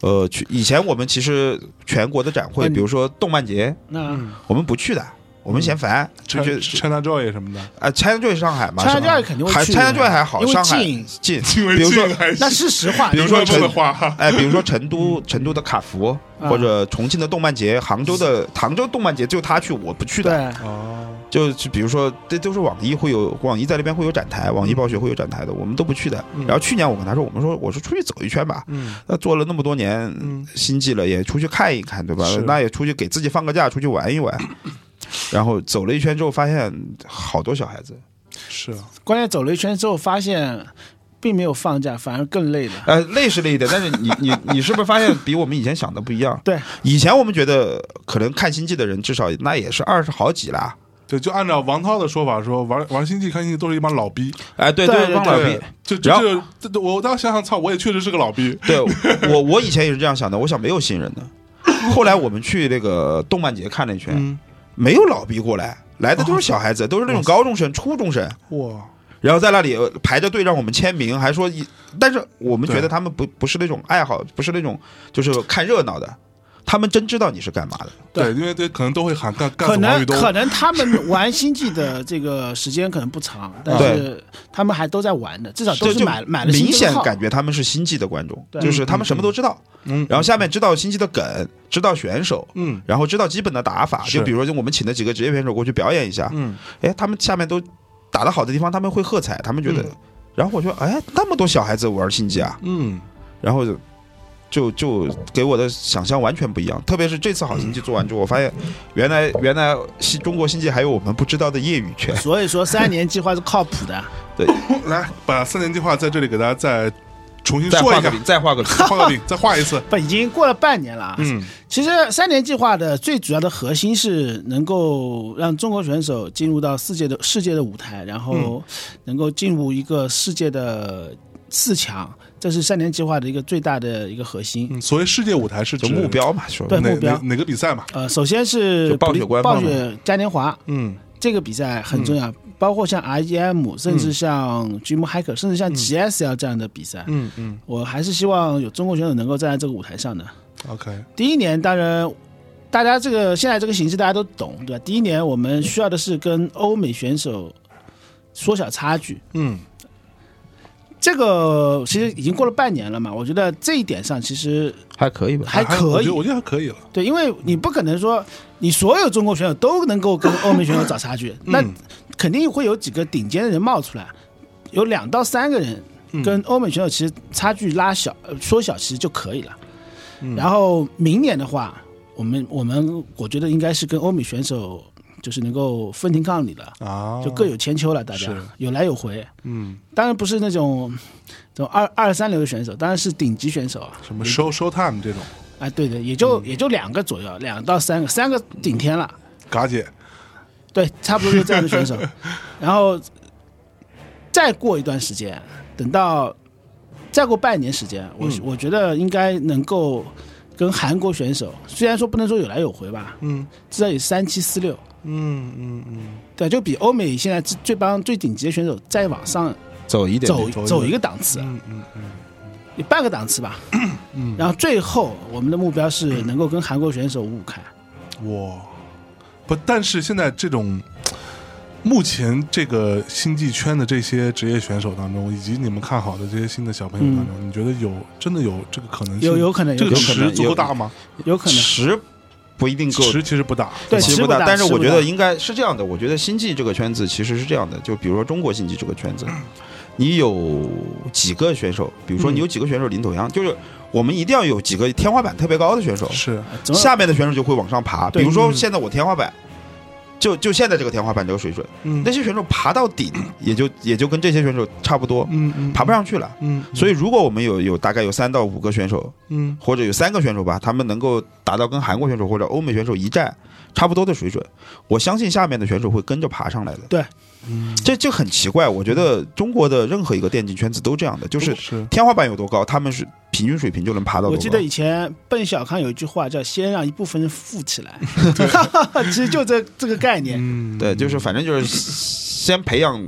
S2: 呃，去以前我们其实全国的展会，
S3: 嗯
S2: 比如说动漫节，
S3: 那
S2: 我们不去的，我们
S3: 嗯
S2: 嫌烦，就觉
S1: China China
S2: 得
S1: Joy 什么的，
S2: 啊，China Joy 上海嘛
S3: China
S2: 上海
S3: Joy 肯定会
S2: 啊还
S3: 去
S2: China Joy 还好，
S3: 因为
S2: 上海 *laughs*
S3: 近
S2: 近，
S1: *laughs* 因为
S2: 比如说
S1: 进来
S3: 那是实话。
S2: 比如说
S1: 这
S2: 陈
S1: 的话，
S2: 哎，比如说成都成都的卡佛，
S3: 啊
S2: 或者重庆的动漫节，杭州的杭州动漫节，就他去，我不去的。
S1: *laughs*
S3: 对
S1: 哦，
S2: 就就比如说，这都是网易会有网易在那边会有展台，网易暴雪会有展台的，我们都不去的。然后去年我跟他说，我们说我说出去走一圈吧，
S1: 嗯
S2: 那做了那么多年
S1: 嗯
S2: 心计了，也出去看一看，对吧
S1: 是？
S2: 那也出去给自己放个假，出去玩一 *laughs* 玩。然后走了一圈之后，发现好多小孩子，
S1: 是啊，
S3: 关键走了一圈之后，发现并没有放假，反而更累了。
S2: 呃，累是累一点，但是你你你是不是发现比我们以前想的不一样？
S3: 对，
S2: 以前我们觉得可能看星际的人至少那也是二十好几啦，
S1: 对，就按照王涛的说法说，玩玩星际看星际都是一帮老逼，
S2: 哎，对
S3: 对
S2: 都是
S3: 对
S2: 帮老逼。
S1: *laughs* 就就
S2: 嗯然后
S1: 这这这我当时想想，操，我也确实是个老逼，
S2: 对我我以前也是这样想的，我想没有新人的。后来我们去那个动漫节看了一圈，
S1: 嗯，
S2: 没有老逼过来，来的都是小孩子，都是那种高中生、初中生，
S1: 哇，
S2: 然后在那里排着队让我们签名，还说一，但是我们觉
S1: 对
S2: 得他们不不是那种爱好，不是那种就是看热闹的，他们真知道你是干嘛的。
S1: 对，因为这可能都会喊干干
S3: 可
S1: 死王
S3: 能
S1: 宇东，
S3: 可能他们玩星际的这个时间可能
S2: *laughs*
S3: 不长，但是他们还都在玩的，至少都
S2: 这
S3: 是
S2: 就
S3: 买买了星
S2: 明
S3: 际的
S2: 显
S3: 号
S2: 感觉他们是星际的观众，
S3: 对
S2: 就是他们什么都知道，
S1: 嗯
S2: 然后下面知道星际的梗，知道选手，
S1: 嗯
S2: 然后知道基本的打法，
S1: 是
S2: 就比如说就我们请的几个职业选手过去表演一下，
S1: 嗯，
S2: 哎，他们下面都打得好的地方，他们会喝彩，他们觉得，
S1: 嗯
S2: 然后我说，哎，那么多小孩子玩星际啊，
S1: 嗯，
S2: 然后就就就给我的想象完全不一样。特别是这次好星际做完之后，我发现原来原来西中国星际还有我们不知道的业余
S3: *laughs*
S2: 圈。
S3: 所以说三年计划是靠谱的。
S1: 来把三年计划在这里给大家再重新
S2: 嗯再
S1: 说
S2: 画
S1: 一
S2: 个
S1: 下，
S2: 饼，再画个饼。
S1: *laughs* 画个饼，再画一次。
S3: 不，已经过了半年了啊。
S1: 嗯，
S3: 其实三年计划的最主要的核心是能够让中国选手进入到世界的世界的舞台，然
S2: 嗯
S3: 后能够进入一个世界的四强，这是三年计划的一个最大的一个核心。
S1: 嗯所谓世界舞台是指
S2: 就目标嘛，说
S3: 对
S1: 哪
S3: 目标
S1: 哪哪个比赛嘛？
S3: 呃，首先是
S2: 就暴雪
S3: 普利
S2: 官
S3: 暴
S2: 方嘛嗯
S3: 雪嘉年华，
S1: 嗯
S3: 这个比赛很重要，包括像 REM，甚至像 Dream Hacker，、甚至
S2: 嗯
S3: 像 GSL 这样的比赛，
S1: 嗯嗯
S3: 我还是希望有中国选手能够站在这个舞台上的。
S1: ，OK，
S3: 第一年当然，大家这个现在这个形式大家都懂，对吧？第一年我们需要的是跟欧美选手缩小差距，
S1: 嗯
S3: 这个其实已经过了半年了嘛，我觉得这一点上其实
S2: 还可以吧。
S3: 还
S1: 我
S3: 可
S1: 觉
S3: 以
S1: 得，我觉得还可以了。
S3: 对，因为你不可能说你所有中国选手都能够跟欧美选手找差距，那肯定会有几个顶尖的人冒出来，有两到三个人跟欧美选手其实差距拉小、呃缩小其实就可以了。然后明年的话，我们我们我觉得应该是跟欧美选手就是能够分庭抗礼了，
S1: 啊，
S3: 就各有千秋了，大家
S1: 是
S3: 有来有回。
S1: 嗯，
S3: 当然不是那种这种二二三流的选手，当然是顶级选手啊。
S1: 什么 show show time 这种，
S3: 啊，对对，也
S1: 嗯
S3: 就、也就两个左右，两到三个，三个顶天了，
S1: 嘎姐，
S3: 对，差不多就这样的
S1: *laughs*
S3: 选手。然后再过一段时间，等到再过半年时间，我、
S1: 嗯
S3: 我觉得应该能够跟韩国选手，虽然说不能说有来有回吧，
S1: 嗯
S3: 至少也三七四六，
S1: 嗯嗯嗯，
S3: 对，就比欧美现在最最帮最顶级的选手再往上
S2: 走一点
S3: 走
S1: 走一
S3: 走
S1: 个
S3: 一个档次，
S1: 嗯嗯嗯，
S3: 有半个档次吧。然后最后我们的目标是能够跟韩国选手五五开。
S1: 哇，不，但是现在这种。目前这个星际圈的这些职业选手当中，以及你们看好的这些新的小朋友当中，
S2: 嗯
S1: 你觉得有真的有这个可能性？
S3: 有有可能，
S1: 嗯这
S3: 有
S1: 个
S3: 可
S2: 可
S1: 池
S2: 能
S1: 足够
S2: 有
S1: 大吗？
S3: 能有可能，
S2: 十不一定够，
S1: 池其实不大，
S3: 对
S1: 吧
S2: 其
S3: 池
S2: 实
S3: 不
S2: 不大。
S3: 大
S2: 但是
S3: 池
S2: 我
S3: 不
S2: 觉
S3: 大
S2: 得应该是这样的，我觉得星际这个圈子其实是这样的，就比如说中国星际这个圈子，你有几个选手，比如说你有几个选手领头羊，就是我们一定要有几个天花板特别高的选手，
S1: 是
S3: 呃总有
S2: 下面的选手就会往上爬。比
S3: 对
S2: 如说
S1: 嗯
S2: 现在我天花板。就就现在这个天花板这个水准，
S1: 嗯
S2: 那些选手爬到顶，也就也就跟这些选手差不多，
S1: 嗯嗯
S2: 爬不上去了。
S1: 嗯，
S2: 所以如果我们有有大概有三到五个选手，
S1: 嗯
S2: 或者有三个选手吧，他们能够达到跟韩国选手或者欧美选手一战差不多的水准，我相信下面的选手会跟着爬上来的。
S3: 对，
S2: 这这很奇怪，我觉得中国的任何一个电竞圈子都这样的，就是
S1: 是
S2: 天花板有多高，他们是平均水平就能爬到多高。
S3: 我记得以前奔小康有一句话叫“先让一部分人富
S2: *laughs*
S3: 起来”，其实就这这个概念。
S1: 嗯
S2: 对，就是反正就是先培养。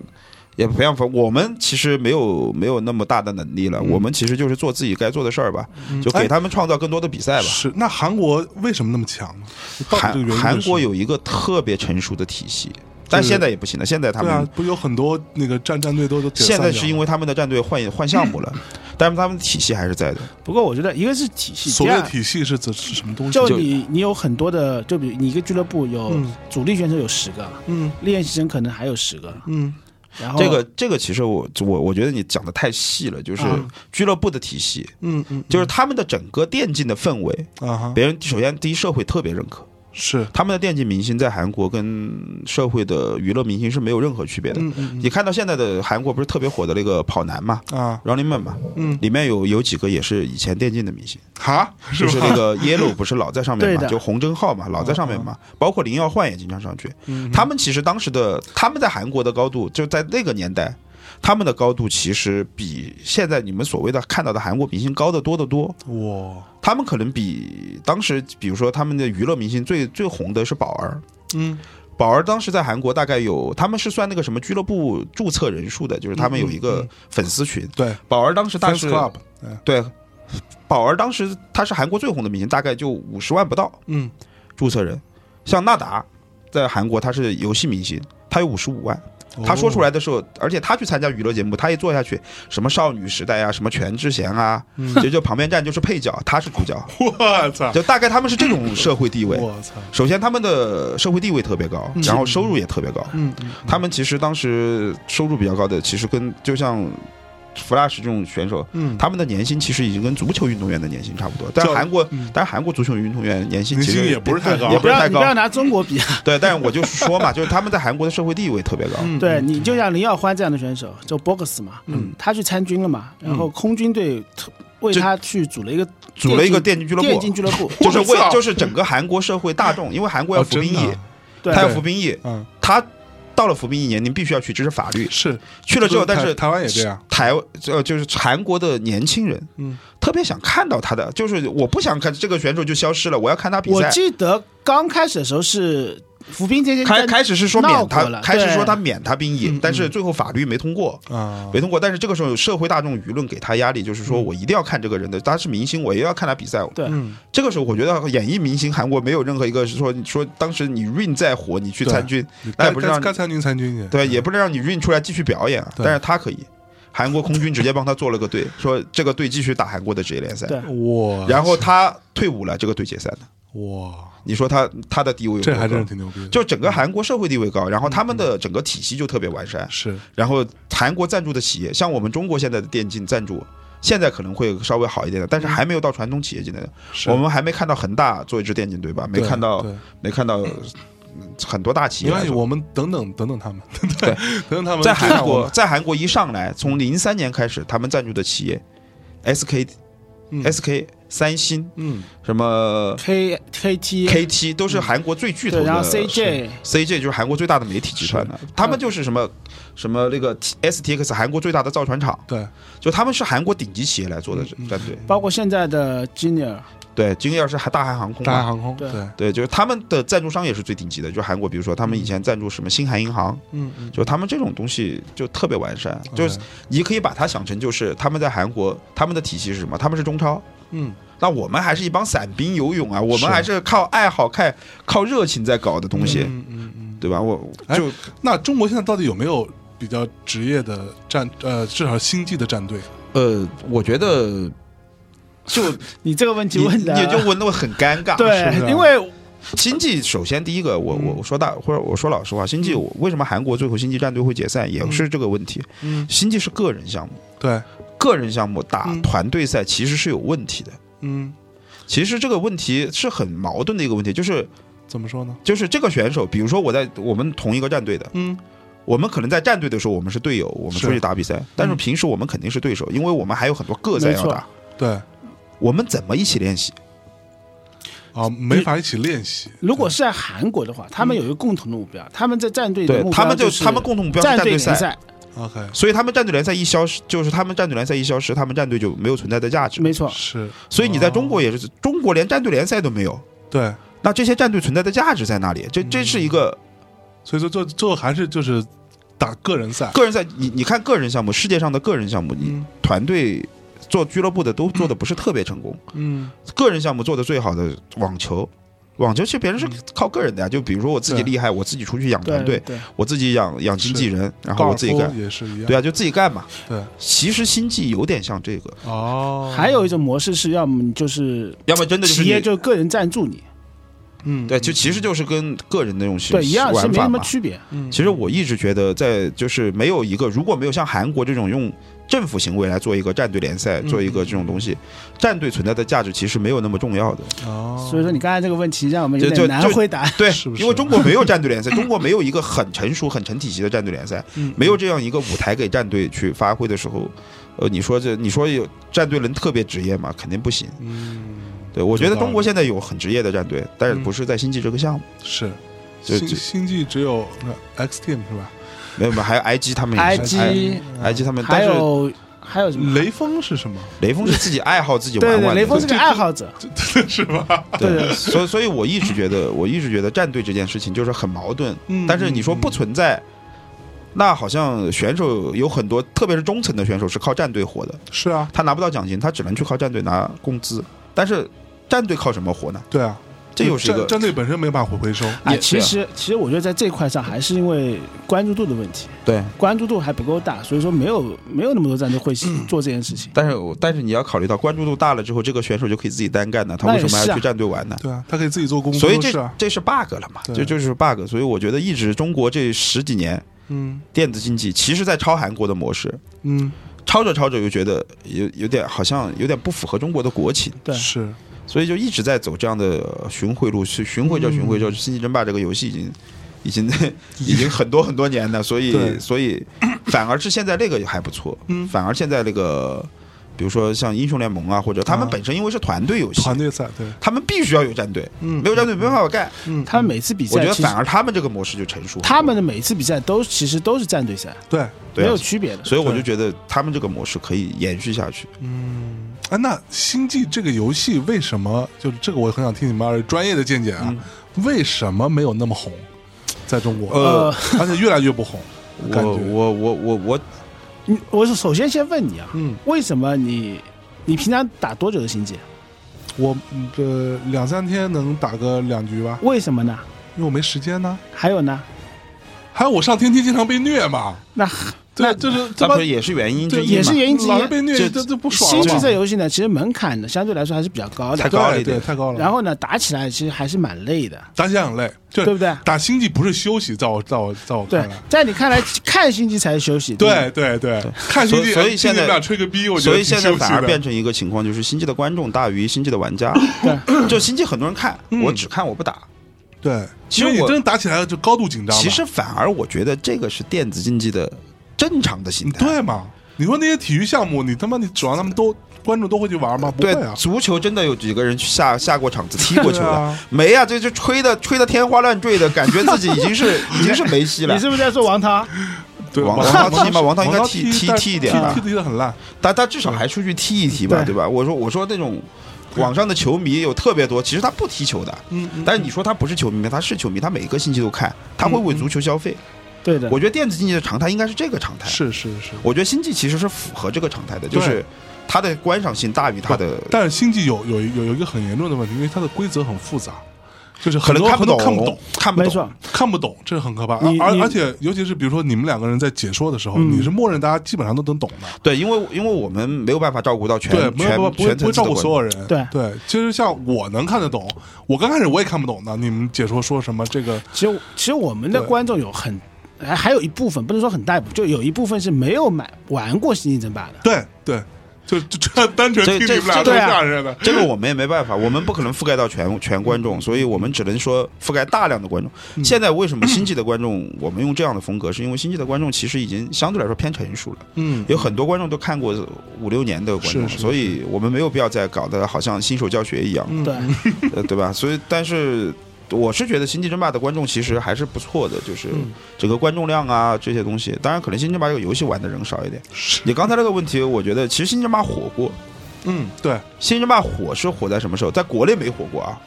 S2: 也培养我们其实没有没有那么大的能力了，
S3: 嗯
S2: 我们其实就是做自己该做的事儿吧，就
S3: 哎
S2: 给他们创造更多的比赛吧。
S1: 是那韩国为什么那么强呢？到底这个
S2: 韩
S1: 原因
S2: 韩
S1: 是
S2: 国有一个特别成熟的体系，但现在也不行了。现在他
S1: 对
S2: 们、
S1: 啊，不是有很多那个战战队都都解散
S2: 现
S1: 掉了
S2: 在是因为他们的战队换换项目了，
S1: *laughs*
S2: 但是他们的体系还是在的。
S3: 不过我觉得一个是体系，
S1: 所
S3: 第
S1: 谓的
S3: 二
S1: 体系是指是什么东西？
S3: 就
S2: 就
S3: 你你有很多的，就比如你一个俱乐部有
S1: 嗯
S3: 主力选手有十个，
S1: 嗯
S3: 练习生可能还有十个，
S1: 嗯
S3: 然后
S2: 这个这个其实我我我觉得你讲的太细了，就是
S3: 嗯
S2: 俱乐部的体系，
S1: 啊嗯嗯
S2: 就是他们的整个电竞的氛围，
S1: 啊哈，
S2: 别人首先第一社会特别认可，
S1: 是
S2: 他们的电竞明星在韩国跟社会的娱乐明星是没有任何区别的。
S1: 嗯嗯
S2: 你看到现在的韩国不是特别火的那个跑男嘛
S1: 嗯啊
S2: ，Running Man 嘛，
S1: 嗯
S2: 里面有有几个也是以前电竞的明星。
S1: 哈 *laughs* 是
S2: 就是
S1: 吧？
S2: 那个 Yellow 不是老在上面
S3: 对
S2: 嘛，
S3: 的
S2: 就洪真浩嘛，老在上面嘛，包括林耀焕也经常上去。他们其实当时的他们在韩国的高度，就在那个年代，他们的高度其实比现在你们所谓的看到的韩国明星高得多得多。
S1: 哇
S2: 他们可能比当时，比如说他们的娱乐明星最最红的是宝儿，
S1: 嗯
S2: 宝儿当时在韩国大概有，他们是算那个什么俱乐部注册人数的，就是他们有一个粉丝群。
S1: 对
S2: 宝儿当时大概
S1: Fans
S2: 是
S1: Club
S2: 对，宝儿当时她是韩国最红的明星，大概就五十万不到。
S1: 嗯
S2: 注册人，像纳达在韩国他是游戏明星，他有五十五万。
S1: 哦
S2: 他说出来的时候，而且他去参加娱乐节目，他一做下去，什么少女时代啊，什么全智贤啊，就就旁边站就是配角，他是主角，
S1: 我操
S2: 就大概他们是这种社会地位。
S1: 我操
S2: 首先，他们的社会地位特别高，然后收入也特别高。
S1: 嗯
S2: 他们其实当时收入比较高的，其实跟就像 Flash 这种选手，
S5: 嗯
S2: 他们的年薪其实已经跟足球运动员的年薪差不多，但
S1: 叫
S2: 韩国，但韩国足球运动员年
S1: 嗯
S2: 薪
S1: 年
S2: 其
S1: 薪
S2: 实
S1: 也不是太高
S2: 也
S3: 不
S2: 不是
S1: *laughs*
S3: 要
S2: 太
S3: 你不要
S2: 高。
S3: 拿中国
S2: *laughs*
S3: 比啊，
S2: 对，但是我就说嘛，就是他们在韩国的社会地位特别高。
S1: 嗯
S3: 对
S1: 哦
S3: 你就像林耀欢这样的选手，就 box 嘛，
S2: 嗯，
S3: 他去参军了嘛，然后空军队特为
S2: 这
S3: 他去组了一个
S2: 组了一个
S3: 电
S2: 电竞俱乐
S3: 电
S2: 部
S3: 竞，俱乐部，
S2: *laughs* 就是为
S3: *laughs*
S1: 我操
S2: 就是整个韩国社会
S1: *laughs*
S2: 大众，因为韩国要
S1: 哦
S2: 服兵
S1: 真的
S2: 役，
S3: 对
S2: 他要服兵役，
S1: 嗯，
S2: 他到了服兵役年龄必须要去，这是法
S1: *laughs*
S2: 律。
S1: 是
S2: 去了之后，但是
S1: 台台湾也这样，
S2: 台呃就是韩国的年轻人，
S5: 嗯，
S2: 特别想看到他的，就是我不想看这个选手就消失了，我要看他比
S3: 我
S2: 赛。
S3: 记得刚开始的时候是服兵这些
S2: 开开始是说免
S3: 闹
S2: 他
S3: 过了，
S2: 开始说他
S3: 对哦
S2: 免他兵
S5: 嗯
S2: 役
S5: 嗯，
S2: 但是最后法律没通过，
S1: 啊，
S2: 没通过。但是这个时候社会大众舆论给他压力，就是说我一定要看这个人的，他是明星，我也要看他比赛。
S3: 嗯对
S5: 嗯
S2: 这个时候我觉得演艺明星韩国没有任何一个是说说当时你 Rain 再火，你去
S1: 对
S2: 参军，
S1: 你该
S2: 那也不是让
S1: 该该参军参军去，
S2: 对，也不能让你 Rain 出来继续表演啊。
S1: 对
S2: 但是他可以，韩国空军直接帮他做了个
S3: *laughs*
S2: 队，说这个队继续打韩国的职业联赛。
S3: 对
S1: 哇，
S2: 然后他退伍了，这个队解散了。
S1: 哇，
S2: 你说他他的地位有
S1: 这还
S2: 多
S1: 真
S2: 高
S1: 是挺牛逼的，
S2: 就整个韩国社会地位
S1: 嗯
S2: 高，然后他们的整个体系就特别完善。
S1: 是
S2: 然后韩国赞助的企业，像我们中国现在的电竞赞助，现在可能会稍微好一点的，但是还没有到传统企业级的。
S1: 嗯是
S2: 我们还没看到恒大做一支电竞队吧？没
S1: 对
S2: 看到
S1: 对，
S2: 没看到嗯很多大企
S1: 没
S2: 业
S1: 关
S2: 来
S1: 系，
S2: 做。
S1: 我们等等等等他们，
S2: 对，
S1: 等等他们
S2: 在
S1: 追上
S2: 韩
S1: 我 *laughs*
S2: 国，
S1: 们，
S2: 在韩国一上来，从零三年开始，他们赞助的企业，SK、
S5: 嗯
S2: SK、三星、
S5: 嗯
S2: 什么
S3: K K T
S2: KT 都是韩国最巨头
S3: 对，
S2: 的，
S3: 然后 C J
S2: CJ 就是韩国最大的媒体集团的，他们就是什么什么那个 STX 韩国最大的造船厂，
S1: 对，
S2: 就他们是韩国顶级企业来做的
S1: 嗯嗯
S2: 战队。
S3: 包括现在的 Junior，
S2: 对，今个要是韩大韩航空
S1: 大韩航
S2: 嘛，
S1: 空，
S3: 对
S1: 对，
S2: 对，就是他们的赞助商也是最顶级的，就韩国，比如说他们以前赞助什么新韩银行，
S5: 嗯嗯，
S2: 就他们这种东西就特别完善，就是
S1: OK
S2: 你可以把它想成就是他们在韩国他们的体系是什么？他们是中超。
S5: 嗯，
S2: 那我们还是一帮散兵游泳啊，我
S1: 是
S2: 们还是靠爱好、靠靠热情在搞的东西，
S5: 嗯嗯嗯，
S2: 对吧？我
S1: 哎
S2: 就
S1: 那中国现在到底有没有比较职业的战呃，至少星际的战队？
S2: 呃，我觉得就
S3: 你这个问题
S2: 你
S3: 问的
S2: 你就问的很尴尬。
S1: 是
S3: 对，
S1: 的
S3: 因为
S2: 星际首先第一个，我我
S5: 嗯
S2: 我说大或者我说老实话，星际我为什么韩国最后星际战队会解散，也是这个问题。
S5: 嗯
S2: 星际是个人项目，
S1: 对，
S2: 个人项目打
S5: 嗯
S2: 团队赛其实是有问题的。
S5: 嗯
S2: 其实这个问题是很矛盾的一个问题，就是
S1: 怎么说呢？
S2: 就是这个选手，比如说我在我们同一个战队的，
S5: 嗯
S2: 我们可能在战队的时候我们是队友，我们
S1: 是
S2: 出去打比赛，但是平时我们肯定是对手，因为我们还有很多个赛
S3: 没
S2: 要
S3: 错
S2: 打，
S1: 对
S2: 我们怎么一起练习？
S1: 啊，没法一起练习。
S3: 如果是在韩国的话，他们有一个共同的目标，他们在战队
S2: 嗯
S3: 的
S2: 对
S3: 目标
S2: 他们就
S3: 就是
S2: 他们共同目标是
S3: 战
S2: 战队
S3: 联
S2: 赛。
S3: 赛，
S1: OK，
S2: 所以他们战队联赛一消失，就是他们战队联赛一消失，他们战队就没有存在的价值。
S3: 没错，
S1: 是，
S2: 所以你在中国也是，中国连战队联赛都没有，
S1: 对，
S2: 那这些战队存在的价值在哪里？这这是一个
S1: 所以说最最后还是就是打个人赛，
S2: 个人赛，你你看个人项目，世界上的个人项目，你
S5: 嗯
S2: 团队做俱乐部的都做的不是特别成功，
S5: 嗯
S2: 个人项目做的最好的网球。网球其实别人是靠个人的呀，就比如说我自己
S1: 对
S2: 厉害，我自己出去养
S3: 对
S2: 团队，
S3: 对，
S2: 我自己养养经纪人，然后我自己
S1: 高尔
S2: 干
S1: 夫，也是一样。
S2: 对啊，就自己干嘛。
S1: 对，
S2: 其实星际有点像这个，
S1: 哦，
S3: 还有一种模式是要么你就是
S2: 要么真的就是
S3: 企业
S2: 你
S3: 就个人赞助你，
S5: 嗯，
S2: 对，就其实就是跟个人那种形
S3: 对，一样是
S2: 玩
S3: 没
S2: 法
S3: 什么
S2: 嘛。
S3: 区别，
S5: 嗯，
S2: 其实我一直觉得，在就是没有一个，如果没有像韩国这种用政府行为来做一个战队联赛，
S5: 嗯
S2: 做一个这种东西，战队存在的价值其实没有那么重要的。
S1: 哦，
S3: 所以说你刚才这个问题让我们有
S2: 就
S3: 点
S2: 就
S3: 难
S2: 就
S3: 回答。
S2: 对，
S1: 是不是
S2: 因为中国没有战队联赛， *coughs* 中国没有一个很成熟、很成体系的战队联赛，没有这样一个舞台给战队去发挥的时候，呃，你说这你说有战队能特别职业吗？肯定不行。
S1: 嗯
S2: 对，我觉
S1: 有
S2: 得
S1: 道理
S2: 中国现在有很职业的战队，但是
S5: 嗯
S2: 不是在星际这个项目，
S1: 是。
S2: 就
S1: 星
S2: 就
S1: 星际只有那 X Team 是吧？
S2: 没有没有，还有 IG 他们也
S3: IG
S2: 是 IG 他们，但
S3: 嗯还
S2: 是
S3: 有还有什么？
S1: 雷锋是
S2: *laughs*
S1: 什么？
S2: 雷锋是自
S3: *laughs*
S2: 己爱好自己
S3: 对
S2: 玩
S3: 对，
S2: 玩的，
S3: 雷锋是个爱好者，
S1: 是吧？
S2: 对，所以所以我一直觉得，我一直觉得战队这件事情就是很矛盾，
S3: 嗯
S2: 但是你说不存在。那好像选手有很多，特别是中层的选手是靠战队火的，
S1: 是啊，
S2: 他拿不到奖金，他只能去靠战队拿工资。但是战队靠什么火呢？
S1: 对啊，
S2: 这又是一
S1: 战
S2: 个
S1: 战队本身没办法回收，
S3: 哎，
S2: 也啊
S3: 其
S2: 是
S3: 实其实我觉得在这块上还是因为关注度的问题，
S2: 对。
S3: 关注度还不够大，所以说没有没有那么多战队
S2: *clears throat*
S3: 会做这件事情。
S2: 但是我但是你要考虑到关注度大了之后，这个选手就可以自己单干呢，他为什么
S3: 那也是
S2: 要
S3: 啊
S2: 去战队玩呢？
S1: 对啊，他可以自己做工作，
S2: 所以
S1: 是
S2: 这
S1: 啊
S2: 这是 bug 了嘛？
S1: 对
S2: 这就是 bug。所以我觉得一直中国这十几年
S5: 嗯
S2: 电子竞技其实在抄韩国的模式，
S5: 嗯
S2: 抄着抄着又觉得有有点好像有点不符合中国的国情，
S3: 对
S1: 是
S2: 所以就一直在走这样的呃巡回路，是巡回叫
S1: 嗯
S2: 巡回叫《星际争霸》这个游戏已经。已
S1: *laughs*
S2: 经已经很多很多年了，所以
S1: 对嗯 *laughs*
S2: 所以反而是现在这个还不错，反而现在这个，比如说像英雄联盟啊，或者他们
S1: 啊
S2: 本身因为是团队游戏，
S1: 团队赛，对，
S2: 他们必须要有战队，没有战队没办法干。
S1: 嗯，
S3: 他们每次比
S2: 我
S3: 赛
S2: 觉得
S3: 其实
S2: 反而他们这个模式就成熟很多，
S3: 他们的每一次比赛都其实都是战队赛，
S1: 对，
S2: 对
S3: 没
S2: 啊
S3: 有区别的。
S2: 所以我就觉得他们这个模式可以延续下去。
S1: 哎，那《星际》这个游戏为什么就是这个？我很想听你们二位专业的见解啊，为什么没有那么红，在中国？
S2: 呃，
S1: 而且越来越不 *laughs* 红，感
S2: 我
S1: 觉
S2: 我我我我
S3: 你我是首先先问你啊，
S1: 嗯，
S3: 为什么你你平常打多久的星际？
S1: 我这两三天能打个两局吧，
S3: 为什么呢？
S1: 因为我没时间呢。
S3: 还有呢？
S1: 还有我上天梯经常被虐嘛，
S3: 那
S1: 对，就是这
S2: 那
S1: 帮
S2: 不是也是原因之
S1: 对
S2: 一
S3: 也
S2: 嘛
S3: 是原因之一
S1: 老是被虐，
S2: 这
S1: 这这不爽
S3: 星
S1: 了
S3: 际
S1: 嘛
S3: 这游戏呢，其实门槛呢相对来说还是比较高
S2: 太
S3: 的，
S2: 高了
S1: 对
S2: 一点
S1: 对，太高了。
S3: 然后呢打起来其实还是蛮累的，
S1: 打起来很累，对
S3: 对不对？
S1: 打星际不是休息，在我在我在我
S3: 对
S1: 看来，，
S3: 在你看来看星际才是休息，
S1: 对对对，看星际，
S2: 所以所以
S1: 哎
S2: 现在
S1: 你们俩吹个逼，我觉
S2: 所
S1: 得
S2: 以现
S1: 挺
S2: 在
S1: 休息
S2: 反而
S1: 的
S2: 变成一个情况，就是星际的观众大于星际的玩家。
S1: *clears throat*
S2: 就星际很多人看，
S1: 嗯
S2: 我只看我不打。
S1: 对，
S2: 其
S1: 因
S2: 实
S1: 为你
S2: 我
S1: 真的打起来了就高度紧张嘛，
S2: 其实反而我觉得这个是电子竞技的正常的心
S1: 你
S2: 态。
S1: 对啊嘛？你说那些体育项目，你他妈你指望他们都观众都会去玩吗？不会
S2: 对
S1: 啊，
S2: 足球真的有几个人去下下过场子、踢过
S1: 对
S2: 球的
S1: 啊？
S2: 没啊，这就吹的吹的天花乱坠的，感觉自己已经
S1: *laughs*
S2: 是已经是梅西了
S3: 你。是不是在说王涛？
S1: 对
S2: 王
S1: 王
S2: 王
S1: 涛
S2: 涛踢嘛王涛应该
S1: 王
S2: 踢踢
S1: 但
S2: 踢一点吧
S1: 踢踢的很烂，
S2: 但他至少还出去踢一踢嘛，
S3: 对
S2: 对吧？我说我说那种网上的球迷有特别多，其实他不踢球的，
S1: 嗯嗯嗯
S2: 但是你说他不是球迷吗，他是球迷，他每个星期都看，他会为足球消费。
S3: 对的，
S2: 我觉得电子竞技的常态应该是这个常态。
S1: 是是是。
S2: 我觉得星际其实是符合这个常态的，
S1: 对
S2: 就是它的观赏性大于它的。
S1: 但是星际有有有有一个很严重的问题，因为它的规则很复杂，就是
S2: 可
S1: 很
S2: 能
S1: 多
S2: 看不
S1: 很多看不
S2: 懂，
S1: 懂，，
S2: 看不
S3: 没
S2: 懂。
S3: 错，
S1: 看不懂，这是很可怕。
S3: 你
S1: 而
S3: 你
S1: 而且尤其是比如说你们两个人在解说的时候，
S3: 嗯
S1: 你是默认大家基本上都能懂的，
S2: 对，因为因为我们没有办法照顾到全
S1: 对，没有
S2: 全
S1: 办法不会
S2: 全
S1: 不会
S2: 层次
S1: 照
S2: 的
S1: 顾所
S2: 观众
S1: 有人。
S3: 对
S1: 对，其实像我能看得懂，我刚开始我也看不懂的，你们解说说什么这个
S3: 其实其实我们的
S1: 对
S3: 观众有很。还还有一部分不能说很大一部分，就有一部分是没有买玩过《星际争霸》的。
S1: 对对，就就这单纯
S2: 这
S1: 听你
S2: 这
S1: 们俩
S2: 这
S1: 对
S3: 对啊
S1: 吓人的。
S2: 这个我们也没办法，我们不可能覆盖到全全观众，所以我们只能说覆盖大量的观众。
S1: 嗯
S2: 现在为什么星际的观众我们用这样的风格，是因为星际的观众其实已经相对来说偏成熟了，
S1: 嗯，
S2: 有很多观众都看过五六年的观众了，
S1: 是是
S2: 所以我们没有必要再搞得好像新手教学一
S1: 嗯
S2: 样，
S3: 对，
S2: 呃，对吧？所以，但是我是觉得《星际争霸》的观众其实还是不错的，就是
S1: 嗯
S2: 整个观众量啊这些东西。当然，可能《星际争霸》这个游戏玩的人少一点。
S1: 是
S2: 你刚才那个问题，我觉得其实《星际争霸》火过，《
S1: 嗯，对，
S2: 星际争霸》火是火在什么时候？在国内没火过啊，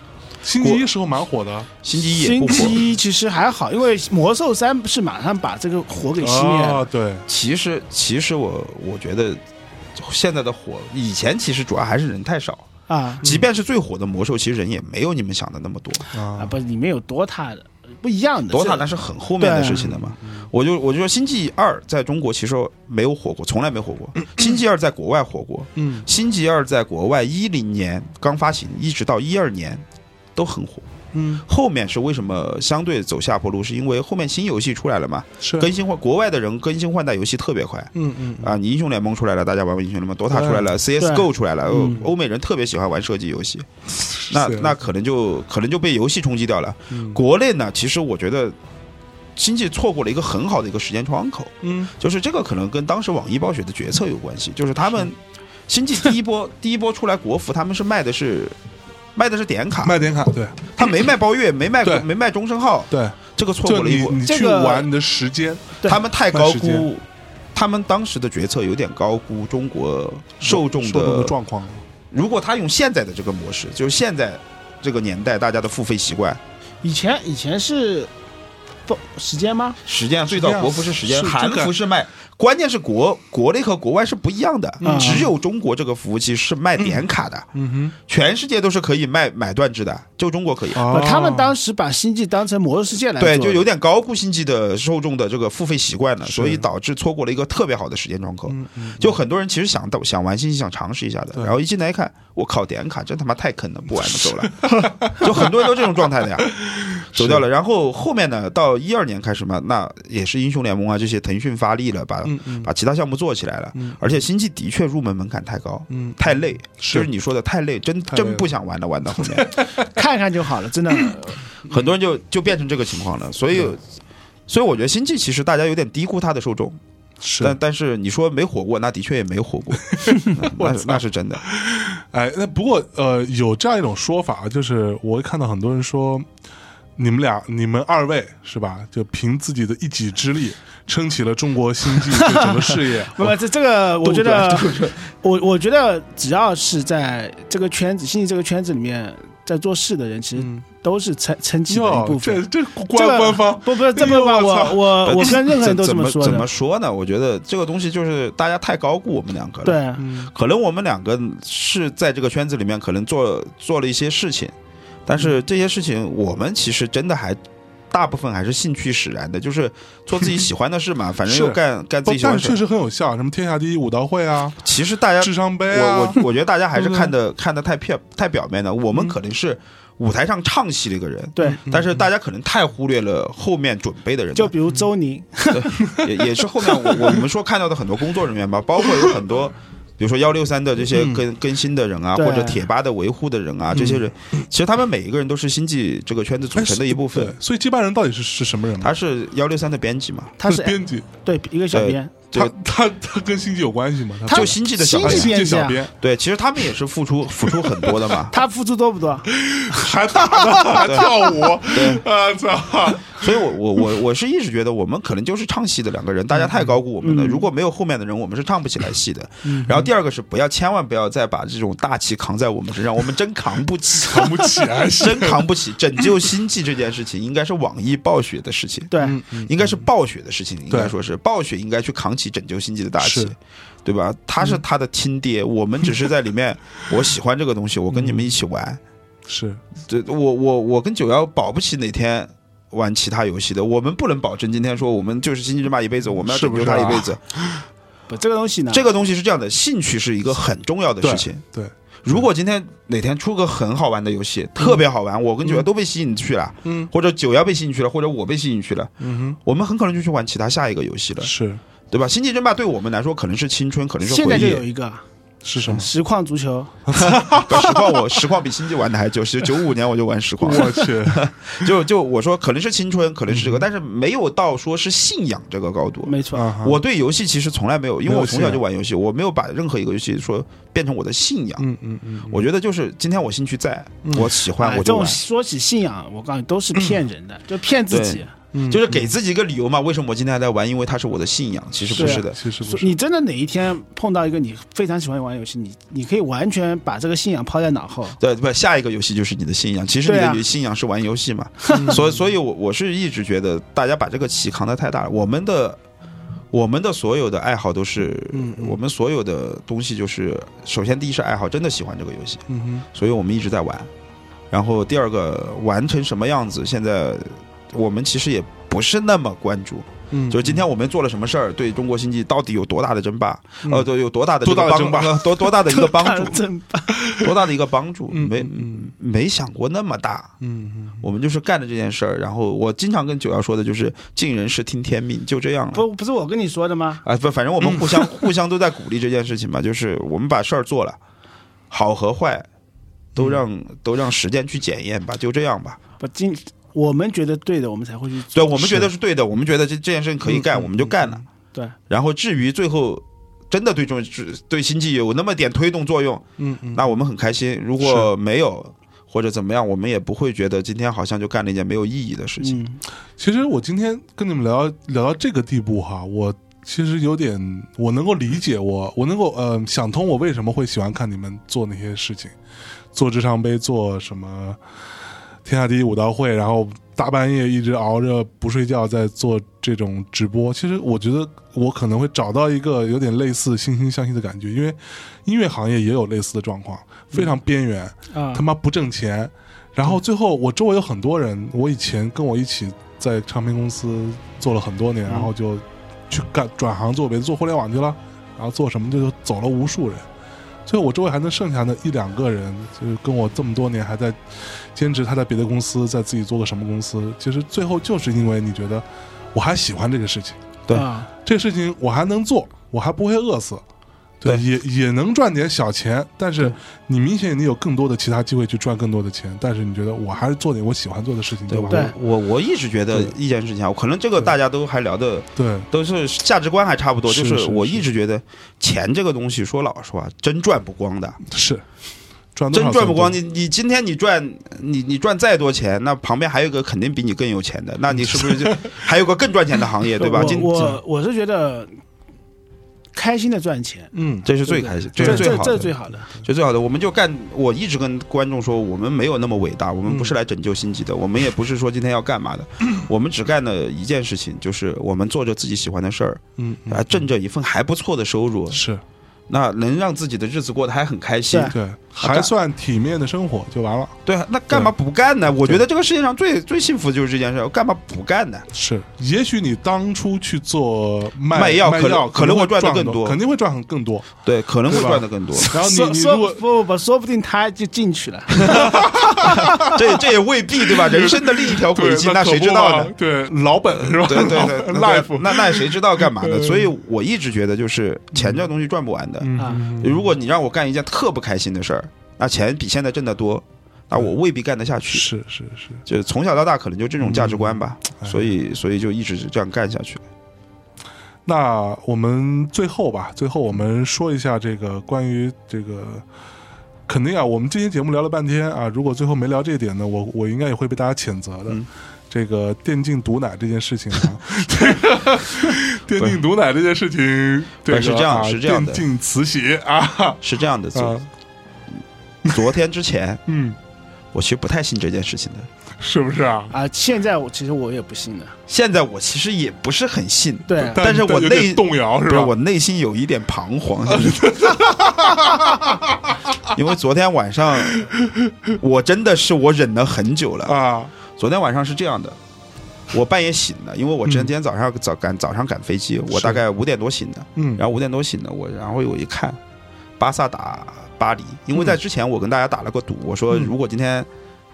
S1: 星期一时候蛮火的，
S2: 《星际一》也
S3: 星
S2: 不火。
S3: 期一其实还好，因为魔兽三是马上把这个火给熄灭
S2: 哦
S3: 了。
S1: 啊，对，
S2: 其实，其实我我觉得现在的火，以前其实主要还是人太少。
S3: 啊
S2: 即便是最火的魔兽，其实人也没有你们想的那么多。
S3: 啊！
S1: 啊，
S3: 不，里面有 DOTA 的，不一样的。
S2: DOTA
S3: 这
S2: 那是很后面的事情的嘛。我就我就说，《星际二》在中国其实没有火过，从来没火过。星际二》在国外火过，
S1: 嗯，
S2: 《星际二》在国外一零年刚发行，一直到一二年都很火。
S1: 嗯，
S2: 后面是为什么相对走下坡路？是因为后面新游戏出来了嘛？
S1: *laughs* 是，
S2: 更新换国外的人更新换代游戏特别快。
S1: 嗯嗯，
S2: 啊，你英雄联盟出来了，大家玩玩英雄联盟；DOTA 出来了，CSGO 出来了，欧欧美人特别喜欢玩射击游戏，那
S1: 嗯是
S2: 那可能就可能就被游戏冲击掉了。
S1: 嗯
S2: 国内呢，其实我觉得。经济错过了一个很好的一个时间窗口，
S1: 嗯，
S2: 就是这个可能跟当时网易暴雪的决策有关系，就是他们星际第一波 *laughs* 第一波出来国服，他们是卖的是卖的是点卡，
S1: 卖点卡，对
S2: 他没卖包月，没卖
S1: 对
S2: 没卖终身号，
S1: 对，
S2: 这个错
S1: 就
S2: 过了一
S1: 你
S2: 波，
S1: 你
S3: 这
S1: 去
S3: 个
S1: 玩你的时间，
S3: 对
S2: 他们太高
S1: 看时间
S2: 估，他们当时的决策有点高估中国受众
S1: 受众的
S2: 的。
S1: 状况，
S2: 如果他用现在的这个模式，就是现在这个年代大家的付费习惯，
S3: 以前以前是不时间吗？
S2: 实际上最
S1: 是这
S2: 早
S1: 样
S2: 国服是时间，
S1: 啊是
S2: 韩
S1: 这个
S2: 服是卖，关键是国国内和国外是不一样的，
S3: 嗯
S2: 只有中国这个服务器是卖点卡的，
S1: 嗯
S2: 全世界都是可以卖买断制的，就中国可以。
S1: 哼，
S3: 不
S1: 哦
S3: 他们当时把星际当成魔兽世界来做
S2: 对，
S3: 的，
S2: 就有点高估星际的受众的这个付费习惯了，
S1: 是
S2: 所以导致错过了一个特别好的时间窗口。
S1: 嗯嗯
S2: 就很多人其实想到想玩星际，想尝试一下的，
S1: 对
S2: 然后一进来一看，我靠，点卡真他妈太坑了，不玩了，走了。
S1: *laughs*
S2: 就很多人都这种状态的呀，走掉了。然后后面呢，到一二年开始嘛，那也是英雄联盟啊这些腾讯发力了，把嗯嗯，把其他项目做起来了。而且星际的确入门门槛太高，
S1: 嗯
S2: 太累，
S1: 是
S2: 就是你说的太累，真
S1: 太累了
S2: 真不想玩了，玩到后面，
S3: 看看就好了，真
S2: *laughs*
S3: 的。。
S2: 很多人就就变成这个情况了。所以，所以我觉得星际其实大家有点低估它的受众，
S1: 是
S2: 但但是你说没火过，那的确也没火过，嗯那是那是真的。
S1: 哎，那不过呃，有这样一种说法，啊就是我会看到很多人说，你们俩，你们二位是吧，就凭自己的一己之力，撑起了中国星际这整个事业
S3: *laughs* 不，这这个我觉得，我我觉得只要是在这个圈子，信息这个圈子里面在做事的人，其实都是成成绩的一
S1: 嗯
S3: 部
S1: 哟，这
S3: 分。
S1: 这
S3: 这
S1: 官
S3: 个
S1: 官方
S3: 不不是这
S1: 哎
S3: 么
S1: 呦
S3: 官
S1: 我操
S3: 我呃我
S2: *laughs*
S3: 我跟任何人都这
S2: 怎
S3: 么说
S2: 怎么
S3: 的。
S2: 说呢？我觉得这个东西就是大家太高估我们两个了。
S3: 对，
S1: 嗯
S2: 可能我们两个是在这个圈子里面，可能做做了一些事情，但
S3: 嗯
S2: 是这些事情我们其实真的还大部分还是兴趣使然的，就是做自己喜欢的事嘛，反正又
S1: 是
S2: 干干
S1: 不
S2: 自己，喜欢
S1: 但
S2: 的
S1: 是确
S2: 事。
S1: 实很有效，什么天下第一武道会啊，
S2: 其实
S3: 呃
S2: 大家，
S1: 智商杯啊，
S2: 我我我觉得大家还是
S1: 对
S3: 嗯
S1: 不对
S2: 看的看的太片太表面了。我们
S1: 嗯
S2: 可能是舞台上唱戏的一个人，
S3: 对，
S2: 但是大家可能太忽略了后面准备的人了，
S3: 就比如周宁，
S1: 嗯
S2: 也也是后面我
S3: *laughs*
S2: 我们说看到的很多工作人员吧，包括有很多，比如说幺六三的这些更更新的人啊，
S3: 嗯对嗯
S2: 或者贴吧的维护的人啊，这些人，其实他们每一个人都是星际这个圈子组
S1: 哎
S2: 成的一部分
S1: 对。所以接班人到底是是什么人呢？
S2: 他是幺六三的编辑嘛，
S3: 他是
S1: 编呃辑，
S3: 对一个小编，
S2: 这
S1: 他
S2: 个
S1: 他他跟星际有关系吗？
S3: 他
S2: 就星际的小
S1: 他
S3: 星
S1: 是
S3: 际
S1: 星
S2: 编。
S3: 编
S1: 际
S3: 辑啊，
S1: 小编，
S2: 对，其实他们也是付出付出很多的嘛
S3: 他付出多不多？
S1: 嗯还打的还跳舞，啊操！
S2: 所以我我我我是一直觉得我们可能就是唱戏的两个人，大家太高估我们了。
S1: 嗯
S2: 如果没有后面的人，我们是唱不起来戏的。然后第二个是不要千万不要再把这种大旗扛在我们身上，我们真扛
S1: *laughs*
S2: 不起，
S1: 扛不起啊！
S2: *laughs*
S1: 是
S2: 真扛不起。拯救星际这件事情，应该是网易暴雪的事情，
S3: 对，
S1: 嗯
S2: 应该是暴雪的事情，应该
S1: 对
S2: 说是暴雪应该去扛起拯救星际的大旗
S1: 是，嗯
S2: 对吧？他是他的亲爹，我们只是在
S1: *laughs*
S2: 里面，我喜欢这个东西，我跟你们一起玩。
S1: 是
S2: 这我我我跟九幺保不齐哪天。玩其他游戏的，我们不能保证今天说我们就是星际争霸一辈子，我们要
S1: 是
S2: 拯
S1: 不
S2: 救
S1: 是
S2: 他一
S1: 啊
S2: 辈子。
S3: 不，这个东西呢，
S2: 这个东西是这样的，兴趣是一个很重要的
S1: 对
S2: 事情。
S1: 对，
S2: 如果今天哪天出个很好玩的游戏，特别好玩，我跟九幺都被吸引去了，
S1: 嗯，
S2: 或者九幺被吸引去了，或者我被吸引去了，
S1: 嗯
S2: 我们很可能就去玩其他下一个游戏了，
S1: 是
S2: 对吧？星际争霸对我们来说可能是青春，可能是
S3: 现
S2: 回
S3: 在就有
S2: 忆。
S3: 一个
S1: 是什么？
S3: 实况足球，
S2: 不实况我实况比星际玩的还久，其实九五年我就玩实况
S1: *laughs*
S2: 了，
S1: 我
S2: *laughs*
S1: 去，
S2: 就就我说可能是青春，可能是
S3: 嗯
S2: 这个，但是没有到说是信仰这个高度。
S3: 没错，
S1: 啊哈
S2: 我对游戏其实从来没有，因为
S1: 没
S2: 我
S1: 有
S2: 从小
S1: 信
S2: 就
S1: 仰
S2: 玩游戏，我没有把任何一个游戏说变成我的信仰。
S1: 嗯嗯嗯，
S2: 我觉得就是今天我兴趣在，我喜欢我
S3: 哎这
S2: 就
S3: 种
S2: 玩，
S3: 说起信仰，我告诉你都是骗人的，就骗自己。
S2: 就是给
S3: 嗯
S2: 自己一个理由嘛。为什么我今天还在玩？因为它是我的信仰，其实不
S3: 是啊
S2: 是的。
S1: 其实不
S3: 说
S1: 嗯是，
S3: 你真的哪一天碰到一个你非常喜欢玩的游戏，你你可以完全把这个信仰抛在脑后。
S2: 对，不，下一个游戏就是你的信仰。其实你
S3: 对啊
S2: 的信仰是玩游戏嘛，
S1: *laughs* 嗯
S2: 所以，所以我我是一直觉得大家把这个旗扛得太大了。我们的我们的所有的爱好都是，我们所有的东西就是，首先第一是爱好，真的喜欢这个游戏，
S1: 嗯
S2: 所以我们一直在玩。然后第二个玩成什么样子，现在我们其实也不是那么关注，
S1: 嗯
S2: 就是今天我们做了什么事儿，对中国经济到底有多大的争霸，呃，对，有多大的
S1: 多大的
S2: 这个
S1: 争霸
S2: 帮，呃多多大的一个帮
S3: *laughs*
S2: 助，
S3: 真
S2: 多大的一个帮助，
S1: 嗯
S2: 没
S1: 嗯
S2: 没想过那么大。
S1: 嗯嗯，
S2: 我们就是干了这件事儿，然后我经常跟九幺说的就是尽人事听天命，就这样了。
S3: 不不是我跟你说的吗？
S2: 啊，不，反正我们互相互相都在鼓励这件事情嘛，就是我们把事儿做了，好和坏都让都让时间去检验吧，就这样吧。
S3: 不今我们觉得对的，我们才会去
S2: 对
S3: 做。
S2: 我们觉得是对的，我们觉得这这件事情
S1: 嗯
S2: 可以干，我们就干了。
S3: 对，
S2: 然后至于最后真的对中对经济有那么点推动作用，
S1: 嗯嗯，
S2: 那我们很开心。如果没有或者怎么样，我们也不会觉得今天好像就干了一件没有意义的事情。
S3: 嗯，
S1: 其实我今天跟你们聊聊到这个地步哈，我其实有点，我能够理解我，我能够呃想通我为什么会喜欢看你们做那些事情，做智商杯，做什么天下第一武道会，然后大半夜一直熬着不睡觉在做这种直播。其实我觉得我可能会找到一个有点类似惺惺相惜的感觉，因为音乐行业也有类似的状况，非常边缘。
S3: 啊
S1: 他，妈不挣钱。然后最后，我周围有很多人，我以前跟我一起在唱片公司做了很多年，
S3: 嗯
S1: 然后就去干转行做别的，做互联网去了，然后做什么就就走了无数人。最后我周围还能剩下那一两个人，就是跟我这么多年还在兼职，他在别的公司，在自己做个什么公司。其实最后就是因为你觉得我还喜欢这个事情，
S2: 对
S3: 啊，
S1: 这个事情我还能做，我还不会饿死，
S2: 对
S1: 也也能赚点小钱，但是你明显你有更多的其他机会去赚更多的钱，但是你觉得我还是做点我喜欢做的事情就完
S2: 我
S1: 了，
S2: 我我一直觉得
S1: 对
S2: 一件事情啊，可能这个大家都还聊的
S1: 对
S2: 都是价值观还差不多，
S1: 是
S2: 就是我
S1: 是
S2: 一直觉得钱这个东西，说老实话，真赚不光的，
S1: 是赚多少
S2: 真赚
S1: 钱
S2: 不光。
S1: 都
S2: 你你今天你赚你你赚再多钱，那旁边还有一个肯定比你更有钱的，那你是不是就还有个更赚钱的行业，对吧？今
S3: 我我我是觉得开心的赚钱，
S1: 嗯，
S2: 这是最开心，这
S3: 这
S2: 是最
S3: 这
S2: 好
S3: 这
S2: 的
S3: 是，最好的。
S2: 这是最好的。我们就干，我一直跟观众说，我们没有那么伟大，我们不是来拯救星级的，我们也不是说今天要干嘛的，我们只干了一件事情，就是我们做着自己喜欢的事儿，
S1: 嗯，嗯
S2: 啊，挣着一份还不错的收入，
S1: 是
S2: 那能让自己的日子过得还很开心
S3: 对。
S1: 对，还算体面的生活就完了。
S2: 对啊，那干嘛不干呢？我觉得这个世界上最最幸福的就是这件事，干嘛不干呢？
S1: 是，也许你当初去做卖
S2: 卖药
S1: 卖
S2: 可能
S1: 药
S2: 可能
S1: 会
S2: 会赚得
S1: 更
S2: 更多
S1: 肯定会赚很更
S2: *laughs*
S1: 多。
S2: 对，可能会
S1: 对吧
S2: 赚的更多。
S1: 然后你
S3: 说
S1: 你
S3: 说
S1: 如
S3: 不
S1: 果
S3: 不不，说不定他就进去了。
S2: 这这也未 *laughs* 必对吧？人生的另一条轨迹，
S1: 对
S2: 那
S1: 可
S2: 谁
S1: 不
S2: 知道
S1: 嘛
S2: 呢？ *laughs*
S1: 对，老本是吧？
S2: 对对 *laughs* 对
S1: ，life
S2: 那那谁知道干嘛呢？
S1: 嗯
S2: 所以我一直觉得，就是钱这东西赚不完的。
S1: 嗯
S3: 啊
S1: 嗯嗯
S2: 如果你让我干一件特不开心的事儿，那钱比现在挣得多，那我未必干得下去。
S1: 是是是，
S2: 就从小到大，可能就这种价值观吧，
S1: 哎
S2: 所以所以就一直这样干下去。
S1: 那我们最后吧，最后我们说一下这个关于这个。肯定啊，我们今天节目聊了半天啊，如果最后没聊这一点呢，我我应该也会被大家谴责的。
S2: 嗯
S1: 这个电竞毒奶这件事情
S2: *laughs*
S1: 啊，电竞毒奶这件事情，这个、
S2: 是这样
S1: 啊、
S2: 是这样的
S1: 电竞慈禧啊，
S2: 是这样的，昨
S1: 啊
S2: 昨天之前， *laughs*
S1: 嗯，
S2: 我其实不太信这件事情的。
S1: 是不是啊？
S3: 啊，现在我其实我也不信了。
S2: 现在我其实也不是很信，
S3: 对啊，
S2: 但是我
S1: 有
S2: 内
S1: 点动摇哦是
S2: 不是
S1: 吧？
S2: 我内心有一点彷徨，
S1: *laughs*
S2: 因为昨天晚上我真的是我忍了很久了。
S1: 啊，
S2: 昨天晚上是这样的，我半夜醒的，因为我今天早上早赶早上赶飞机，我
S1: 是
S2: 大概五点多醒的，
S1: 嗯，
S2: 然后五点多醒的，我然后我一看，巴萨打巴黎，因为在之前我跟大家打了个赌，我说
S1: 嗯
S2: 如果今天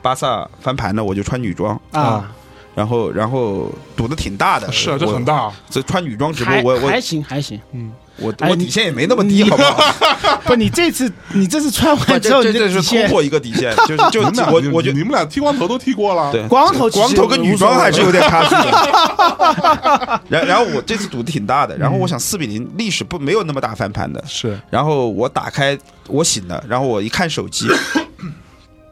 S2: 巴萨翻盘了，我就穿女装，
S1: 啊
S3: 啊，
S2: 然后然后赌的挺大的，
S1: 是啊，这
S2: 我
S1: 很，大，
S2: 这穿女装直播
S3: 还，
S2: 我我
S3: 还行还行。
S1: 嗯，
S2: 我
S3: 哎
S2: 我
S3: 你
S2: 底线也没那么低，好不好？
S3: 不，你这次你这次穿
S2: 不
S3: 完
S2: *laughs*
S3: 之
S2: 这
S3: 后，
S2: 这
S3: 你的
S2: 这是
S3: 底
S2: 突
S3: 线
S2: 破一个底线，就是就 *laughs*
S1: 你们俩
S2: 我
S1: 你
S2: 我觉
S1: 你
S2: 得
S1: 们俩剃光头都剃过了，
S2: 对
S3: 光头其实
S2: 光头跟女装还是有点差距的。
S3: *laughs*
S2: 然然后我这次赌的挺大的，然后我想四比零，历史不没有那么大翻盘的。
S1: 是
S2: 然后我打开我醒了，然后我一看手
S3: *laughs*
S2: 机，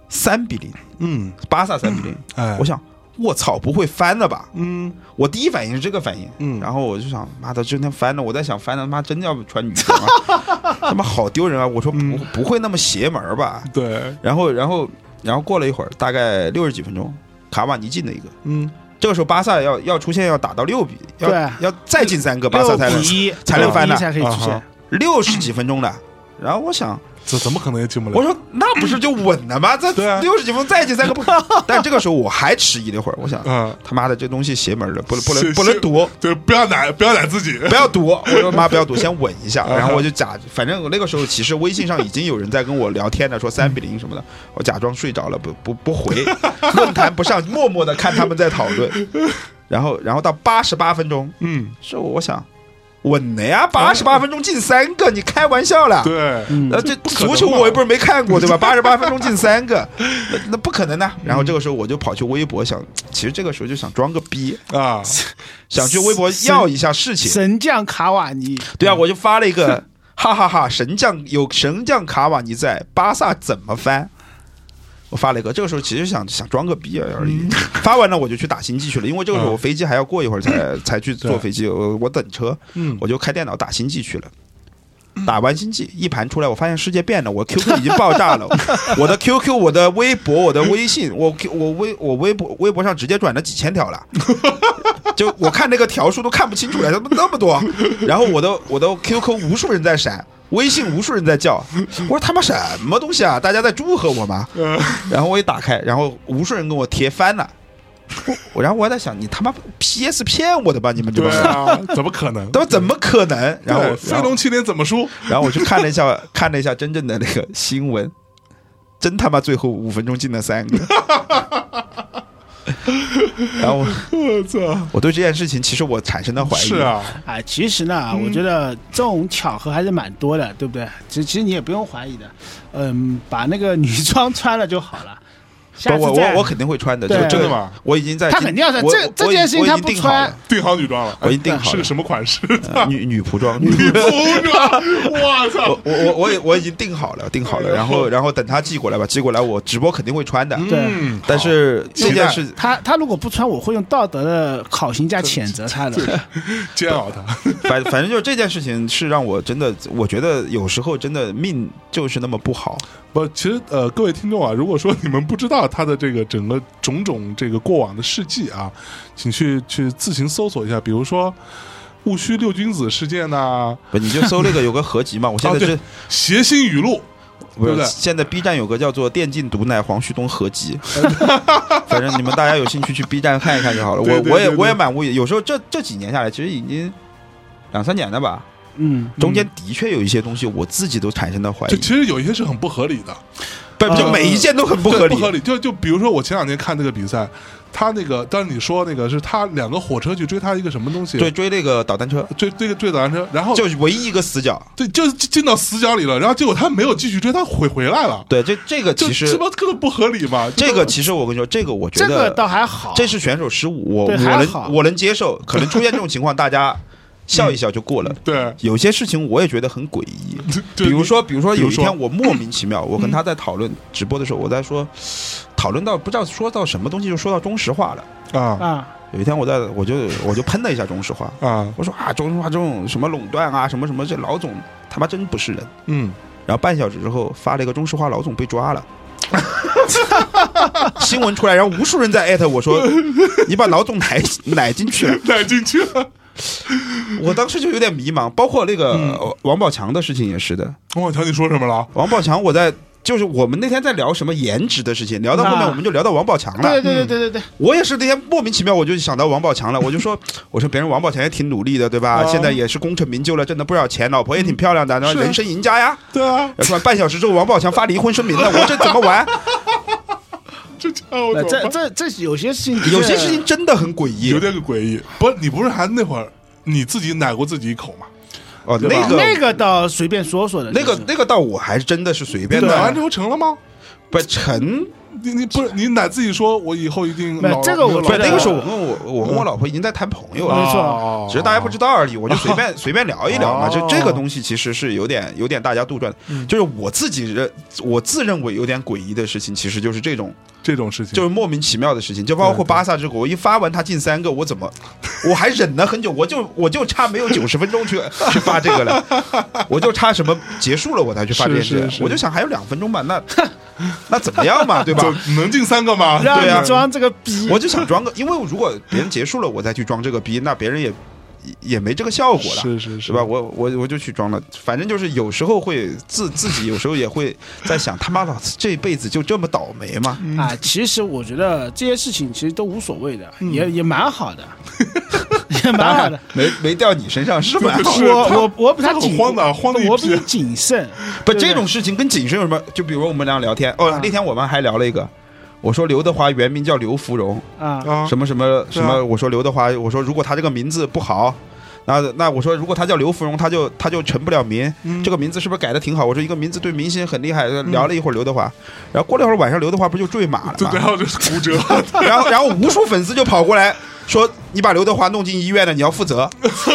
S2: 三比零，
S1: 嗯，
S2: 巴萨三比零，
S3: 嗯
S1: 哎，
S2: 我想。卧槽，不会翻了吧？
S1: 嗯，
S2: 我第一反应是这个反应，
S1: 嗯
S2: 然后我就想，妈的，今天翻了，我在想翻了，妈真要穿女装、啊，
S3: *laughs*
S2: 他妈好丢人啊！我说不、
S1: 嗯
S2: 不会那么邪门儿吧？
S1: 对，
S2: 然后，然后，然后过了一会儿，大概六十几分钟，卡瓦尼进了一个。
S1: 嗯，
S2: 这个时候，巴萨要要出现要打到六比，要
S3: 对
S2: 要再进三个，巴萨
S3: 六
S2: 才能
S3: 比一
S2: 才能翻的
S3: 六比一才可以
S1: 啊
S3: 出现
S1: 哈。
S2: 六十几分钟了。然后我想，
S1: 这怎么可能也进不
S2: 我
S1: 了？
S2: 说那不是就稳了吗？这
S1: 对啊
S2: 六十几分钟再进
S1: *laughs*
S2: 三个不可，但这个时候我还迟疑了一会儿，我想
S1: 嗯，
S2: 他妈的这东西邪门了，不能不
S1: 是
S2: 能不能
S1: 是
S2: 赌，
S1: 对，不要奶，不要奶自己，
S2: *laughs* 不要赌，我说妈不要赌，先稳一下。
S1: *laughs* 啊
S2: 然后我就假，反正我那个时候其实微信上已经有人在跟我聊天了，说三比零什么
S1: *laughs*
S2: 的，我假装睡着了，不不不回，论坛不上，默默的看他们在讨论。然后然后到八十八分钟，
S1: 嗯，
S2: 是我想稳了呀，八十八分钟进三个，你开玩笑啦？
S1: 对，
S3: 嗯
S2: 那这
S1: 可能
S2: 足球
S1: 嘛
S2: 我又不是没看过，
S1: *laughs*
S2: 对吧？八十八分钟进三个，那那不可能呐、然后这个时候我就跑去微博想，其实这个时候就想装个逼，
S1: 啊，
S2: 想去微博
S1: 嗯
S3: 神
S2: 要一下事情。
S3: 神将卡瓦尼，
S2: 对啊，我就发了一个哈哈哈，神将有神将卡瓦尼在，巴萨怎么翻？我发了一个，这个时候其实想想装个逼而已。发完了我就去打星际去了，因为这个时
S1: 嗯
S2: 候我飞机还要过一会
S1: *coughs*
S2: 儿才才去坐
S1: 对
S2: 飞机，我我等车，
S1: 嗯，
S2: 我就开电脑打星际去了。打完星际一盘出来，我发现世界变了，我 QQ 已经爆炸
S1: *laughs*
S2: 了，我的 QQ、我的微博、我的微信，我 Q 我微我微博微博上直接转了几千
S1: *laughs*
S2: 条了，就我看那个条数都看不清楚了，怎么那么多？然后我的我的 QQ 无数人在闪，微信无数人在叫，我说他妈什么东西啊？大家在祝贺我吗？
S1: 嗯
S2: 然后我一打开，然后无数人跟我贴翻了，我我然后我还在想，你他妈 PS 骗我的吧？你们这
S1: 对
S2: 帮人。
S1: 啊，怎么可能？
S2: 他说怎么可能？然后
S1: 对
S2: 我
S1: 飞龙，麒麟怎么输？
S2: *laughs* 然后然后我去看了一下， *laughs* 看了一下真正的那个
S1: *laughs*
S2: 新闻，真他妈最后五分钟进了三个。然后我
S1: 我操！
S2: 我对这件事情其实我产生了怀疑。
S1: 是，啊，
S2: 嗯
S3: 哎，其实呢，我觉得这种巧合还是蛮多的，对不对？其其实你也不用怀疑的，嗯，把那个女装穿了就好了。下
S2: 不，
S3: 次
S2: 我
S3: 再
S2: 我我肯定会穿的，
S3: 对
S2: 就
S1: 真的？吗？
S2: 我已经在
S3: 他肯定要穿
S2: 我
S3: 这
S2: 我
S3: 这件事情
S2: 我已
S3: 他
S2: 经
S3: 不
S2: 定好了
S1: 定好女嗯装了，哎
S2: 我已经定好了
S1: 是个什么款式？ *laughs*
S2: 呃女女仆装，女
S1: 女仆装，我操！
S2: *laughs* 我我我也我已经定好了，定好了，然后然后等他寄过来吧，寄过来我直播肯定会穿的，
S1: 嗯，
S2: 但是这件事
S3: 他他如果不穿，我会用道德的考评价谴责他的。
S1: 煎熬他，
S2: 反反正就是这件事情是让我真的，我觉得有时候真的命就是那么不好，
S1: 不，其实呃，各位听众啊，如果说你们不知道他的这个整个种种这个过往的事迹啊，请去去自行搜索一下，比如说戊戌六君子事件呐、
S2: 不你就搜那个有个合集嘛，我现在
S1: 哦对
S2: 是
S1: 谐星语录，
S2: 不
S1: 对不对
S2: 是现在 B 站有个叫做《电竞毒奶黄旭东
S1: *laughs*
S2: 合集》，反正你们大家有兴趣去 B 站看一看就好了。
S1: 对
S2: 我
S1: 对
S2: 我也
S1: 对对
S2: 我也蛮无语，有时候这这几年下来，其实已经两三年了吧，
S3: 嗯，
S2: 中间的确有一些东西我自己都产生了怀
S1: 就
S2: 疑，
S1: 其实有一些是很不合理的，
S2: 不就每一件都很不合理
S1: 对不。合理。就就比如说我前两天看那个比赛，他那个，当然你说那个是他两个火车去追他一个什么东西，
S2: 对，追那个导弹车，
S1: 追追个追导弹车，然后
S2: 就是唯一一个死角。
S1: 对，就是进到死角里了，然后结果他没有继续追，他回回来了，
S2: 对，这这个
S1: 就
S2: 其
S1: 这
S2: 实
S1: 不根本不合理嘛？就
S2: 这个其实我跟你说，这个我觉
S3: 这
S2: 得
S3: 个倒还
S1: 啊
S3: 好。啊
S2: 这是选手失误，我我
S3: 对还好
S2: 能我能接
S3: *laughs*
S2: 受，可能出现这种情况，大家笑一笑就过了。
S1: 对， *laughs*
S2: 有些事情我也觉得很诡异，
S1: 就
S2: 比如说，比如说
S1: 比
S2: 有
S1: 如
S2: 一
S1: 说嗯
S2: 天我莫名其妙，我跟他在讨论直播的时候，我在说，讨论到不知道说到什么东西，就说到中石化了。
S1: 啊
S3: 啊，
S2: 有一天我在我就我就喷了一下中石化，
S1: 啊，
S2: 我说啊，中石化这种什么垄断啊，什么什么，这老总他妈真不是人。
S1: 嗯，
S2: 然后半小时之后发了一个中石化老总被抓了。新闻出来，然后无数人在艾特我说：“你把老总奶奶进去了。
S1: 带进去了。”
S2: 我当时就有点迷茫，包括那个
S3: 嗯
S2: 呃王宝强的事情也是的。
S1: 我瞧你说什么了？
S2: 王宝强，我在就是我们那天在聊什么颜值的事情，聊到后面
S3: 啊
S2: 我们就聊到王宝强
S3: 对
S2: 了。
S3: 对对对对对，
S2: 我也是那天莫名其妙我就想到王宝强了，我就说我说别人王宝强也挺努力的，对吧？
S3: 哦
S1: 啊
S2: 现在也是功成名就了，挣了不少钱，老婆也
S3: 嗯
S2: 挺漂亮的，然后
S1: 是啊
S2: 人生赢家呀。
S1: 对啊，
S2: 然后突然半小时之后，王宝强发离婚声明了，我这怎么玩？
S1: 这家伙怎么
S3: 呃这
S1: 办
S3: 这这有些事情的确，
S2: 有些事情真的很诡异
S1: 有点诡异。不是你不是还那会儿你自己奶过自己一口吗？
S2: 哦，
S1: 对吧
S2: 那
S3: 那个
S2: 个
S3: 那个倒随便说说的，
S2: 那个
S3: 就是
S2: 那个倒我还真的是随便
S1: 你奶完之
S2: 的，
S1: 后成了吗？
S2: 不成。
S1: 你你不是你奶自己说，我以后一定
S3: 没有
S1: 老
S3: 这个我
S1: 没有老
S2: 不
S3: 觉
S2: 是
S3: 得
S2: 那个时候，我
S1: 啊
S2: 跟我我跟我老婆已经在谈朋友
S3: 没
S2: 了，
S3: 错
S1: 哦
S2: 只是大家不知道而已。我就随便随便聊一聊嘛，就
S1: 哦
S2: 这个东西其实是有点有点大家杜撰的，
S3: 嗯
S2: 就是我自己认我自认为有点诡异的事情，其实就是这种
S1: 这种事情，
S2: 就是莫名其妙的事情，就包括巴萨之国，我一发完他进三个，我怎么，我还忍了很久，我就我就差没有九十分钟去去发这个了，我就差什么结束了我才去发这件
S1: 是是
S2: 事，
S1: 是
S2: 我就想还有两分钟吧，那那怎么样嘛，对
S1: 怎
S2: 吧？
S1: 能进三个吗？
S3: 让
S2: 对啊
S3: 你装这个逼，
S2: 我就想装个，因为如果别人结束了我再去装这个逼，那别人也也没这个效果了。
S1: 是是
S2: 是吧？？我我我就去装了，反正就是有时候会自自己，有时候也会在想，他妈老子这辈子就这么倒霉吗？
S1: 嗯
S3: 啊，其实我觉得这些事情其实都无所谓的，
S1: 嗯
S3: 也也蛮好
S1: *laughs*
S3: 的，也蛮
S2: 当
S3: 好
S2: 然
S3: 的。
S2: 没没掉你身上是吧？
S1: *laughs* 是
S3: 我
S1: 他
S3: 我我比
S1: 他
S3: 他
S1: 很
S3: 谨
S1: 荒唐荒的一
S3: 我比
S1: 批
S3: 你谨慎。
S2: 不，
S3: 对
S2: 这种事情跟谨慎有什么？就比如我们俩聊天，
S1: 嗯
S2: 哦，那天我们还聊了一个，我说刘德华原名叫刘芙蓉，
S3: 啊，
S1: 啊，
S2: 什么什么什
S1: 对
S2: 么，
S1: 啊
S2: 我说刘德华，我说如果他这个名字不好。那那我说，如果他叫刘芙蓉，他就他就成不了名。
S1: 嗯
S2: 这个名字是不是改的挺好？我说一个名字对明星很厉害。聊了一会儿刘德华，然后过了一会儿晚上刘德华不就坠马了
S1: 对，啊然
S2: 吗？
S1: 后就是骨折，
S2: 然后然后无数粉丝就跑过来说：“你把刘德华弄进医院了，你要负责。”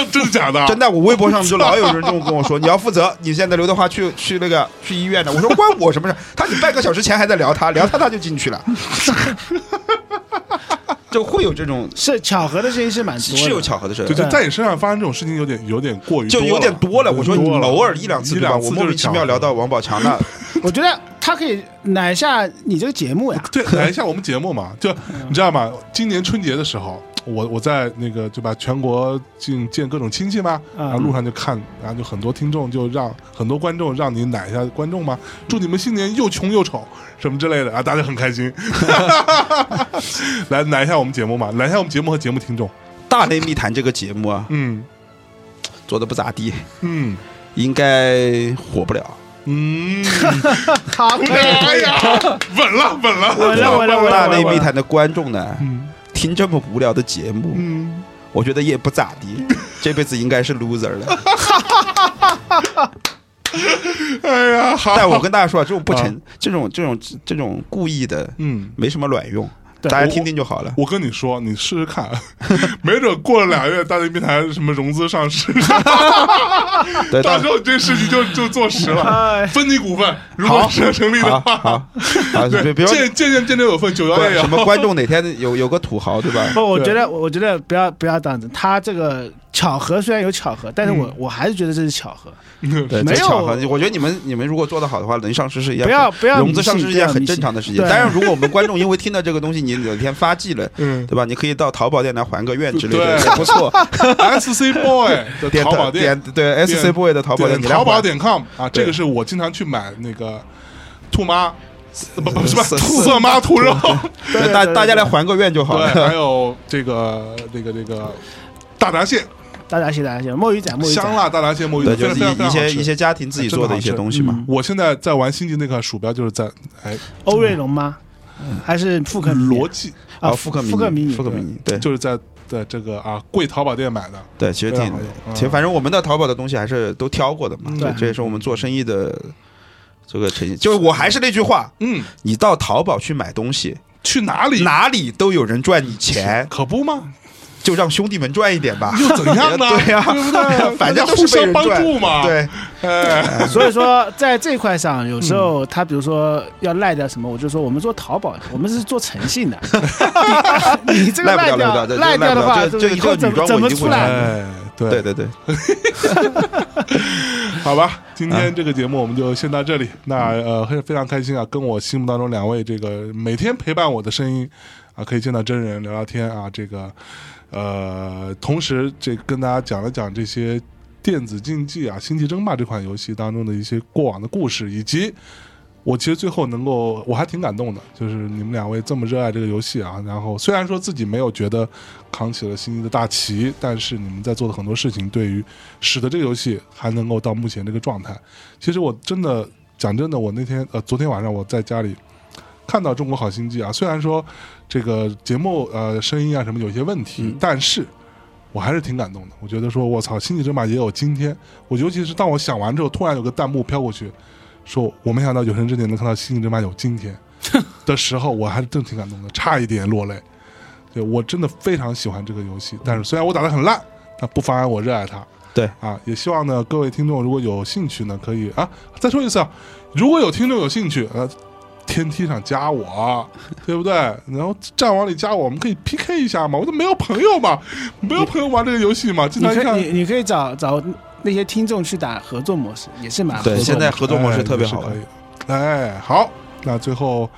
S1: *laughs* 真的假的？
S2: 真的，我微博上就老有人这么跟我说，你要负责，你现在刘德华去去那个去医院了。我说关我什么事？ *laughs* 他你半个小时前还在聊他，聊他他就进去了， *laughs* 就会有这种
S3: 是巧合的事情是蛮多的，
S2: 是有巧合的事
S1: 对，
S2: 儿。
S1: 就在你身上发生这种事情，有点有点过于
S2: 就有点多了，我说你
S1: 多了
S2: 偶尔一两次
S1: 一
S2: 对吧？
S1: 两
S2: 我
S1: 次
S2: 莫
S1: 就是
S2: 名其妙聊到王宝强
S1: *laughs*
S2: 那，
S3: 我觉得他可以奶下你这个
S1: *laughs*
S3: 节目呀，
S1: 对，来一下我们节目嘛，就
S3: 嗯
S1: 你知道吗？今年春节的时候，我我在那个对吧，全国进见各种亲戚嘛，
S3: 嗯
S1: 然后路上就看，然后就很多听众就让很多观众让你奶一下观众嘛，祝你们新年又穷又丑什么之类的啊，大家很开
S3: *laughs*
S1: 心，来奶一下我们节目嘛，奶一下我们节目和节目听众，
S2: 大内密谈这个节目啊，
S1: 嗯
S2: 做的不咋地，
S1: 嗯
S2: 应该火不了。
S1: 嗯，
S3: *laughs* 好，可以
S1: 哎呀，稳了稳了
S3: 稳了稳了稳了
S2: 大内密谈的观众呢，听这么无聊的节目，
S1: 嗯，
S2: 我觉得也不咋地，
S1: *laughs*
S2: 这辈子应该是 loser 了。
S1: 哎呀，
S3: *laughs*
S1: 好，
S2: 但我跟大家说，这种不
S1: 啊
S3: 嗯
S2: 成，这种这种这种故意的，
S1: 嗯，
S2: 没什么卵用，
S3: 对
S2: 大家听听就好了。
S1: 我跟你说，你试试看，没准过了俩月，大内密谈什么融资上市，
S2: 对，
S1: 到
S2: 大
S1: 时候这事情就就坐实了
S3: 哎。
S1: 分你股份，如果是成立的
S2: 好好
S1: 话，
S2: 好，
S1: 对，
S2: 别别
S1: 见见见见者有份，九幺
S2: 对
S1: 也
S3: 啊
S1: 有
S2: 什么观众哪天有有个土豪对吧？
S3: 不，我
S1: 对
S3: 觉得，我我觉得不要不要这样子。他这个巧合虽然有巧合，但是
S1: 嗯
S3: 我、我还是觉得这是巧合。
S2: 对，
S3: 没
S2: 这
S3: 有
S2: 巧合。我觉得你们你们如果做得好的话，能上市是一件
S3: 不要不要
S2: 融资上市是一件
S3: 迷信
S2: 很正常的事情。
S3: 不要迷
S2: 当
S3: 信
S2: 然，如果我们观众因为听到这个东西，你有一天发迹了，
S1: 嗯
S2: 对吧？你可以到淘宝店来还个愿之类的，
S1: 对
S2: 也不错。
S1: SC Boy 的
S2: 点
S1: 淘宝
S2: 点
S1: 店，
S2: 对 SC Boy 的淘宝店，
S1: 对
S2: 你来还
S1: 淘宝点 com 啊，
S2: 对
S1: 这个是我经常去买那个兔妈，不不不是吧，
S2: 色
S1: 色妈兔肉，
S2: 对
S3: 对
S2: 大
S3: 对对
S2: 大家来还个愿就好
S1: 对，还
S2: 了。
S1: 有这个这个这个大闸蟹，
S3: 大闸蟹，大闸蟹，墨鱼仔，墨鱼仔，
S1: 香辣大闸蟹墨鱼，
S2: 对，
S1: 非
S2: 就
S1: 常
S2: 是
S1: 非常非
S2: 一
S1: 常
S2: 一
S1: 好
S2: 些
S1: 吃
S2: 一些家庭自己做的一些东西嘛。
S1: 我现在在玩星际那块鼠标，就是在哎
S3: 欧瑞龙吗？
S1: 嗯
S3: 还是复刻迷你
S1: 逻辑，
S3: 啊？
S2: 复刻迷
S3: 复刻迷
S2: 你，
S3: 你，
S2: 复刻迷你，对
S1: 就是在在这个啊贵淘宝店买的，
S2: 对，其实
S1: 非常
S2: 挺
S1: 好用，
S2: 其实反正我们的淘宝的东西还是都挑过的嘛
S1: 嗯。
S2: 对，
S3: 对
S2: 这也是我们做生意的这个诚意。就是我还是那句话，
S1: 嗯，
S2: 你到淘宝去买东西，
S1: 去哪里
S2: 哪里都有人赚你钱，
S1: 可不吗？
S2: 就让兄弟们赚一点吧。
S1: 又怎样呢？
S2: *laughs*
S1: 啊
S2: 对呀
S1: *laughs* 对不对？
S2: *laughs* 反
S1: 大家
S2: 正
S1: 互
S2: 都是被
S1: 相
S2: 人
S1: 帮
S2: 赚
S1: 助嘛。，
S2: 对，
S1: 哎，
S3: 所以说，在这一块上，有时候他比如说要赖掉什么，我就说我们做淘宝，我们是做诚
S2: *laughs*
S3: 信的。你你这个
S2: 赖不了赖
S3: 掉
S2: 不了
S3: 赖
S2: 赖不
S3: 的
S2: 了
S3: 话，
S2: 这个
S3: 就
S2: 这
S3: 是
S2: 个
S3: 以
S2: 这
S3: 后
S2: 个
S3: 怎
S2: 女装
S3: 么怎
S2: 我
S3: 么
S2: 已经
S3: 出
S2: 不
S3: 来？
S1: 哎，对
S2: 对对对，
S1: *laughs* 好吧，今天这个节目我们就先到这里。那呃，非非常开心啊，跟我心目当中两位这个每天陪伴我的声音啊，可以见到真人聊聊天啊，这个呃，同时这跟大家讲了讲这些电子竞技啊，《星际争霸》这款游戏当中的一些过往的故事，以及我其实最后能够，我还挺感动的，就是你们两位这么热爱这个游戏啊，然后虽然说自己没有觉得扛起了星际的大旗，但是你们在做的很多事情，对于使得这个游戏还能够到目前这个状态，其实我真的讲真的，我那天呃昨天晚上我在家里看到《中国好星际》啊，虽然说这个节目呃声音啊什么有些问题，但是。我还是挺感动的，我觉得说，我操，星际争霸也有今天。我尤其是当我想完之后，突然有个弹幕飘过去，说我没想到有生之年能看到《星际争霸》有今
S3: *laughs*
S1: 天的时候，我还是真挺感动的，差一点落泪。对我真的非常喜欢这个游戏，
S3: 嗯
S1: 但是虽然我打得很烂，但不妨碍我热爱它。
S2: 对
S1: 啊，也希望呢各位听众如果有兴趣呢，可以啊再说一次啊，如果有听众有兴趣，呃，天梯上加我，对不对？然后战网里加我，我们可以 PK 一下嘛，我都没有朋友嘛，没有朋友玩这个游戏嘛，经
S3: 你
S1: 常一
S3: 可
S1: 看
S3: 以你你可以找找那些听众去打合作模式，也是
S1: 啊
S3: 蛮合作
S2: 对，
S3: 模式
S2: 现在合作模式特别
S1: 哎
S2: 好玩
S1: 也。是可以。哎，好，那最后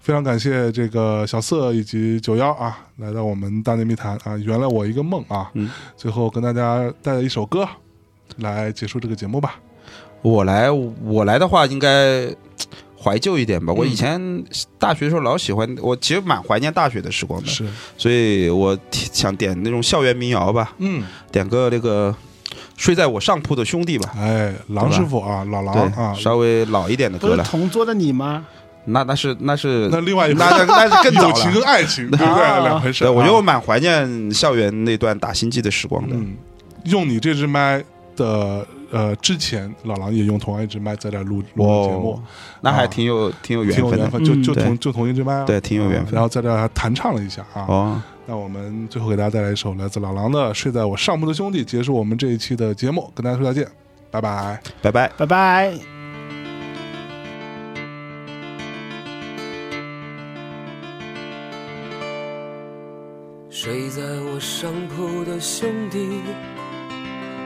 S1: 非常感谢这个小色以及九幺啊，来到我们大内密谈啊，圆了我一个梦啊。
S2: 嗯，
S1: 最后跟大家带来一首歌来结束这个节目吧。
S2: 我来，我来的话应该嘖怀旧一点吧。我
S1: 嗯
S2: 以前大学的时候老喜欢，我其实蛮怀念大学的时光的，
S1: 是，
S2: 所以我挺想点那种校园民谣吧，
S1: 嗯，
S2: 点个那个睡在我上铺的兄弟吧。
S1: 哎，狼师傅啊，老狼啊
S2: 对，，稍微老一点的
S3: 不
S2: 歌
S3: 是
S2: 了，
S3: 同桌的你吗？
S2: 那那是那是
S1: 那另外一
S2: 那那那是更早
S1: 友情
S2: 了。
S1: 跟爱
S2: *laughs*
S1: 情，对不对？
S3: 啊
S1: 两回事
S2: 对，
S1: 啊。
S2: 我觉得我蛮怀念校园那段打星际的时光的。
S1: 嗯，用你这支麦的呃，之前老狼也用同样一支麦在这儿录录节目
S2: 哦，，那还挺有、挺有缘
S1: 挺有
S2: 分的
S1: 缘，分，就
S3: 嗯
S1: 就
S2: 对
S1: 同就同一支麦啊，
S2: 对，挺有缘分。
S1: 然后在这儿还弹唱了一下啊。
S2: 哦，
S1: 那我们最后给大家带来一首来自老狼的《睡在我上铺的兄弟》，结束我们这一期的节目，跟大家说再见，拜拜。
S2: 拜拜。
S3: 拜拜。
S4: 睡在我上铺的兄弟，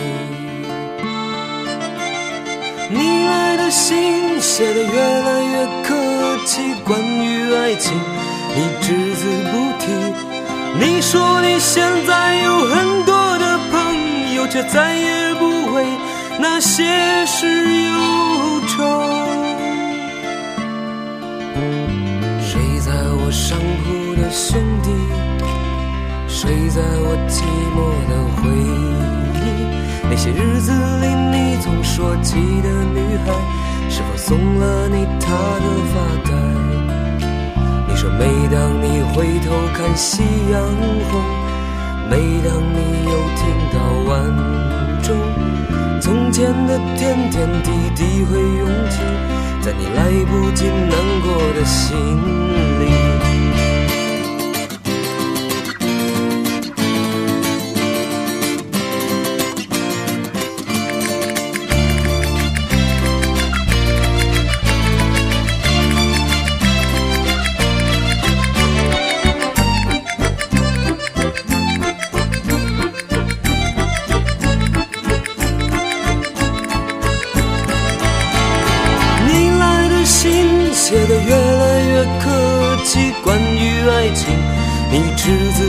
S4: 秘。你来的信写的越来越客气，关于爱情你只字不提。你说你现在有很多的朋忧，却再也不为那些事忧愁。睡在我上铺的兄弟，睡在我寂寞的回忆。那些日子里，你总说起的女孩，是否送了你她的发带？你说每当你回头看夕阳红，每当你又听到晚钟，从前的点点滴滴会涌起，在你来不及难过的心里。你来的信写的越来越客气，关于爱情，你只字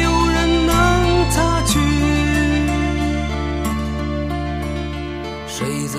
S4: 有人能擦去。睡在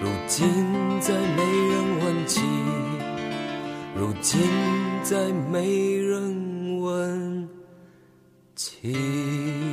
S4: 如今再没人问起，如今再没人问起。